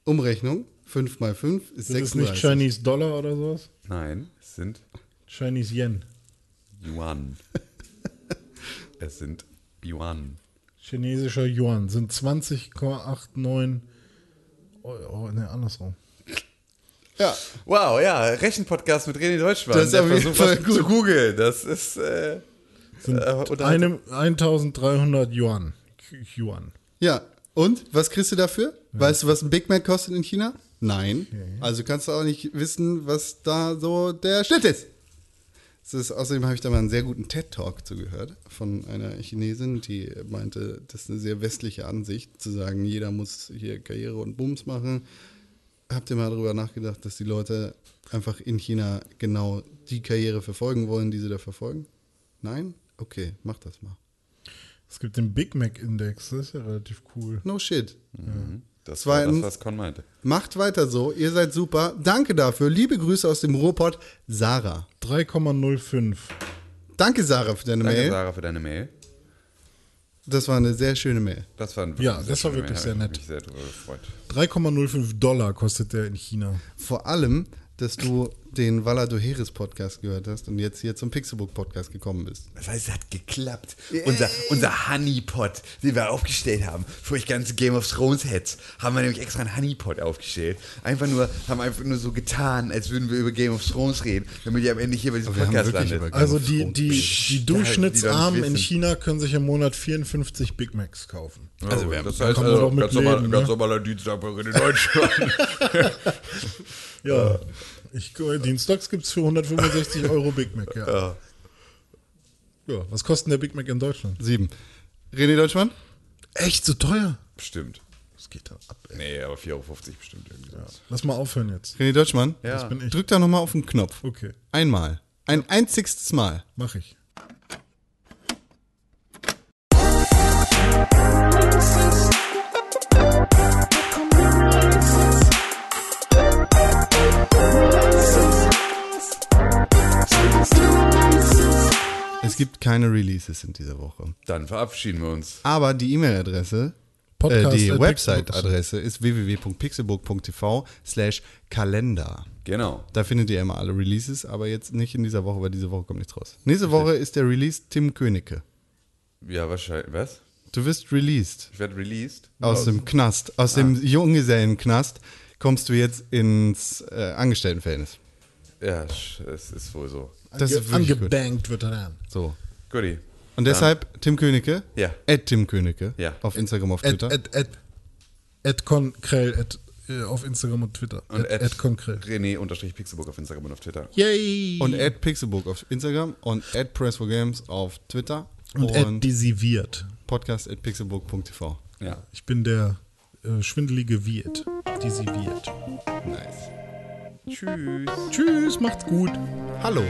A: Umrechnung. 5 mal 5 ist
B: Sind das nicht
A: 36.
B: Chinese Dollar oder sowas?
C: Nein, es sind
B: Chinese Yen.
C: Yuan. es sind Yuan.
B: Chinesischer Yuan sind 20,89 Euro. Ne, andersrum.
A: Ja,
C: Wow, ja, Rechenpodcast mit René Deutschmann.
A: Das ist
C: der
A: auf jeden
C: versucht
A: Fall
C: was
A: gut.
C: zu googeln. Das ist äh,
B: Sind
C: Äh, und
B: einem, 1300 Yuan. Yuan.
A: Ja, und was kriegst du dafür? Weißt du, was ein Big Mac kostet in China? Nein. Also kannst du auch nicht wissen, was da so der Schnitt ist. Das ist außerdem habe ich da mal einen sehr guten TED-Talk zugehört von einer Chinesin, die meinte, das ist eine sehr westliche Ansicht, zu sagen, jeder muss hier Karriere und Bums machen. Habt ihr mal darüber nachgedacht, dass die Leute einfach in China genau die Karriere verfolgen wollen, die sie da verfolgen? Nein? Okay, mach das mal.
B: Es gibt den Big Mac Index, das ist ja relativ cool.
A: No shit.
C: das
A: Zweitens-
C: war das, was Con meinte.
A: Macht weiter so, ihr seid super. Danke dafür. Liebe Grüße aus dem Ruhrpott, Sarah.
B: 3,05.
A: Danke, Sarah, für deine
C: Danke,
A: Mail.
C: Sarah, für deine Mail.
A: Das war eine sehr schöne Mail.
C: Das war ein
B: Ja,
C: sehr
B: das war
C: schöne
B: wirklich sehr
C: Mail, hab ich
B: nett.
C: Mich sehr darüber gefreut.
B: 3,05 Dollar kostet der in China.
A: Vor allem, dass du den Valadoheris Podcast gehört hast und jetzt hier zum Pixelbook Podcast gekommen bist.
C: Das heißt, es hat geklappt. Unser, unser Honeypot, den wir aufgestellt haben, für euch ganze Game of Thrones Heads, haben wir nämlich extra einen Honeypot aufgestellt. Einfach nur, haben einfach nur so getan, als würden wir über Game of Thrones reden, damit ihr am Ende hier bei diesem
A: Aber wir haben
C: Podcast
A: wirklich
C: landet.
A: über-
B: Also die, die, die Durchschnittsarmen
C: die
B: in
C: wissen.
B: China können sich im Monat 54 Big Macs kaufen.
C: Also, wir haben das
B: heißt kann man also, doch mit ganz normal- leben, ganz ne?
C: normaler Dienstag bei René Deutschland.
B: Ja. Ich, Dienstags gibt es für 165 Euro Big Mac, ja. ja. was kostet der Big Mac in Deutschland?
A: Sieben. René Deutschmann?
B: Echt so teuer?
C: bestimmt.
B: Das geht da ab, ey.
C: Nee, aber 4,50 Euro bestimmt irgendwie. Ja.
B: Lass mal aufhören jetzt.
A: René Deutschmann?
C: Ja.
B: Das bin ich.
A: Drück da nochmal auf den Knopf.
B: Okay,
A: Einmal. Ein einzigstes Mal.
B: mach ich.
A: Es gibt keine Releases in dieser Woche.
C: Dann verabschieden wir uns.
A: Aber die E-Mail-Adresse Äh,
H: Podcast.
A: die
H: at Pixelbook.
A: Website-Adresse ist www.pixelburg.tv slash Kalender.
C: Genau.
A: Da findet ihr immer alle Releases, aber jetzt nicht in dieser Woche, weil diese Woche kommt nichts raus. Nächste Woche ist der Release Tim Königke.
C: Ja, wahrscheinlich. Was?
A: Du wirst released
C: Ich werde released.
A: aus dem Knast, aus
B: Ah.
A: dem Junggesellenknast kommst du jetzt ins äh, Angestelltenverhältnis.
C: Ja, sch- es ist wohl so.
A: Das ist wirklich gut.
B: Angebankt wird er dann.
A: So.
C: Goodie.
A: Und deshalb Tim Königke,
C: Ja.
A: at Tim Königke,
C: Ja.
A: auf Instagram, auf
B: At,
A: Twitter.
B: at, at, at Conkrell at, äh, auf Instagram und Twitter.
C: Und
B: at,
C: at,
B: at Conkrell.
C: René-Pixelburg auf Instagram und auf Twitter.
B: Yay!
A: und at Pixelburg auf Instagram und at Press4Games auf Twitter
B: Und at Desiviert.
A: podcast at pixelburg.tv.
C: Ja.
B: Ich bin der äh, schwindelige Wirt. Desiviert.
A: Nice.
C: Tschüss.
B: Tschüss, macht's gut.
A: Hallo.